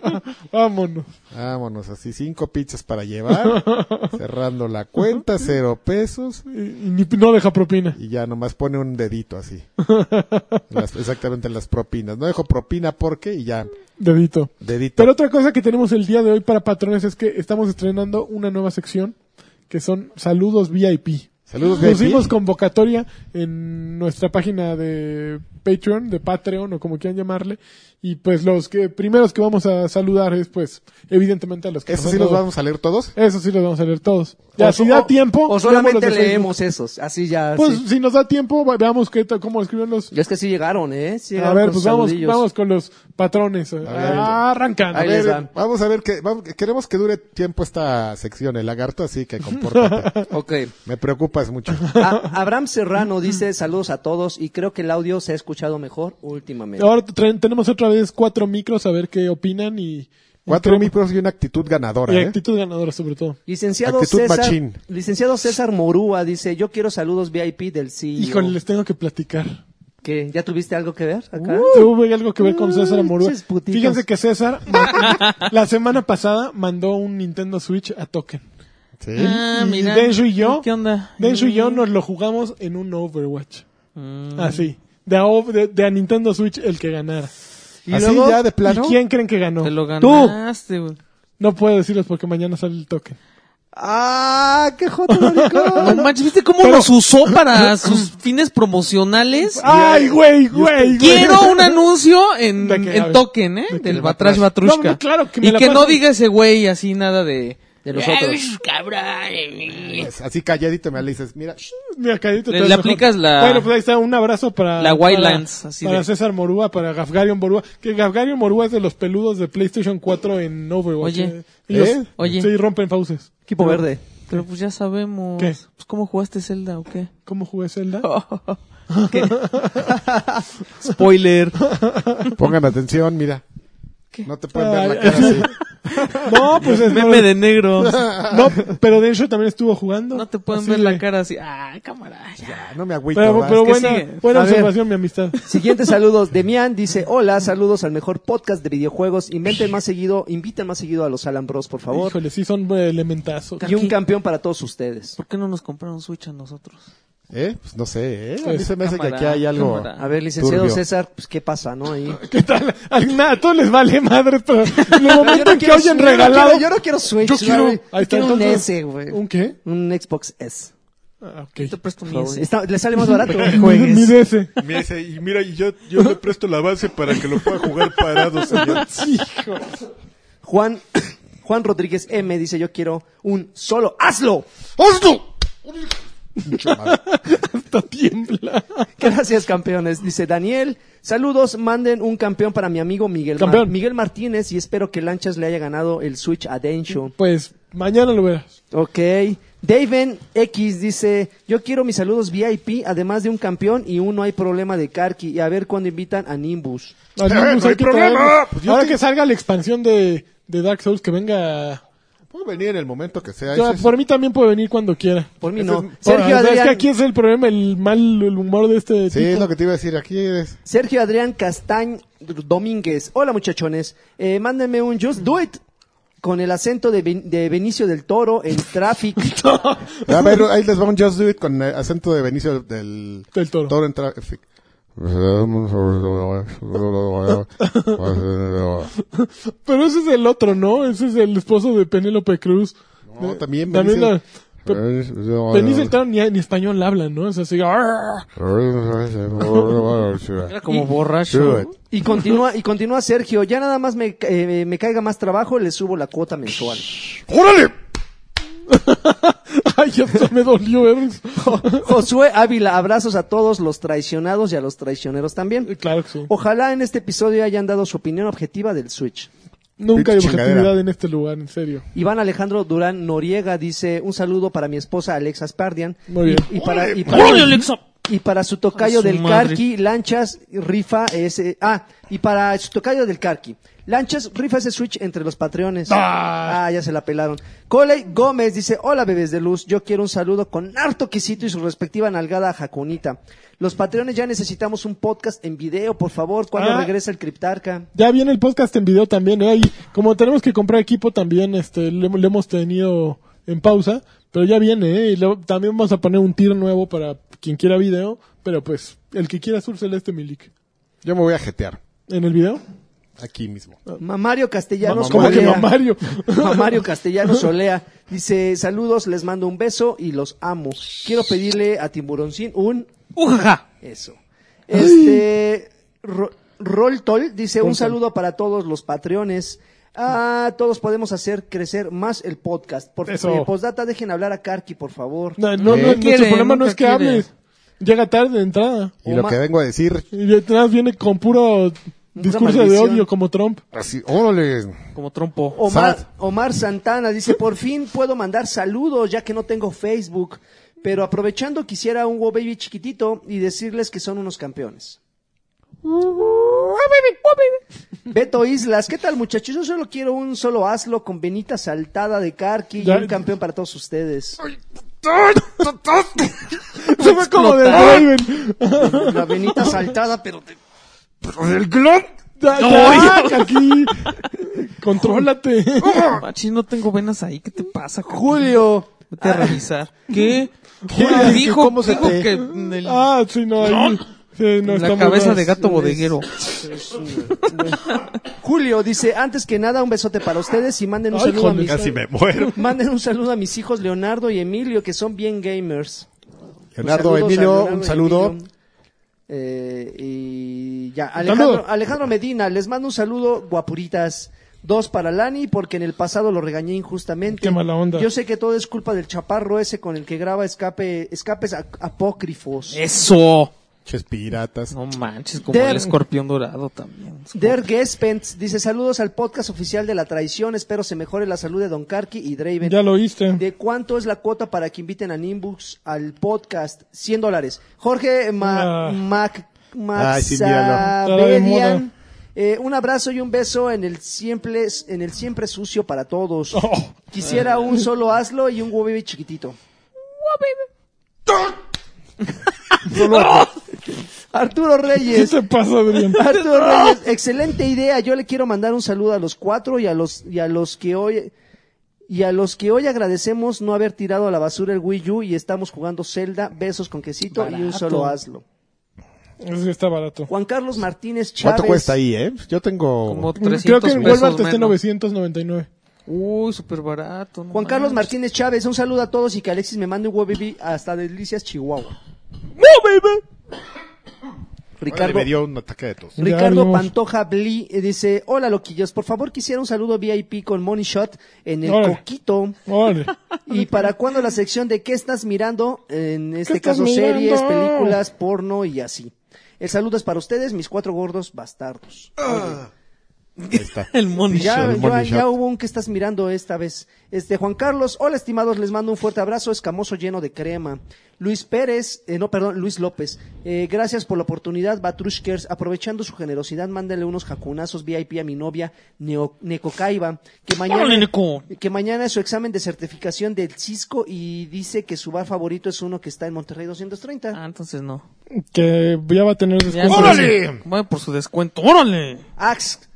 [SPEAKER 2] Vámonos.
[SPEAKER 6] Vámonos, así cinco pizzas para llevar, cerrando la cuenta, cero pesos.
[SPEAKER 2] Y, y ni- no deja propina.
[SPEAKER 6] Y ya nomás pone un dedito así. Las- exactamente las propinas. No dejo propina porque y ya,
[SPEAKER 2] Dedito.
[SPEAKER 6] dedito.
[SPEAKER 2] Pero otra cosa que tenemos el día de hoy para patrones es que estamos estrenando una nueva sección que son saludos VIP.
[SPEAKER 6] Saludos,
[SPEAKER 2] Pusimos
[SPEAKER 6] VIP.
[SPEAKER 2] convocatoria en nuestra página de Patreon, de Patreon o como quieran llamarle. Y pues los que primeros que vamos a saludar es pues evidentemente a los que
[SPEAKER 6] ¿Eso
[SPEAKER 2] nos
[SPEAKER 6] sí
[SPEAKER 2] han
[SPEAKER 6] los
[SPEAKER 2] dado-
[SPEAKER 6] vamos a leer todos?
[SPEAKER 2] Eso sí los vamos a leer todos. Ya,
[SPEAKER 4] O
[SPEAKER 2] si
[SPEAKER 4] so-
[SPEAKER 2] da
[SPEAKER 4] o-
[SPEAKER 2] tiempo.
[SPEAKER 4] O
[SPEAKER 2] veamos
[SPEAKER 4] solamente
[SPEAKER 2] los de
[SPEAKER 4] leemos esos. Así ya.
[SPEAKER 2] Facebook. Pues
[SPEAKER 4] sí.
[SPEAKER 2] si nos da tiempo, va- veamos qué, tal- cómo escriben los.
[SPEAKER 4] Y es que sí llegaron, ¿eh? Sí
[SPEAKER 2] A
[SPEAKER 4] llegaron
[SPEAKER 2] ver,
[SPEAKER 4] con
[SPEAKER 2] pues vamos,
[SPEAKER 4] saludillos.
[SPEAKER 2] vamos con los patrones. ah, Arrancan.
[SPEAKER 6] A
[SPEAKER 4] Ahí
[SPEAKER 6] ver,
[SPEAKER 4] les va.
[SPEAKER 6] vamos a ver que vamos- queremos que dure tiempo esta sección, el lagarto, así que compórtate.
[SPEAKER 4] Ok.
[SPEAKER 6] Me preocupas mucho.
[SPEAKER 4] A- Abraham Serrano dice saludos a todos y creo que el audio se ha escuchado mejor últimamente.
[SPEAKER 2] Eh, Ahora traen- tenemos otra vez cuatro micros a ver qué opinan y.
[SPEAKER 6] Cuatro
[SPEAKER 2] y-
[SPEAKER 6] micros y una actitud ganadora,
[SPEAKER 2] Y
[SPEAKER 6] ¿eh?
[SPEAKER 2] actitud ganadora, sobre todo.
[SPEAKER 4] Licenciado
[SPEAKER 6] Actitud
[SPEAKER 4] César,
[SPEAKER 6] machín.
[SPEAKER 4] licenciado César Morúa dice, yo quiero saludos VIP del CEO.
[SPEAKER 2] Híjole, les tengo que platicar.
[SPEAKER 4] ¿Qué? ¿Ya tuviste algo que ver acá?
[SPEAKER 2] Tuve algo que ver con César
[SPEAKER 4] Uh,
[SPEAKER 2] Amorúa.
[SPEAKER 4] pinches putitos.
[SPEAKER 2] Fíjense que César, ma- la semana pasada, mandó un Nintendo Switch a token.
[SPEAKER 6] Sí.
[SPEAKER 1] Ah,
[SPEAKER 2] y
[SPEAKER 1] mira.
[SPEAKER 2] Denshu y yo,
[SPEAKER 1] ¿Qué onda? Mm.
[SPEAKER 2] Denshu y yo nos lo jugamos en un Overwatch. Así. De a, o- de- de a Nintendo Switch el que ganara.
[SPEAKER 6] Así ya Ah, de plano.
[SPEAKER 2] ¿Y quién creen que ganó?
[SPEAKER 1] Te lo
[SPEAKER 2] Tú.
[SPEAKER 1] ganaste, güey.
[SPEAKER 2] No puedo decirles porque mañana sale el token.
[SPEAKER 4] ¡Ah! ¡Qué joto, marico!
[SPEAKER 1] No manches, ¿viste cómo
[SPEAKER 2] Pero-
[SPEAKER 1] los usó para sus fines promocionales?
[SPEAKER 2] ¡Ay, güey, güey! güey!
[SPEAKER 1] Quiero un anuncio en,
[SPEAKER 2] De que-
[SPEAKER 1] en token, ¿eh? Del Batrash Batrushka.
[SPEAKER 2] No, no, claro que me
[SPEAKER 1] y
[SPEAKER 2] la
[SPEAKER 1] que no
[SPEAKER 2] paso.
[SPEAKER 1] diga ese güey así nada de, de los otros.
[SPEAKER 6] Es Pues, Así calladito me le dices, mira, shh,
[SPEAKER 2] Mira, Cadito,
[SPEAKER 1] Le-
[SPEAKER 2] te
[SPEAKER 1] le
[SPEAKER 2] mejor.
[SPEAKER 1] aplicas la-
[SPEAKER 2] Bueno, pues ahí está un abrazo para.
[SPEAKER 1] La
[SPEAKER 2] para-
[SPEAKER 1] Wildlands, así
[SPEAKER 2] Para
[SPEAKER 1] de-
[SPEAKER 2] César Morúa, para Gafgarion Morúa. Que Gafgarion Morúa es de los peludos de PlayStation 4 en Overwatch.
[SPEAKER 1] Oye.
[SPEAKER 2] Eh, ellos-
[SPEAKER 6] ¿Eh?
[SPEAKER 1] Oye.
[SPEAKER 2] Sí, rompen fauces.
[SPEAKER 4] Equipo verde.
[SPEAKER 1] Pero pues ya sabemos.
[SPEAKER 2] ¿Qué?
[SPEAKER 1] Pues, ¿Cómo jugaste Zelda o qué?
[SPEAKER 2] ¿Cómo jugué Zelda?
[SPEAKER 1] Oh. Spoiler.
[SPEAKER 6] pongan atención, mira. No te pueden ver la
[SPEAKER 2] Ay.
[SPEAKER 6] cara así.
[SPEAKER 2] No, pues es.
[SPEAKER 1] Meme de negro.
[SPEAKER 2] No, pero Densho también estuvo jugando.
[SPEAKER 1] No te pueden
[SPEAKER 2] Así
[SPEAKER 1] ver
[SPEAKER 2] de-
[SPEAKER 1] la cara así. Ah, cámara. ya.
[SPEAKER 6] No me agüito.
[SPEAKER 2] Pero,
[SPEAKER 6] vas.
[SPEAKER 2] pero
[SPEAKER 1] ¿Qué
[SPEAKER 2] buena,
[SPEAKER 1] sigue?
[SPEAKER 2] buena
[SPEAKER 4] A ver.
[SPEAKER 2] observación, mi amistad.
[SPEAKER 4] Siguiente saludos. Demian dice, hola, saludos al mejor podcast de videojuegos. Inventen más seguido, inviten más seguido a los Alan Bros, por favor.
[SPEAKER 2] Híjole, sí son eh, elementazos.
[SPEAKER 4] Y un
[SPEAKER 1] Aquí.
[SPEAKER 4] campeón para todos ustedes.
[SPEAKER 1] ¿Por qué no nos compraron Switch a nosotros?
[SPEAKER 6] ¿Eh? Pues no sé, ¿eh? A mí
[SPEAKER 2] Pues,
[SPEAKER 6] se me hace que
[SPEAKER 1] cámara,
[SPEAKER 6] aquí hay algo.
[SPEAKER 1] cámara.
[SPEAKER 4] A ver, licenciado
[SPEAKER 6] Turbio.
[SPEAKER 4] César, pues, ¿qué pasa, no? Ahí.
[SPEAKER 2] ¿Qué tal? Al- nada, a todos les vale madre, pero en el
[SPEAKER 4] Pero yo
[SPEAKER 2] momento
[SPEAKER 4] no
[SPEAKER 2] en que
[SPEAKER 4] quiero-
[SPEAKER 2] oyen
[SPEAKER 4] yo no
[SPEAKER 2] regalado.
[SPEAKER 4] quiero- Yo no quiero Switch.
[SPEAKER 2] Yo quiero-
[SPEAKER 4] güey.
[SPEAKER 2] Ahí está,
[SPEAKER 4] Quiero un
[SPEAKER 2] entonces,
[SPEAKER 4] S, güey.
[SPEAKER 2] ¿Un qué?
[SPEAKER 4] Un Xbox S.
[SPEAKER 2] Ah, ok.
[SPEAKER 1] Te presto mi
[SPEAKER 4] Por favor.
[SPEAKER 1] ese.
[SPEAKER 4] Está- le sale más barato.
[SPEAKER 2] Mi DS.
[SPEAKER 8] Me dice, y mira, y yo, yo le presto la base para que lo pueda jugar parado, señor.
[SPEAKER 2] Hijo.
[SPEAKER 4] Juan, Juan Rodríguez M dice, yo quiero un solo. ¡Hazlo!
[SPEAKER 6] ¡Hazlo! Mucho más.
[SPEAKER 2] Hasta tiembla.
[SPEAKER 4] Gracias, campeones. Dice Daniel, saludos, manden un campeón para mi amigo Miguel, Mar-
[SPEAKER 2] Campeón.
[SPEAKER 4] Miguel Martínez y espero que Lanchas le haya ganado el Switch a Densho.
[SPEAKER 2] Pues mañana lo verás.
[SPEAKER 4] Ok. Daven X dice, yo quiero mis saludos VIP, además de un campeón y un no hay problema de Karki. Y a ver cuándo invitan a Nimbus.
[SPEAKER 2] Al
[SPEAKER 6] Eh,
[SPEAKER 2] Nimbus
[SPEAKER 6] no hay
[SPEAKER 2] que
[SPEAKER 6] problema.
[SPEAKER 2] traerlo.
[SPEAKER 6] Pues yo
[SPEAKER 2] Ahora
[SPEAKER 6] te-
[SPEAKER 2] que salga la expansión de, de Dark Souls, que venga.
[SPEAKER 6] Puedo venir en el momento que sea.
[SPEAKER 2] Ya,
[SPEAKER 6] ese es-
[SPEAKER 2] por mí también puede venir cuando quiera.
[SPEAKER 4] Por mí
[SPEAKER 6] Ese
[SPEAKER 4] no.
[SPEAKER 6] es-
[SPEAKER 4] Sergio
[SPEAKER 2] Ahora, es
[SPEAKER 4] Adrián,
[SPEAKER 2] que aquí es el problema, el mal el humor de este
[SPEAKER 6] Sí,
[SPEAKER 2] tipo.
[SPEAKER 6] es lo que te iba a decir. Aquí eres.
[SPEAKER 4] Sergio Adrián Castañ Domínguez. Hola muchachones. Eh, mándenme un Just Do It con el acento de, Ben- de Benicio del Toro en Traffic.
[SPEAKER 6] A ver, ahí les va un Just Do It con eh, acento de Benicio del,
[SPEAKER 2] Del Toro.
[SPEAKER 6] Toro en Traffic. No,
[SPEAKER 2] Pero ese es el otro, ¿no? Ese es el esposo de Penélope Cruz. De-
[SPEAKER 6] también
[SPEAKER 2] También
[SPEAKER 6] Benicio.
[SPEAKER 2] la- Pe- Benicio del Toro ni, ni español hablan, ¿no? Es así. "Arr".
[SPEAKER 1] Era como borracho.
[SPEAKER 4] Y continúa, y continúa Sergio. Ya nada más me, ca- eh, me caiga más trabajo, le subo la cuota mensual.
[SPEAKER 6] ¡Órale!
[SPEAKER 2] Ay, ya hasta me dolió ¿eh? ver eso.
[SPEAKER 4] Josué Ávila, abrazos a todos los traicionados y a los traicioneros también.
[SPEAKER 2] Claro que sí.
[SPEAKER 4] Ojalá en este episodio hayan dado su opinión objetiva del Switch.
[SPEAKER 2] Nunca hay
[SPEAKER 6] Pinche
[SPEAKER 2] objetividad
[SPEAKER 6] chingadera.
[SPEAKER 2] en este lugar, en serio.
[SPEAKER 4] Iván Alejandro Durán Noriega dice un saludo para mi esposa Alexa Spardian.
[SPEAKER 2] Muy bien.
[SPEAKER 4] Y, y para, y para-
[SPEAKER 1] ¡Órale, Alexa!
[SPEAKER 4] y para su tocayo
[SPEAKER 1] A su
[SPEAKER 4] del
[SPEAKER 1] madre.
[SPEAKER 4] Carqui, Lanchas rifa ese. Ah, y para su tocayo del Carqui, Lanchas rifa ese switch entre los patreones. Ah, ya se la pelaron. Coley Gómez dice: Hola, bebés de luz. Yo quiero un saludo con harto quisito y su respectiva nalgada a Jacunita. Los patreones ya necesitamos un podcast en video, por favor. Cuando
[SPEAKER 2] Ah.
[SPEAKER 4] regresa el Criptarca.
[SPEAKER 2] Ya viene el podcast en video también, ¿eh? Y como tenemos que comprar equipo también, este, lo, hem- lo hemos tenido en pausa, pero ya viene, ¿eh? Y luego también vamos a poner un tier nuevo para quien quiera video, pero pues, el que quiera Azul Celeste Milik.
[SPEAKER 6] Yo me voy a jetear.
[SPEAKER 2] ¿En el video?
[SPEAKER 6] Aquí mismo.
[SPEAKER 4] Mamario Castellanos.
[SPEAKER 2] Como que
[SPEAKER 4] olea.
[SPEAKER 2] mamario.
[SPEAKER 4] Mamario Castellanos Olea dice, saludos, les mando un beso y los amo. Quiero pedirle a Tiburoncín un...
[SPEAKER 1] ¡Ujaja!
[SPEAKER 4] Eso. Este... Ro- Roltol dice, un saludo para todos los patreones. Ah, todos podemos hacer crecer más el podcast. Por
[SPEAKER 2] Eso.
[SPEAKER 4] eh, postdata, dejen hablar a Karki, por favor.
[SPEAKER 2] No, no, no,
[SPEAKER 6] ¿Qué
[SPEAKER 2] nuestro
[SPEAKER 1] quiere?
[SPEAKER 2] problema no
[SPEAKER 1] Nunca
[SPEAKER 2] es que
[SPEAKER 1] quiere.
[SPEAKER 2] hables. Llega tarde de entrada.
[SPEAKER 6] Y lo
[SPEAKER 4] Oma-
[SPEAKER 6] que vengo a decir,
[SPEAKER 2] Y detrás viene con puro discurso de
[SPEAKER 4] maldición.
[SPEAKER 2] odio como Trump.
[SPEAKER 6] así, órale.
[SPEAKER 1] Como trompo.
[SPEAKER 6] Sad.
[SPEAKER 4] Omar, Omar Santana dice, por fin puedo mandar saludos ya que no tengo Facebook, pero aprovechando quisiera un Wo Baby chiquitito y decirles que son unos campeones. Beto Islas, ¿qué tal muchachos? Yo solo quiero un solo hazlo con venita saltada de Karki y
[SPEAKER 2] Ya-
[SPEAKER 4] un campeón para todos ustedes.
[SPEAKER 2] Se fue como de Raven.
[SPEAKER 4] La venita saltada, pero de-
[SPEAKER 2] Ya, ya, aquí. Contrólate.
[SPEAKER 1] Pachi, no tengo venas ahí. ¿Qué te pasa?
[SPEAKER 4] Julio.
[SPEAKER 1] Vete a revisar. ¿Qué?
[SPEAKER 6] Julio,
[SPEAKER 1] dijo
[SPEAKER 6] ¿cómo se
[SPEAKER 1] dijo
[SPEAKER 6] te-
[SPEAKER 1] que en el-
[SPEAKER 2] Ah, sí, no, ahí. Sí, no,
[SPEAKER 1] la
[SPEAKER 2] estamos
[SPEAKER 1] cabeza
[SPEAKER 2] más-
[SPEAKER 1] de gato bodeguero.
[SPEAKER 4] Julio dice, antes que nada, un besote para ustedes y manden un
[SPEAKER 2] Ay,
[SPEAKER 4] saludo a
[SPEAKER 2] joder,
[SPEAKER 4] mis...
[SPEAKER 6] Casi me muero.
[SPEAKER 4] Manden un saludo a mis hijos Leonardo y Emilio, que son bien gamers.
[SPEAKER 6] Leonardo,
[SPEAKER 4] Saludos a
[SPEAKER 6] Emilio,
[SPEAKER 4] Leonardo
[SPEAKER 6] un saludo.
[SPEAKER 4] Emilio. Eh, y ya,
[SPEAKER 2] Saludo.
[SPEAKER 4] Alejandro, Alejandro Medina, les mando un saludo, guapuritas. Dos para Lani, porque en el pasado lo regañé injustamente.
[SPEAKER 2] Qué mala onda.
[SPEAKER 4] Yo sé que todo es culpa del chaparro ese con el que graba escape, escapes ac- apócrifos.
[SPEAKER 2] Eh,
[SPEAKER 1] Eso.
[SPEAKER 6] Ches piratas.
[SPEAKER 1] No manches, como el
[SPEAKER 4] Ter-
[SPEAKER 1] escorpión dorado también.
[SPEAKER 4] Der Gespens dice saludos al podcast oficial de la traición, espero se mejore la salud de Don Karki y Draven.
[SPEAKER 2] Ya lo oíste.
[SPEAKER 4] ¿De cuánto es la cuota para que inviten a Nimbus al podcast? 100 dólares. Jorge Ma
[SPEAKER 2] Ah.
[SPEAKER 4] Mac
[SPEAKER 6] Ay, sí, míralo.
[SPEAKER 2] Está de moda.
[SPEAKER 4] Maxabedian, eh, un abrazo y un beso en el siempre, en el siempre sucio para todos.
[SPEAKER 2] Oh.
[SPEAKER 4] Quisiera un solo hazlo y un huevo chiquitito. Arturo
[SPEAKER 2] ¿Qué
[SPEAKER 4] Reyes.
[SPEAKER 2] te pasa, Adrián?
[SPEAKER 4] Arturo Reyes, excelente idea. Yo le quiero mandar un saludo a los cuatro y a los y a los que hoy y a los que hoy agradecemos no haber tirado a la basura el Wii U y estamos jugando Zelda. Besos con quesito y un solo hazlo.
[SPEAKER 2] Es que está barato.
[SPEAKER 4] Juan Carlos Martínez Chávez.
[SPEAKER 6] ¿Cuánto cuesta ahí, eh? Yo tengo...
[SPEAKER 1] Como
[SPEAKER 4] Mm,
[SPEAKER 2] Creo
[SPEAKER 1] 300
[SPEAKER 2] que en
[SPEAKER 1] pesos
[SPEAKER 2] Walmart está en
[SPEAKER 1] menos.
[SPEAKER 2] 999.
[SPEAKER 1] Uy, súper barato. no
[SPEAKER 4] Juan Carlos
[SPEAKER 1] manches.
[SPEAKER 4] Martínez Chávez, un saludo a todos y que Alexis me mande un huevo hasta Delicias, Chihuahua.
[SPEAKER 6] Órale,
[SPEAKER 4] Ricardo,
[SPEAKER 6] me dio un ataque de tos.
[SPEAKER 2] Ya
[SPEAKER 4] Ricardo
[SPEAKER 2] hablamos.
[SPEAKER 4] Pantoja Bli eh, dice, hola loquillos, por favor quisiera un saludo VIP con Money Shot en el
[SPEAKER 2] Órale.
[SPEAKER 4] Coquito.
[SPEAKER 2] Órale.
[SPEAKER 4] ¿Y para cuándo la sección de qué estás mirando? En este
[SPEAKER 2] estás
[SPEAKER 4] caso, series,
[SPEAKER 2] mirando?
[SPEAKER 4] películas, porno y así. El saludo es para ustedes, mis cuatro gordos bastardos.
[SPEAKER 6] Ahí está.
[SPEAKER 1] El money
[SPEAKER 4] Ya,
[SPEAKER 6] el money
[SPEAKER 4] ya- ya
[SPEAKER 6] shot.
[SPEAKER 4] hubo un que estás mirando esta vez. Este, Juan Carlos, hola estimados, les mando un fuerte abrazo escamoso lleno de crema. Luis Pérez, eh, no, perdón, Luis López, eh, gracias por la oportunidad, Batrushkers. Aprovechando su generosidad, mándale unos jacunazos VIP a mi novia, Neo- Necocaiba, que
[SPEAKER 1] Órale,
[SPEAKER 4] mañana,
[SPEAKER 1] Neco.
[SPEAKER 4] que mañana es su examen de certificación del Cisco y dice que su bar favorito es uno que está en Monterrey 230.
[SPEAKER 1] Ah, entonces no.
[SPEAKER 2] Que ya va a tener
[SPEAKER 1] Ya,
[SPEAKER 2] descuento.
[SPEAKER 1] ¡Órale! Vaya por su descuento. ¡Órale!
[SPEAKER 4] Ax,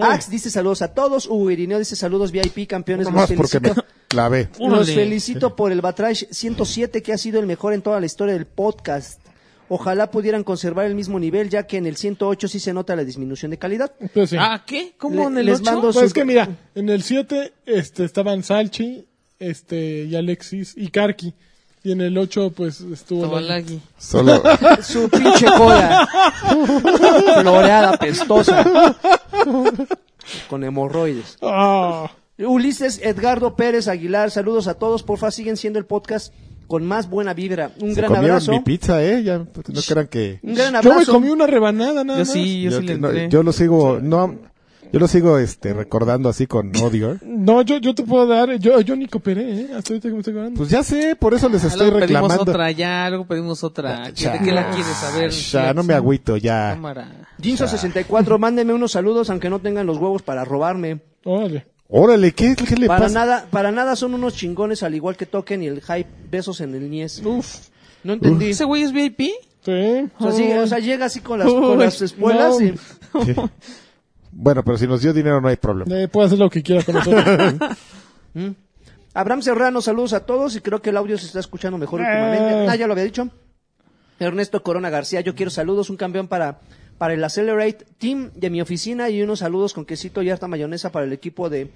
[SPEAKER 4] Ax dice saludos a todos. Hugo Irineo dice saludos VIP, campeones.
[SPEAKER 6] No
[SPEAKER 4] los
[SPEAKER 6] más porque me
[SPEAKER 4] felicito.
[SPEAKER 6] clavé.
[SPEAKER 4] Los
[SPEAKER 1] Órale.
[SPEAKER 4] felicito por el Batrash 107 que ha sido el mejor en toda la historia del podcast. Ojalá pudieran conservar el mismo nivel, ya que en el 108 sí se nota la disminución de calidad.
[SPEAKER 2] Pues sí.
[SPEAKER 1] ¿Ah, qué? ¿Cómo
[SPEAKER 4] Le-
[SPEAKER 1] en el
[SPEAKER 4] les
[SPEAKER 1] 8?
[SPEAKER 4] mando
[SPEAKER 2] Pues es que mira, en el 7 este, estaban Salchi este, y Alexis y Karki. Y en el 8 pues estuvo... Lali.
[SPEAKER 1] Tabalagi.
[SPEAKER 6] Solo...
[SPEAKER 4] Su pinche cola. Floreada, pestosa. Con hemorroides.
[SPEAKER 2] Ah,
[SPEAKER 4] Ulises Edgardo Pérez Aguilar, saludos a todos. Porfa, siguen siendo el podcast con más buena vibra. Un
[SPEAKER 6] Se
[SPEAKER 4] gran
[SPEAKER 6] comieron
[SPEAKER 4] abrazo.
[SPEAKER 6] mi pizza, ¿eh? Ya, no crean que...
[SPEAKER 4] Un gran
[SPEAKER 2] yo me
[SPEAKER 4] abrazo.
[SPEAKER 2] comí una rebanada nada
[SPEAKER 1] Yo
[SPEAKER 2] más.
[SPEAKER 1] sí, yo, sí le
[SPEAKER 6] que no-
[SPEAKER 1] entré.
[SPEAKER 6] yo lo sigo... No, yo lo sigo este, recordando así con odio. ¿eh?
[SPEAKER 2] No, yo, yo te puedo dar... Yo, yo ni cooperé, ¿eh? Hasta ahorita que me estoy cobrando.
[SPEAKER 6] Pues ya sé, por eso les
[SPEAKER 1] Ah,
[SPEAKER 6] estoy
[SPEAKER 1] luego pedimos
[SPEAKER 6] reclamando.
[SPEAKER 1] otra ya, luego pedimos otra. ¿De
[SPEAKER 6] Ya.
[SPEAKER 1] qué la quieres saber?
[SPEAKER 6] Ya, no me agüito, ya.
[SPEAKER 1] Cámara.
[SPEAKER 6] Ah.
[SPEAKER 4] Ginzo64, mándenme unos saludos aunque no tengan los huevos para robarme.
[SPEAKER 2] Órale.
[SPEAKER 6] Órale, ¿qué, qué le
[SPEAKER 4] Para
[SPEAKER 6] pasa?
[SPEAKER 4] nada, para nada son unos chingones al igual que Token y el hype besos en el Nies.
[SPEAKER 2] Uf.
[SPEAKER 4] No entendí.
[SPEAKER 1] ¿Ese güey es VIP?
[SPEAKER 2] Sí.
[SPEAKER 4] O sea, sí, o sea, llega así con las, con
[SPEAKER 2] Uy,
[SPEAKER 4] las espuelas
[SPEAKER 2] no.
[SPEAKER 4] y
[SPEAKER 6] Sí. Bueno, pero si nos dio dinero no hay problema.
[SPEAKER 2] Eh, puede hacer lo que quiera con nosotros.
[SPEAKER 4] Abraham Serrano, saludos a todos y creo que el audio se está escuchando mejor últimamente. Ah, ya lo había dicho. Ernesto Corona García, yo quiero saludos, un campeón para para el Accelerate Team de mi oficina y unos saludos con quesito y harta mayonesa para el equipo de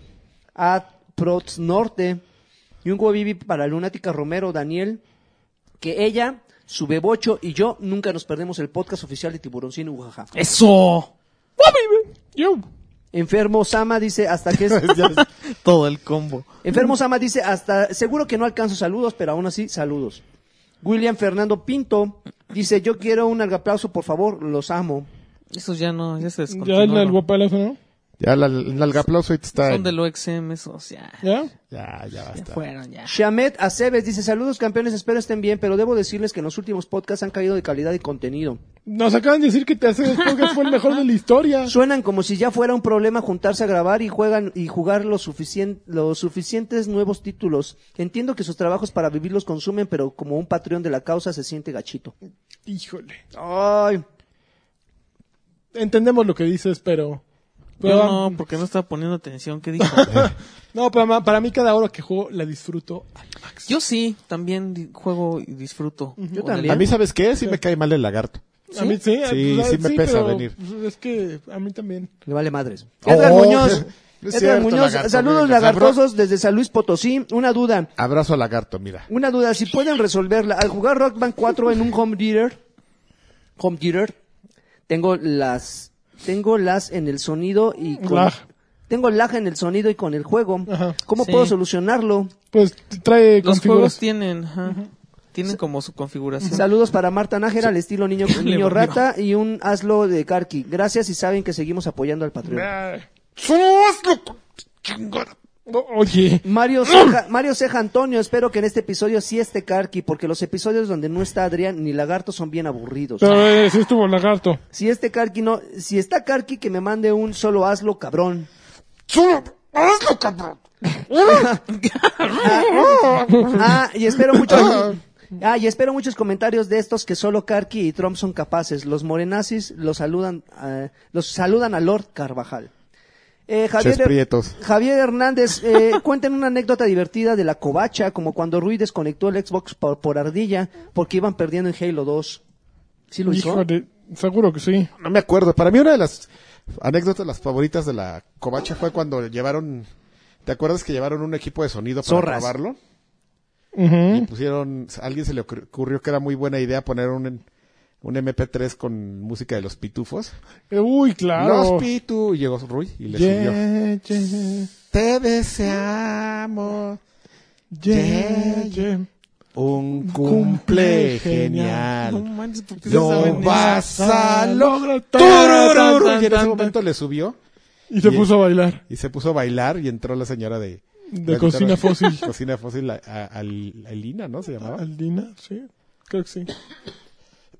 [SPEAKER 4] Ad Prots Norte y un guabibi para Lunática Romero, Daniel, que ella, su bebocho y yo nunca nos perdemos el podcast oficial de Tiburoncino Ujaja.
[SPEAKER 1] ¡Eso!
[SPEAKER 2] Yo.
[SPEAKER 4] Enfermo Sama dice hasta que es...
[SPEAKER 1] Todo el combo.
[SPEAKER 4] Enfermo Sama dice hasta seguro que no alcanzo saludos, pero aún así saludos. William Fernando Pinto dice yo quiero un aplauso por favor, los amo.
[SPEAKER 1] Esos ya no, ya se
[SPEAKER 2] Ya en el
[SPEAKER 1] descontinuaron.
[SPEAKER 2] guapalazo, ¿no?
[SPEAKER 6] Ya la, el nalgaplauso ahí está.
[SPEAKER 1] Son del OXM esos, ya.
[SPEAKER 2] ¿Ya?
[SPEAKER 6] Ya, ya
[SPEAKER 1] Ya
[SPEAKER 6] basta.
[SPEAKER 1] fueron, ya.
[SPEAKER 4] Shamet Aceves dice saludos campeones, espero estén bien, pero debo decirles que en los últimos podcasts han caído de calidad y contenido.
[SPEAKER 2] Nos acaban de decir que te haces podcast fue el mejor de la historia.
[SPEAKER 4] Suenan como si ya fuera un problema juntarse a grabar y juegan y jugar los, suficien- los suficientes nuevos títulos. Entiendo que sus trabajos para vivir los consumen, pero como un patrón de la causa se siente gachito.
[SPEAKER 2] Híjole.
[SPEAKER 4] Ay,
[SPEAKER 2] Entendemos lo que dices, pero. pero-
[SPEAKER 1] Yo no, porque no estaba poniendo atención. ¿Qué dijo?
[SPEAKER 2] No, para, ma- para mí cada hora que juego la disfruto.
[SPEAKER 1] Yo sí, también di- juego y disfruto.
[SPEAKER 4] Yo
[SPEAKER 1] Con el-
[SPEAKER 4] también.
[SPEAKER 6] A mí, ¿sabes qué? Sí me cae mal el lagarto.
[SPEAKER 2] A mí sí. a-
[SPEAKER 6] Sí,
[SPEAKER 2] pues,
[SPEAKER 6] sí me pesa
[SPEAKER 2] pero,
[SPEAKER 6] venir.
[SPEAKER 2] pues, es que a mí también.
[SPEAKER 4] le vale madres.
[SPEAKER 6] Oh,
[SPEAKER 4] Edgar Muñoz.
[SPEAKER 6] no es
[SPEAKER 4] Edgar
[SPEAKER 6] cierto,
[SPEAKER 4] Muñoz,
[SPEAKER 6] lagarto,
[SPEAKER 4] saludos
[SPEAKER 6] venga,
[SPEAKER 4] lagartosos desde San Luis Potosí. Una duda,
[SPEAKER 6] Abrazo al lagarto, mira.
[SPEAKER 4] una duda, si pueden resolverla. Al jugar Rock Band 4 en un home theater, home theater, tengo las, tengo las en el sonido y con,
[SPEAKER 2] Lag.
[SPEAKER 4] tengo lag en el sonido y con el juego.
[SPEAKER 2] Ajá.
[SPEAKER 4] ¿Cómo
[SPEAKER 1] Sí.
[SPEAKER 4] puedo solucionarlo?
[SPEAKER 2] Pues trae
[SPEAKER 1] Los juegos
[SPEAKER 2] configuras-
[SPEAKER 1] tienen, ajá. Tienen como su configuración.
[SPEAKER 4] Saludos para Marta Nájera, al estilo niño,
[SPEAKER 1] volvió.
[SPEAKER 4] niño rata y un hazlo de Karki. Gracias y saben que seguimos apoyando al Patreon.
[SPEAKER 2] No, Oye.
[SPEAKER 4] Mario Ceja, Mario Ceja Antonio, espero que en este episodio sí esté Karki, porque los episodios donde no está Adrián ni Lagarto son bien aburridos.
[SPEAKER 2] Pero eh, sí estuvo el lagarto.
[SPEAKER 4] Si este Karki no, si está Karki que me mande un solo hazlo cabrón. Ah, y espero muchos Ah, y espero muchos comentarios de estos que solo Karki y Trump son capaces. Los morenazis los saludan, eh, los saludan a Lord Carvajal. Eh,
[SPEAKER 6] Ches
[SPEAKER 4] Javier,
[SPEAKER 6] prietos.
[SPEAKER 4] Javier Hernández, eh, cuenten una anécdota divertida de la covacha, como cuando Rui desconectó el Xbox por, por ardilla porque iban perdiendo en Halo 2. ¿Sí lo hizo?
[SPEAKER 2] Híjole, seguro que sí.
[SPEAKER 6] No me acuerdo. Para mí una de las anécdotas, las favoritas de la covacha fue cuando llevaron... ¿Te acuerdas que llevaron un equipo de sonido para
[SPEAKER 4] Zorras.
[SPEAKER 6] grabarlo?
[SPEAKER 2] Ujú.
[SPEAKER 6] Y pusieron... A alguien se le ocur- ocurrió que era muy buena idea poner un... Un MP3 con música de los pitufos.
[SPEAKER 2] Eh, Uy, claro.
[SPEAKER 6] Los pitu. Y llegó Rui y le
[SPEAKER 2] Yeah,
[SPEAKER 6] subió.
[SPEAKER 2] yeah, yeah,
[SPEAKER 6] Te deseamos
[SPEAKER 2] yeah, yeah.
[SPEAKER 6] un
[SPEAKER 2] Cumple
[SPEAKER 6] cumple
[SPEAKER 2] genial.
[SPEAKER 1] No
[SPEAKER 6] genial.
[SPEAKER 1] manches, ¿por qué se
[SPEAKER 6] No
[SPEAKER 1] saben
[SPEAKER 6] vas
[SPEAKER 2] eso?
[SPEAKER 6] a lograr.
[SPEAKER 2] Tan, tan,
[SPEAKER 6] Turururu.
[SPEAKER 2] tan,
[SPEAKER 6] Y en
[SPEAKER 2] tan,
[SPEAKER 6] ese momento le subió
[SPEAKER 2] Y se
[SPEAKER 6] Y-
[SPEAKER 2] puso a bailar.
[SPEAKER 6] y se puso a bailar y entró la señora de...
[SPEAKER 2] De
[SPEAKER 6] la
[SPEAKER 2] Cocina
[SPEAKER 6] señora-
[SPEAKER 2] Fósil.
[SPEAKER 6] Cocina Fósil, a- a- al- Alina, ¿no? Se llamaba.
[SPEAKER 2] Aldina, sí. Creo que sí.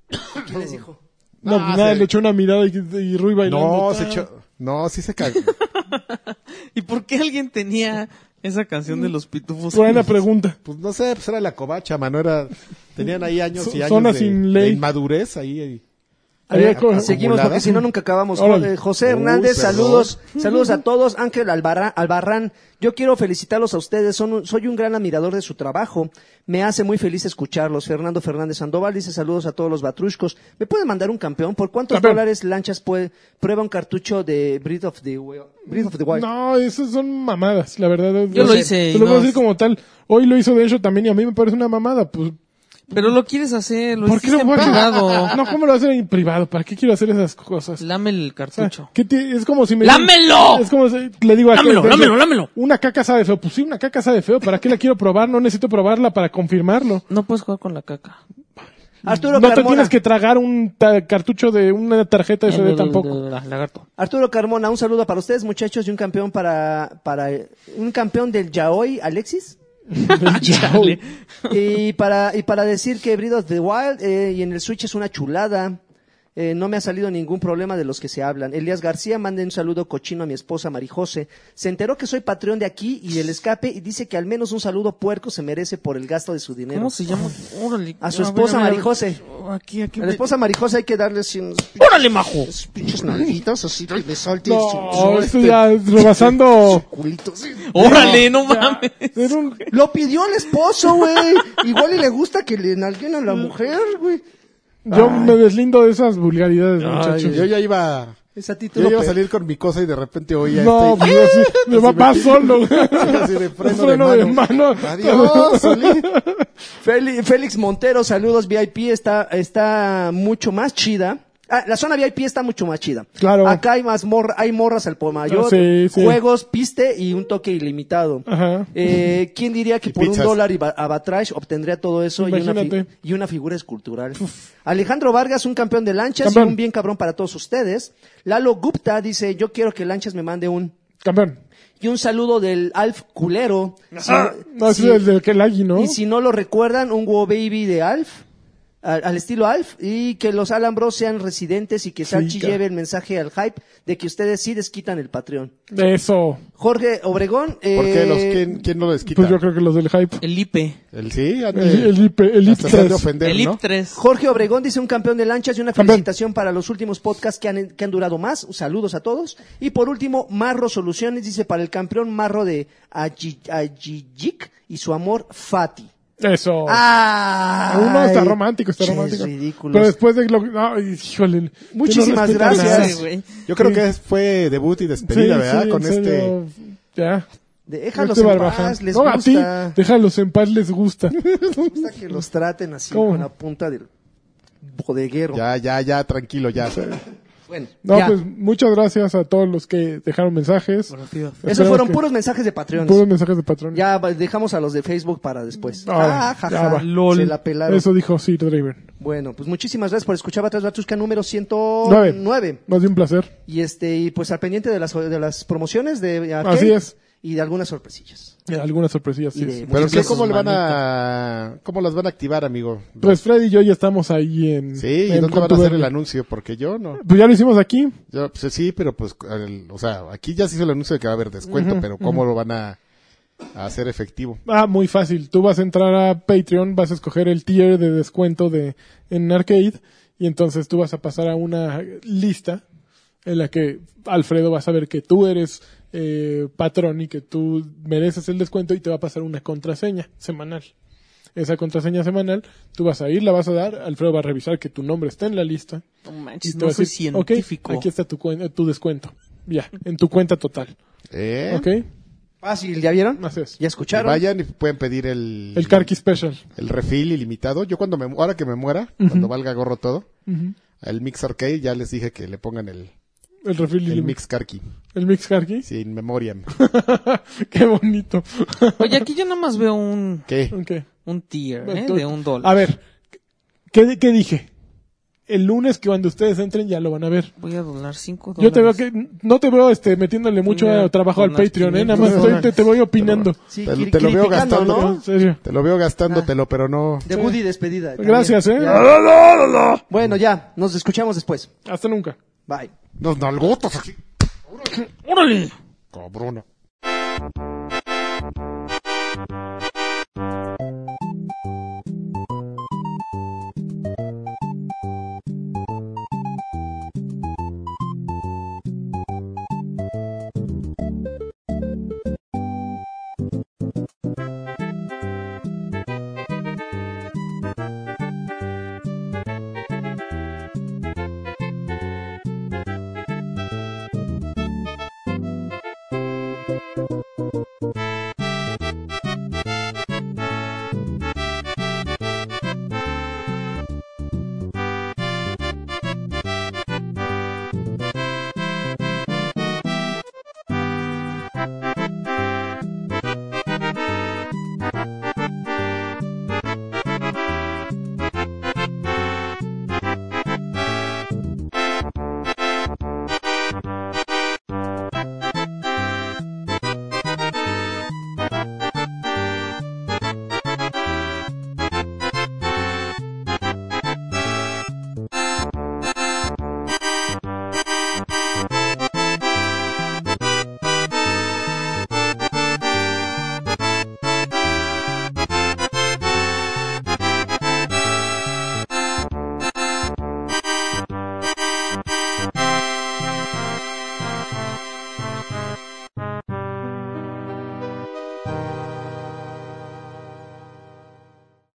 [SPEAKER 4] ¿Qué les dijo?
[SPEAKER 2] No,
[SPEAKER 6] Ah,
[SPEAKER 2] nada,
[SPEAKER 6] se-
[SPEAKER 2] le echó una mirada y, y Rui bailando.
[SPEAKER 6] No,
[SPEAKER 2] ta.
[SPEAKER 6] se echó... No, sí se cagó.
[SPEAKER 1] ¿Y por qué alguien tenía esa canción de los pitufos?
[SPEAKER 2] Buena pregunta.
[SPEAKER 6] Pues no sé, pues era la covacha, mano. Era... Tenían ahí años y
[SPEAKER 2] Zo-
[SPEAKER 6] años
[SPEAKER 2] zona
[SPEAKER 6] de,
[SPEAKER 2] sin ley.
[SPEAKER 6] de inmadurez ahí. ahí.
[SPEAKER 2] Ahí
[SPEAKER 4] Eh,
[SPEAKER 2] aco-
[SPEAKER 4] Seguimos porque
[SPEAKER 6] acumuladas.
[SPEAKER 4] si no nunca acabamos.
[SPEAKER 2] Órale.
[SPEAKER 4] Eh, José
[SPEAKER 6] Uy,
[SPEAKER 4] Hernández,
[SPEAKER 6] perdón.
[SPEAKER 4] saludos, saludos a todos. Ángel Albarra- Albarrán, yo quiero felicitarlos a ustedes. Son un- soy un gran admirador de su trabajo. Me hace muy feliz escucharlos. Fernando Fernández Sandoval dice saludos a todos los batruscos. ¿Me pueden mandar un campeón? ¿Por cuántos
[SPEAKER 2] Campeón.
[SPEAKER 4] dólares lanchas puede prueba un cartucho de Breath of the, Wi- Breath of the Wild?
[SPEAKER 2] No, esas son mamadas, la verdad.
[SPEAKER 1] Yo
[SPEAKER 2] No
[SPEAKER 1] lo
[SPEAKER 2] sé,
[SPEAKER 1] hice y
[SPEAKER 2] Te lo voy a
[SPEAKER 1] no-
[SPEAKER 2] decir como tal. Hoy lo hizo de hecho también y a mí me parece una mamada. Pues,
[SPEAKER 1] Pero lo quieres hacer, lo
[SPEAKER 2] ¿Por qué
[SPEAKER 1] hiciste
[SPEAKER 2] lo
[SPEAKER 1] en
[SPEAKER 2] voy a
[SPEAKER 1] privado.
[SPEAKER 2] No, ¿cómo lo hacen en privado? ¿Para qué quiero hacer esas cosas?
[SPEAKER 1] Lame el
[SPEAKER 2] O sea,
[SPEAKER 1] cartucho.
[SPEAKER 2] ¿qué te- es como si me.
[SPEAKER 1] ¡Lámelo!
[SPEAKER 2] Es como si le digo a
[SPEAKER 1] Lámelo,
[SPEAKER 2] Alberto,
[SPEAKER 1] lámelo, lámelo.
[SPEAKER 2] Una caca sabe feo. Pues sí, una caca sabe feo. ¿Para qué la quiero probar? No necesito probarla para confirmarlo.
[SPEAKER 1] No puedes jugar con la caca.
[SPEAKER 4] Arturo
[SPEAKER 2] no te
[SPEAKER 4] Carmona.
[SPEAKER 2] tienes que tragar un ta- cartucho de una tarjeta de
[SPEAKER 1] Eh,
[SPEAKER 2] CD tampoco.
[SPEAKER 1] Lagarto.
[SPEAKER 4] Arturo Carmona, un saludo para ustedes, muchachos, y un campeón para, para, un campeón del Yaoi, Alexis.
[SPEAKER 1] Chale.
[SPEAKER 4] y para y para decir que Breath of the Wild eh, y en el Switch es una chulada. Eh, no me ha salido ningún problema de los que se hablan. Elías García manda un saludo cochino a mi esposa Marijose. Se enteró que soy patrón de aquí y del escape y dice que al menos un saludo puerco se merece por el gasto de su dinero.
[SPEAKER 1] ¿Cómo se llama? Órale.
[SPEAKER 4] A su esposa
[SPEAKER 1] ver, a ver.
[SPEAKER 4] Marijose.
[SPEAKER 1] Aquí, aquí.
[SPEAKER 4] A la esposa Marijose hay que darle así unos
[SPEAKER 1] ¡Órale, majo!
[SPEAKER 4] pinches- pinches nalguitas así que le salte
[SPEAKER 2] No,
[SPEAKER 4] su- este, su-
[SPEAKER 2] esto ya es rebasando.
[SPEAKER 4] culito. así.
[SPEAKER 1] ¡Órale, no mames!
[SPEAKER 2] Era un-
[SPEAKER 1] Mm.
[SPEAKER 4] Lo pidió el esposo, güey. Igual y le gusta que le nalguen a la mujer, güey.
[SPEAKER 2] Yo me deslindo de esas vulgaridades, muchachos.
[SPEAKER 6] Yo ya iba.
[SPEAKER 4] Es a
[SPEAKER 6] Yo
[SPEAKER 4] título.
[SPEAKER 6] ya iba a
[SPEAKER 4] pe-
[SPEAKER 6] salir con mi cosa y de repente oía
[SPEAKER 2] no,
[SPEAKER 6] este.
[SPEAKER 2] pues yo sí, me va va solo.
[SPEAKER 6] Así de freno,
[SPEAKER 2] Freno
[SPEAKER 6] de
[SPEAKER 2] de
[SPEAKER 6] mano.
[SPEAKER 2] mano.
[SPEAKER 6] Adiós, Solís.
[SPEAKER 4] Feli- Félix Montero, saludos VIP, está, está mucho más chida. Ah, la zona VIP está mucho más chida.
[SPEAKER 2] Claro.
[SPEAKER 4] Acá hay más morra- hay morras al por mayor,
[SPEAKER 2] Ah, sí, sí.
[SPEAKER 4] juegos, piste y un toque ilimitado.
[SPEAKER 2] Ajá.
[SPEAKER 4] Eh, ¿Quién diría que
[SPEAKER 6] Y
[SPEAKER 4] por
[SPEAKER 6] pizzas.
[SPEAKER 4] un dólar y ba- abatrash obtendría todo eso y una, fi-
[SPEAKER 2] Imagínate.
[SPEAKER 4] y una figura escultural? Alejandro Vargas, un campeón de lanchas
[SPEAKER 2] Campeón.
[SPEAKER 4] y un bien cabrón para todos ustedes. Lalo Gupta dice, yo quiero que lanchas me mande un...
[SPEAKER 2] Campeón. Ah,
[SPEAKER 4] Y un saludo del Alf Culero. Si-
[SPEAKER 2] No, ese
[SPEAKER 4] si-
[SPEAKER 2] es el del Kelagi, ¿no?
[SPEAKER 4] y si no lo recuerdan, un Wow Baby de Alf, al, al estilo Alf, y que los Alan Bros sean residentes y que Salchi
[SPEAKER 2] Chica.
[SPEAKER 4] lleve el mensaje al hype de que ustedes sí desquitan el Patreon.
[SPEAKER 2] De eso.
[SPEAKER 4] Jorge Obregón, eh,
[SPEAKER 6] ¿Por qué? Los, ¿quién, ¿Quién no les quita?
[SPEAKER 2] Pues yo creo que los del hype.
[SPEAKER 1] El IPE.
[SPEAKER 6] El sí, ande-
[SPEAKER 2] El, el, IP, el
[SPEAKER 6] hasta se han de
[SPEAKER 2] IP3.
[SPEAKER 6] ofender,
[SPEAKER 1] El
[SPEAKER 6] ¿no?
[SPEAKER 1] IP3.
[SPEAKER 4] Jorge Obregón dice un campeón de lanchas y una
[SPEAKER 2] Campeón.
[SPEAKER 4] felicitación para los últimos podcasts que han, que han durado más. Saludos a todos. Y por último, Marro Soluciones dice para el campeón Marro de Ayi- Ayiyik y su amor Fati.
[SPEAKER 2] Eso.
[SPEAKER 4] ¡Ah!
[SPEAKER 2] Uno está romántico, está
[SPEAKER 4] Ches
[SPEAKER 2] romántico.
[SPEAKER 4] ridículos.
[SPEAKER 2] Pero después de lo ay, híjole.
[SPEAKER 4] Muchísimas
[SPEAKER 2] Que no respetan
[SPEAKER 4] gracias.
[SPEAKER 1] Sí,
[SPEAKER 2] nada.
[SPEAKER 1] Pues güey.
[SPEAKER 6] Yo creo que es- fue debut y despedida,
[SPEAKER 2] Sí,
[SPEAKER 6] ¿verdad?
[SPEAKER 2] sí,
[SPEAKER 6] Con
[SPEAKER 2] en
[SPEAKER 6] este.
[SPEAKER 2] serio, Ya.
[SPEAKER 4] Déjalos
[SPEAKER 2] Este
[SPEAKER 4] en
[SPEAKER 2] Barbaján.
[SPEAKER 4] paz, les
[SPEAKER 2] no,
[SPEAKER 4] gusta.
[SPEAKER 2] a ti, déjalos en paz, les gusta.
[SPEAKER 4] gusta que los traten así
[SPEAKER 2] ¿Cómo?
[SPEAKER 4] con la punta del bodeguero.
[SPEAKER 6] Ya, ya, ya, tranquilo, ya.
[SPEAKER 4] Bueno,
[SPEAKER 2] No,
[SPEAKER 4] ya.
[SPEAKER 2] pues muchas gracias a todos los que dejaron mensajes.
[SPEAKER 4] esos
[SPEAKER 2] Esperemos
[SPEAKER 4] fueron
[SPEAKER 2] que-
[SPEAKER 4] puros mensajes de Patreones.
[SPEAKER 2] puros mensajes de patrón.
[SPEAKER 4] Ya va- dejamos a los de Facebook para después.
[SPEAKER 2] Ah,
[SPEAKER 4] Ah, jaja.
[SPEAKER 2] ya va.
[SPEAKER 4] Se la pelaron.
[SPEAKER 2] Eso dijo Sir Driver.
[SPEAKER 4] Bueno, pues muchísimas gracias por escuchar Batrás Batrusca número 109.
[SPEAKER 2] Más de un placer.
[SPEAKER 4] Y este y pues al pendiente de las de las promociones de Arcade
[SPEAKER 2] Así es.
[SPEAKER 4] y de algunas sorpresillas.
[SPEAKER 2] Eh, Algunas sorpresillas.
[SPEAKER 4] Y
[SPEAKER 2] sí,
[SPEAKER 4] de-
[SPEAKER 2] sí.
[SPEAKER 6] Pero ¿qué,
[SPEAKER 4] Muchas
[SPEAKER 6] ¿cómo le van
[SPEAKER 4] gracias,
[SPEAKER 6] a. ¿Cómo las van a activar, amigo?
[SPEAKER 2] Pues Freddy y yo ya estamos ahí en.
[SPEAKER 6] Sí, ¿y
[SPEAKER 2] Mm. en
[SPEAKER 6] dónde van a
[SPEAKER 2] Contubernio.
[SPEAKER 6] hacer el anuncio? Porque yo no.
[SPEAKER 2] Pues ya lo hicimos aquí.
[SPEAKER 6] Yo, pues sí, pero pues, el- o sea, aquí ya se hizo el anuncio de que va a haber descuento, pero ¿cómo lo van a, a hacer efectivo?
[SPEAKER 2] Ah, muy fácil. Tú vas a entrar a Patreon, vas a escoger el tier de descuento de en Arcade y entonces tú vas a pasar a una lista en la que Alfredo va a saber que tú eres eh, patrón y que tú mereces el descuento y te va a pasar una contraseña semanal. Esa contraseña semanal, tú vas a ir, la vas a dar, Alfredo va a revisar que tu nombre está en la lista.
[SPEAKER 1] No
[SPEAKER 2] y
[SPEAKER 1] manches,
[SPEAKER 2] te
[SPEAKER 1] no
[SPEAKER 2] va a
[SPEAKER 1] soy
[SPEAKER 2] decir, "Ok,
[SPEAKER 1] científico.
[SPEAKER 2] aquí está tu, cuen- tu descuento. Ya, en tu cuenta total.
[SPEAKER 6] ¿Eh?
[SPEAKER 2] ¿Ok?
[SPEAKER 4] Fácil, Ah, ¿ya vieron?
[SPEAKER 2] Así es.
[SPEAKER 4] ¿Ya
[SPEAKER 6] Y
[SPEAKER 4] escucharon?
[SPEAKER 6] vayan y pueden pedir el...
[SPEAKER 2] El Karki Special.
[SPEAKER 6] El refil ilimitado. Yo cuando me... Ahora que me muera, cuando valga gorro todo, el Mix Arcade ya les dije que le pongan el,
[SPEAKER 2] El refil
[SPEAKER 6] el
[SPEAKER 2] ilim-
[SPEAKER 6] Mix Karki.
[SPEAKER 2] El Mix Karki.
[SPEAKER 6] Sin memoriam.
[SPEAKER 2] Qué bonito.
[SPEAKER 1] Oye, aquí yo nada más veo un,
[SPEAKER 6] ¿Qué?
[SPEAKER 2] Ok.
[SPEAKER 1] un tier, ¿eh?
[SPEAKER 2] Tú-
[SPEAKER 1] De un dólar.
[SPEAKER 2] A ver, ¿qué, qué dije? El lunes que cuando ustedes entren ya lo van a ver.
[SPEAKER 1] Voy a donar cinco dólares.
[SPEAKER 2] Yo te veo que no te veo este metiéndole mucho
[SPEAKER 1] Mira,
[SPEAKER 2] trabajo al
[SPEAKER 1] con las
[SPEAKER 2] Patreon, eh, nada más
[SPEAKER 1] quinientas.
[SPEAKER 2] estoy- te, te voy opinando.
[SPEAKER 4] Sí,
[SPEAKER 6] Te-
[SPEAKER 4] cri-
[SPEAKER 6] te lo veo
[SPEAKER 4] criticando,
[SPEAKER 6] gastando,
[SPEAKER 4] ¿no?
[SPEAKER 2] En serio.
[SPEAKER 6] Te lo veo gastándotelo, pero no...
[SPEAKER 4] De Woody despedida. también.
[SPEAKER 2] Gracias, eh.
[SPEAKER 4] Bueno, ya, nos escuchamos después.
[SPEAKER 2] Hasta nunca.
[SPEAKER 4] Bye.
[SPEAKER 6] Nos nalgotas aquí.
[SPEAKER 1] ¡Órale!
[SPEAKER 6] Cabrona.